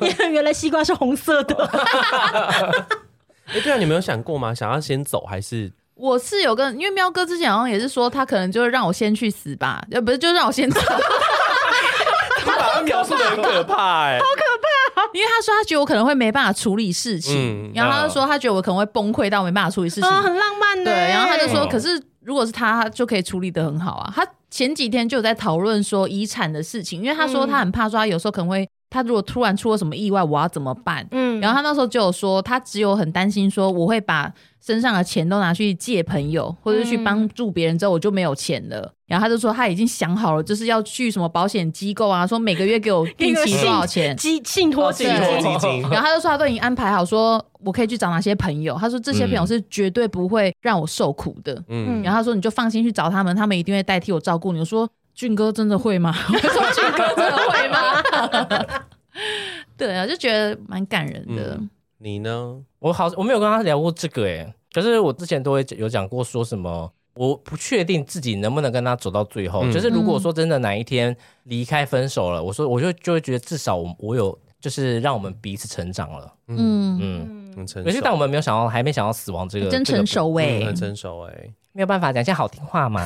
[SPEAKER 6] 因为原来西瓜是红色 的，
[SPEAKER 5] 哎、对啊，你们有想过吗？想要先走还 是
[SPEAKER 3] 我是有跟，因为喵哥之前好像也是说，他可能就是让我先去死吧，呃，不是，就让我先走，
[SPEAKER 5] 你把它啊描述的很可怕哎、
[SPEAKER 3] 因为他说他觉得我可能会没办法处理事情，
[SPEAKER 5] 嗯
[SPEAKER 3] 然后他就说他觉得我可能会崩溃到没办法处理事情，
[SPEAKER 6] 啊，很浪漫呢。
[SPEAKER 3] 对，然后他就说，
[SPEAKER 5] 嗯
[SPEAKER 3] 可是如果是他，他就可以处理的很好啊。他前几天就有在讨论说遗产的事情，因为他说
[SPEAKER 6] 嗯
[SPEAKER 3] 他很怕说他有时候可能会，他如果突然出了什么意外，我要怎么办？
[SPEAKER 6] 嗯
[SPEAKER 3] 然后他那时候就有说，他只有很担心说我会把身上的钱都拿去借朋友，或者去帮助别人之后我就没有钱了。然后他就说他已经想好了，就是要去什么保险机构啊，说每个月给我定期多少钱。
[SPEAKER 6] 寄信
[SPEAKER 4] 哦
[SPEAKER 6] 托
[SPEAKER 5] 信
[SPEAKER 6] 寄
[SPEAKER 5] 托
[SPEAKER 6] 托
[SPEAKER 5] 基金，
[SPEAKER 3] 然后他就说他都已经安排好，说我可以去找哪些朋友。他说这些朋友
[SPEAKER 5] 嗯
[SPEAKER 3] 是绝对不会让我受苦的。
[SPEAKER 5] 嗯，
[SPEAKER 3] 然后他说你就放心去找他们，他们一定会代替我照顾你。我说俊哥真的会吗？ 我说俊哥真的会吗？ 对啊，就觉得蛮感人的。
[SPEAKER 5] 嗯你呢？
[SPEAKER 4] 我好，我没有跟他聊过这个诶、欸可是我之前都会有讲过，说什么我不确定自己能不能跟他走到最后。
[SPEAKER 5] 嗯
[SPEAKER 4] 就是如果说真的哪一天离开分手了，我说我就就会觉得至少我我有就是让我们彼此成长了，
[SPEAKER 3] 嗯，
[SPEAKER 4] 嗯。
[SPEAKER 5] 很成
[SPEAKER 4] 可是但我
[SPEAKER 5] 熟，
[SPEAKER 4] 们没有想到，还没想到死亡这个，
[SPEAKER 3] 真
[SPEAKER 4] 这个
[SPEAKER 3] 成熟哎、
[SPEAKER 5] 嗯很成熟哎、
[SPEAKER 4] 没有办法讲一些好听话嘛。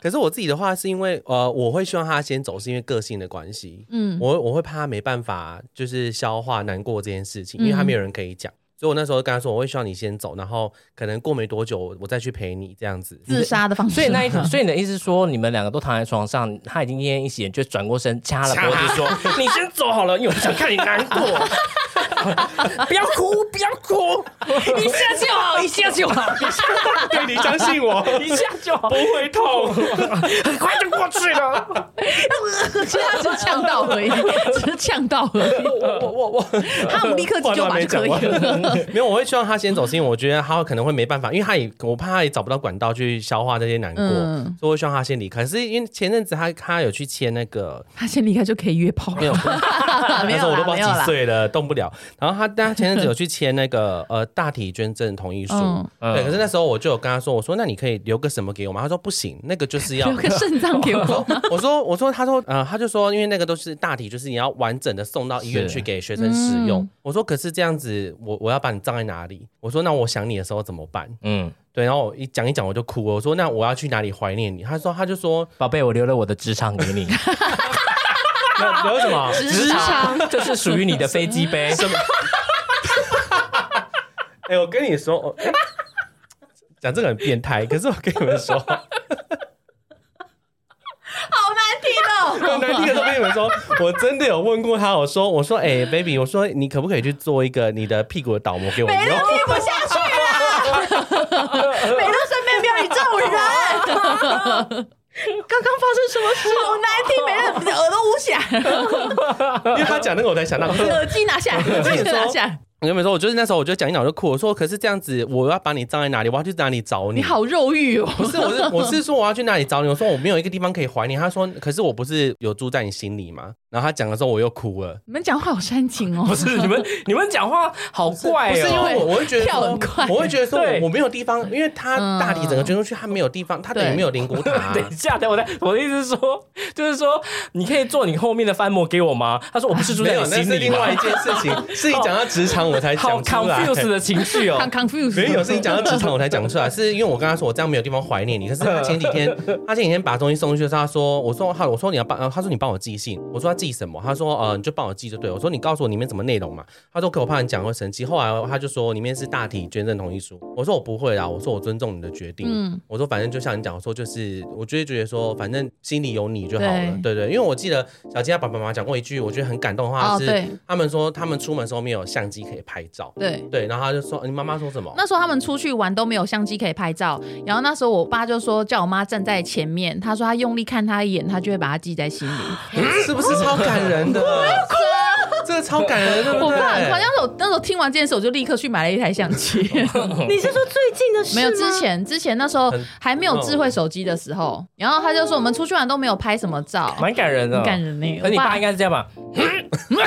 [SPEAKER 5] 可是我自己的话，是因为呃，我会希望他先走，是因为个性的关系。
[SPEAKER 3] 嗯，
[SPEAKER 5] 我我会怕他没办法就是消化难过这件事
[SPEAKER 3] 嗯
[SPEAKER 5] 情，因为他没有人可以讲。所以我那时候跟他说，我会希望你先走，然后可能过没多久我我再去陪你这样子。
[SPEAKER 3] 自杀的方式。
[SPEAKER 4] 所以那一，所以你的意思是说，你们两个都躺在床上，他已经奄奄一息了，就转过身掐了脖子说：“你先走好了，因为我不想看你难过。 不要哭，不要哭， 一下就好，一下就好，
[SPEAKER 5] 对，你相信我，
[SPEAKER 4] 一下就好，不会 痛，很快就过去了。
[SPEAKER 3] 其实 他只是呛到而已，只是呛到而已。
[SPEAKER 5] 我我我，
[SPEAKER 3] 他们立刻急救吧就可以了。
[SPEAKER 5] 没有，我会希望他先走，是因为我觉得他可能会没办法，因为他也我怕他也找不到管道去消化这些难过，
[SPEAKER 3] 嗯
[SPEAKER 5] 所以我会希望他先离开。可是因为前阵子他他有去签那个
[SPEAKER 3] 他先离开就可以约炮了，
[SPEAKER 5] 没有，
[SPEAKER 3] 没
[SPEAKER 5] 那时
[SPEAKER 3] 有
[SPEAKER 5] 候我
[SPEAKER 3] 啦
[SPEAKER 5] 都，不
[SPEAKER 3] 没
[SPEAKER 5] 知
[SPEAKER 3] 有
[SPEAKER 5] 道几
[SPEAKER 3] 啦。
[SPEAKER 5] 岁了，动不了。然后他，但他前阵子有去签那个呃大体捐赠同意书，
[SPEAKER 3] 嗯
[SPEAKER 5] 对。可是那时候我就有跟他说，我说那你可以留个什么给我吗？他说不行，那个就是要
[SPEAKER 3] 留。个肾脏给我，
[SPEAKER 5] 我说，我说，他说，呃，他就说，因为那个都是大体，就是你要完整的送到医院
[SPEAKER 4] 是
[SPEAKER 5] 去给学生使用。
[SPEAKER 3] 嗯
[SPEAKER 5] 我说，可是这样子，我我要把你葬在哪里？我说，那我想你的时候怎么办？
[SPEAKER 4] 嗯，
[SPEAKER 5] 对，然后我一讲一讲我就哭了。我说，那我要去哪里怀念你？他说，他就说，
[SPEAKER 4] 宝贝，我留了我的职场给你，
[SPEAKER 5] 那 留什么？
[SPEAKER 3] 职场，
[SPEAKER 4] 这是属于你的飞机杯。
[SPEAKER 5] 哎、我跟你说，我哎讲、这个很变态，可是我跟你们说。
[SPEAKER 3] 好难听哦。
[SPEAKER 5] 很难听的时候跟你们说，我真的有问过他，我说我说哎、b a b y 我说你可不可以去做一个你的屁股的倒模给我
[SPEAKER 3] 没
[SPEAKER 5] 用？
[SPEAKER 3] 人听不下去啦，美乐身边没有你这种人，
[SPEAKER 6] 刚刚发生什么事？
[SPEAKER 3] 好难听，美乐你的耳朵捂起来，
[SPEAKER 5] 因为他讲那个我 才想到。可是
[SPEAKER 3] 耳机拿下来，耳机拿下来，
[SPEAKER 5] 我跟你们说，我就是那时候我就讲一讲我就哭，我说可是这样子我要把你葬在哪里？我要去哪里找你？
[SPEAKER 3] 你好肉欲哦。
[SPEAKER 5] 不是，我是我是说我要去哪里找你？我说我没有一个地方可以怀念。他说可是我不是有住在你心里吗？然后他讲的时候我又哭了，
[SPEAKER 3] 你们讲话好煽情哦
[SPEAKER 4] 不，是你们，你们讲话好怪
[SPEAKER 5] 不是因
[SPEAKER 4] 哦。
[SPEAKER 5] 为我我会觉得
[SPEAKER 3] 跳
[SPEAKER 5] 说
[SPEAKER 3] 很快
[SPEAKER 5] 我会觉得说
[SPEAKER 4] 对
[SPEAKER 5] 我我没有地方，因为他大体整个捐出去，他没有地方，他等
[SPEAKER 3] 对
[SPEAKER 5] 于没有灵骨塔 啊、
[SPEAKER 4] 等一下，等我再，我的意思是说，就是说，你可以做你后面的翻模给我吗？他说我不是住
[SPEAKER 5] 没
[SPEAKER 4] 在
[SPEAKER 5] 有，
[SPEAKER 4] 你
[SPEAKER 5] 那
[SPEAKER 4] 心
[SPEAKER 5] 是
[SPEAKER 4] 里
[SPEAKER 5] 另
[SPEAKER 4] 吗
[SPEAKER 5] 外一件事情，是你讲到职场我才
[SPEAKER 4] 好
[SPEAKER 5] 讲出来。
[SPEAKER 4] confused 的情绪哦
[SPEAKER 3] 很。confused。
[SPEAKER 5] 没有，是你讲到职场我才讲出来，是因为我跟他说我这样没有地方怀念你。可是他前几 天，他前几天把东西送去的时候，他说，我说好，我说你要帮，呃他说你帮我寄信，我说他寄什么？他说呃，你就帮我寄就对了。我说你告诉我里面什么内容嘛？他说可我怕你讲会生气。后来他就说里面是大体捐赠同意书。我说我不会啦，我说我尊重你的决定。
[SPEAKER 3] 嗯
[SPEAKER 5] 我说反正就像你讲，我说就是我就会觉得说，反正心里有你就好了。对对，因为我记得小鸡他爸爸妈妈讲过一句，我觉得很感动的话
[SPEAKER 3] 哦，
[SPEAKER 5] 是，
[SPEAKER 3] 对
[SPEAKER 5] 他们说他们出门的时候没有相机可以拍照。
[SPEAKER 3] 对。
[SPEAKER 5] 对，然后他就说：“你妈妈说什么？”
[SPEAKER 3] 那时候他们出去玩都没有相机可以拍照，然后那时候我爸就说叫我妈站在前面，他说他用力看他一眼，他就会把他记在心里。
[SPEAKER 5] 是不是
[SPEAKER 3] 嗯
[SPEAKER 5] 超感人的？这个超感人的，对不
[SPEAKER 3] 我
[SPEAKER 5] 对？
[SPEAKER 3] 爸很夸张，那时候那时候听完这件事，我就立刻去买了一台相机。
[SPEAKER 6] 你是说最近的事
[SPEAKER 3] 没有
[SPEAKER 6] 吗
[SPEAKER 3] 之前之前那时候
[SPEAKER 5] 很
[SPEAKER 3] 还没有智慧手机的时候，然后他就说我们出去玩都没有拍什么照，
[SPEAKER 4] 蛮感人的，
[SPEAKER 3] 很感。人呢、
[SPEAKER 4] 嗯而
[SPEAKER 3] 我
[SPEAKER 4] 你爸应该是这样吧？用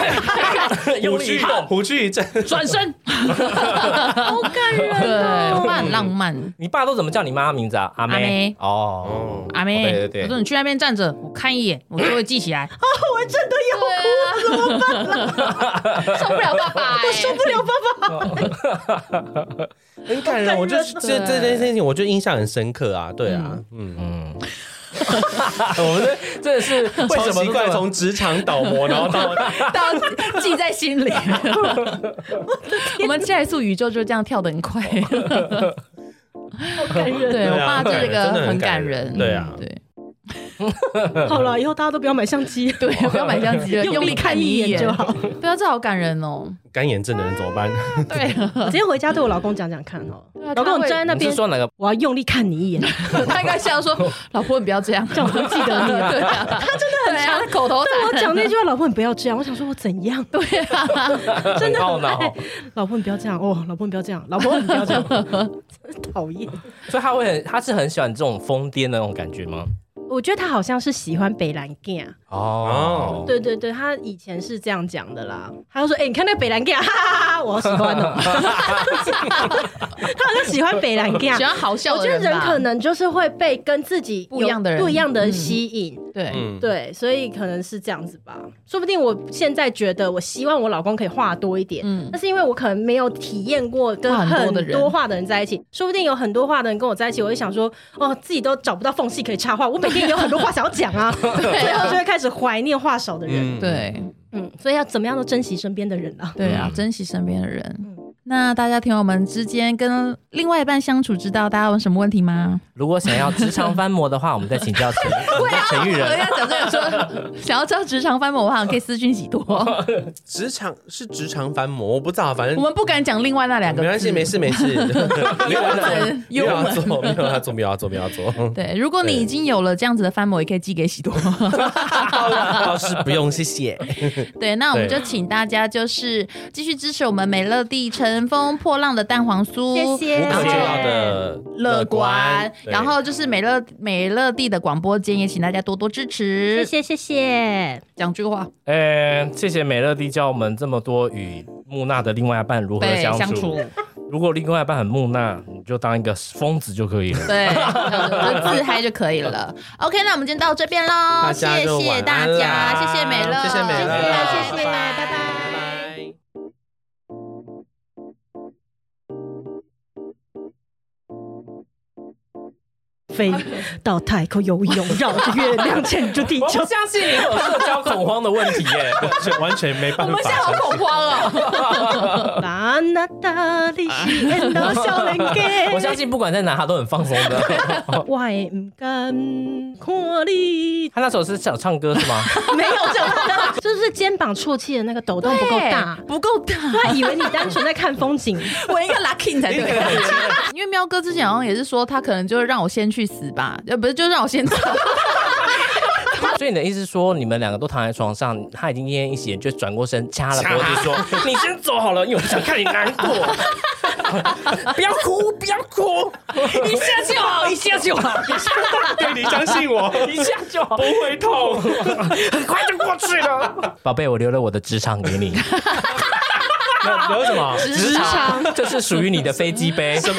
[SPEAKER 5] 虎
[SPEAKER 4] 力
[SPEAKER 5] 躯
[SPEAKER 4] 一动，
[SPEAKER 5] 虎躯一震，
[SPEAKER 4] 转身。
[SPEAKER 6] 好感人
[SPEAKER 3] 对，
[SPEAKER 6] 哦！
[SPEAKER 3] 我爸很浪漫。
[SPEAKER 4] 你爸都怎么叫你妈名字啊？阿
[SPEAKER 3] 阿
[SPEAKER 4] 妹
[SPEAKER 3] 妹。
[SPEAKER 4] 哦，
[SPEAKER 3] 阿妹，
[SPEAKER 4] 对对对
[SPEAKER 3] 我说你去那边站着，我看一眼，我就会记起来。啊，
[SPEAKER 6] 我真的
[SPEAKER 3] 对啊，怎
[SPEAKER 6] 要
[SPEAKER 3] 么办 啦？受不了爸爸、欸，我受不了爸
[SPEAKER 5] 很感人。我啊就这这件事情，我就印象很深刻啊。对啊，嗯，
[SPEAKER 4] 嗯， 我们这真的是为什么都
[SPEAKER 5] 超奇
[SPEAKER 4] 这
[SPEAKER 5] 怪？
[SPEAKER 4] 么
[SPEAKER 5] 从职场 倒模，然后到
[SPEAKER 3] 爸，记在心里。 我们下一速宇宙就这样跳得很快。
[SPEAKER 6] 好感人。
[SPEAKER 3] 对我
[SPEAKER 5] 对啊
[SPEAKER 3] 爸这个
[SPEAKER 5] 真的很
[SPEAKER 3] 感
[SPEAKER 5] 感人
[SPEAKER 3] 人。
[SPEAKER 5] 对啊
[SPEAKER 3] 对
[SPEAKER 6] 好了，以后大家都不要买相机，
[SPEAKER 3] 对，不要买相机了，
[SPEAKER 6] 用力看一眼就。好。
[SPEAKER 3] 对啊，这好感人哦。
[SPEAKER 5] 干眼症的人 怎么办？
[SPEAKER 3] 对 啊，
[SPEAKER 6] 我今天回家对我老公讲讲看哦
[SPEAKER 3] 对啊，
[SPEAKER 6] 老公，
[SPEAKER 3] 他
[SPEAKER 6] 我
[SPEAKER 3] 会
[SPEAKER 6] 站在那
[SPEAKER 4] 你
[SPEAKER 6] 边
[SPEAKER 4] 是，说哪个？
[SPEAKER 6] 我要用力看你一眼。
[SPEAKER 3] 他应该笑 说：“老婆，你不要这样，这样我记得你。” 对啊，他真的很常口头
[SPEAKER 6] 但我
[SPEAKER 3] 禅。
[SPEAKER 6] 讲那句话，老婆你不要这样。我想说，我怎样？
[SPEAKER 3] 对啊，
[SPEAKER 6] 真的
[SPEAKER 4] 很懊
[SPEAKER 6] 很
[SPEAKER 4] 恼
[SPEAKER 6] 爱。老婆你不要这样哦，老婆你不要这样，老婆你不要这样，真讨厌。
[SPEAKER 4] 所以他会很，他是很喜欢这种疯癫的那种感觉吗？
[SPEAKER 6] 我觉得他好像是喜欢北兰 gay 啊，
[SPEAKER 4] 哦，
[SPEAKER 6] 对对对，他以前是这样讲的啦。他就说：“哎、你看那北兰 gay 啊， 哈哈哈哈，我好喜欢哦。”他好像喜欢北兰 gay 啊
[SPEAKER 3] 喜。欢好 笑
[SPEAKER 6] 我
[SPEAKER 3] 的
[SPEAKER 6] 觉得
[SPEAKER 3] 人吧。
[SPEAKER 6] 人可能就是会被跟自己有
[SPEAKER 3] 不一样的人
[SPEAKER 6] 不一样的人吸引，
[SPEAKER 3] 对，
[SPEAKER 5] 嗯，
[SPEAKER 6] 对，所以可能是这样子吧。说不定我现在觉得，我希望我老公可以话多一点，
[SPEAKER 3] 嗯
[SPEAKER 6] 那是因为我可能没有体验过跟
[SPEAKER 3] 话很多的
[SPEAKER 6] 很
[SPEAKER 3] 人
[SPEAKER 6] 多话的人在一起。说不定有很多话的人跟我在一起，我就想说，哦，自己都找不到缝隙可以插话，我每天也有很多话想要讲啊，最后就会开始怀念话少的人。
[SPEAKER 5] 嗯，
[SPEAKER 3] 对。
[SPEAKER 6] 嗯所以要怎么样都珍惜身边的人啊。
[SPEAKER 3] 对啊，
[SPEAKER 4] 嗯
[SPEAKER 3] 珍惜身边的人
[SPEAKER 6] 嗯。
[SPEAKER 3] 那大家听我们之间跟另外一半相处之道，大家有什么问题吗？
[SPEAKER 4] 如果想要职场翻模的话，我们再请教 陈，我们再陈玉
[SPEAKER 3] 人
[SPEAKER 4] 仁。
[SPEAKER 3] 家讲这个说，想要知道职场翻模的话，可以私讯喜 多。
[SPEAKER 5] 职场是职场翻模，我不知道，反
[SPEAKER 3] 我
[SPEAKER 5] 正
[SPEAKER 3] 们不敢讲另外那两个字。嗯
[SPEAKER 5] 没关系，没事没 事，没有要做，没
[SPEAKER 3] 幽
[SPEAKER 5] 有
[SPEAKER 3] 门
[SPEAKER 5] 要做，没有要做，没有要啊做，没有要做，
[SPEAKER 3] 对，如果你已经有了这样子的翻模，也可以寄给喜多。
[SPEAKER 5] 倒是不用，谢谢。
[SPEAKER 3] 哦对，那我们就
[SPEAKER 5] 对
[SPEAKER 3] 请大家就是继续支持我们美乐蒂乘风破浪的蛋黄酥，
[SPEAKER 6] 谢谢
[SPEAKER 5] 无
[SPEAKER 3] 然
[SPEAKER 5] 可
[SPEAKER 3] 后
[SPEAKER 5] 救药的
[SPEAKER 3] 乐观，
[SPEAKER 5] 对
[SPEAKER 3] 然后就是美乐美乐蒂的广播间，也请大家多多支持。
[SPEAKER 6] 谢谢谢谢，
[SPEAKER 3] 讲句话，
[SPEAKER 4] 呃，谢谢美乐蒂教我们这么多与木讷的另外一半如何
[SPEAKER 3] 对，
[SPEAKER 4] 相
[SPEAKER 3] 相
[SPEAKER 4] 处
[SPEAKER 3] 处。，
[SPEAKER 4] 如果另外一半很木讷，你就当一个疯子就可以了。
[SPEAKER 3] 对，就自嗨就可以 了。OK，那我们今天到这边喽，
[SPEAKER 5] 大
[SPEAKER 3] 谢
[SPEAKER 5] 家就
[SPEAKER 3] 谢
[SPEAKER 5] 晚
[SPEAKER 3] 大
[SPEAKER 5] 安
[SPEAKER 3] 家，
[SPEAKER 5] 啦
[SPEAKER 3] 谢谢美乐，
[SPEAKER 5] 谢谢美乐
[SPEAKER 3] 谢
[SPEAKER 6] 谢
[SPEAKER 3] 谢，拜
[SPEAKER 6] 谢拜拜
[SPEAKER 3] 拜。
[SPEAKER 5] 拜。
[SPEAKER 6] 飞到太空游泳，绕着月亮牵住地
[SPEAKER 4] 我
[SPEAKER 6] 球
[SPEAKER 4] 不。相信你有社交恐慌的问题耶，
[SPEAKER 5] 完全完全没办法。
[SPEAKER 3] 我们现在好恐慌哦，
[SPEAKER 6] 巴那达里西恩到小人给
[SPEAKER 4] 我相信不管在哪他都很放松 的。
[SPEAKER 6] 我也不甘看 你
[SPEAKER 4] 他那首是想唱歌是吗？
[SPEAKER 6] 没有这样， 就是肩膀啜泣的那个抖动 不够大
[SPEAKER 3] 对，不够大，
[SPEAKER 6] 他以为你单纯在看风景，
[SPEAKER 3] 我应该拉 king 才对。 因为喵哥之前好像也是说，他可能就是让我先去死吧，呃，不是，就让我先走。
[SPEAKER 4] 所以你的意思是说，你们两个都躺在床上，他已经奄奄一息，就转过身掐了脖子说：“ 你先走好了，因为我不想看你难过。不要哭，不要哭，一下就好，一下就好，
[SPEAKER 5] 对你相信我，
[SPEAKER 4] 一下就好
[SPEAKER 5] 不，会痛。
[SPEAKER 4] 很 快就过去了。宝贝，我留了我的职场给你，
[SPEAKER 5] 那有什么？
[SPEAKER 4] 职场，这是属于你的飞机杯。
[SPEAKER 5] 什么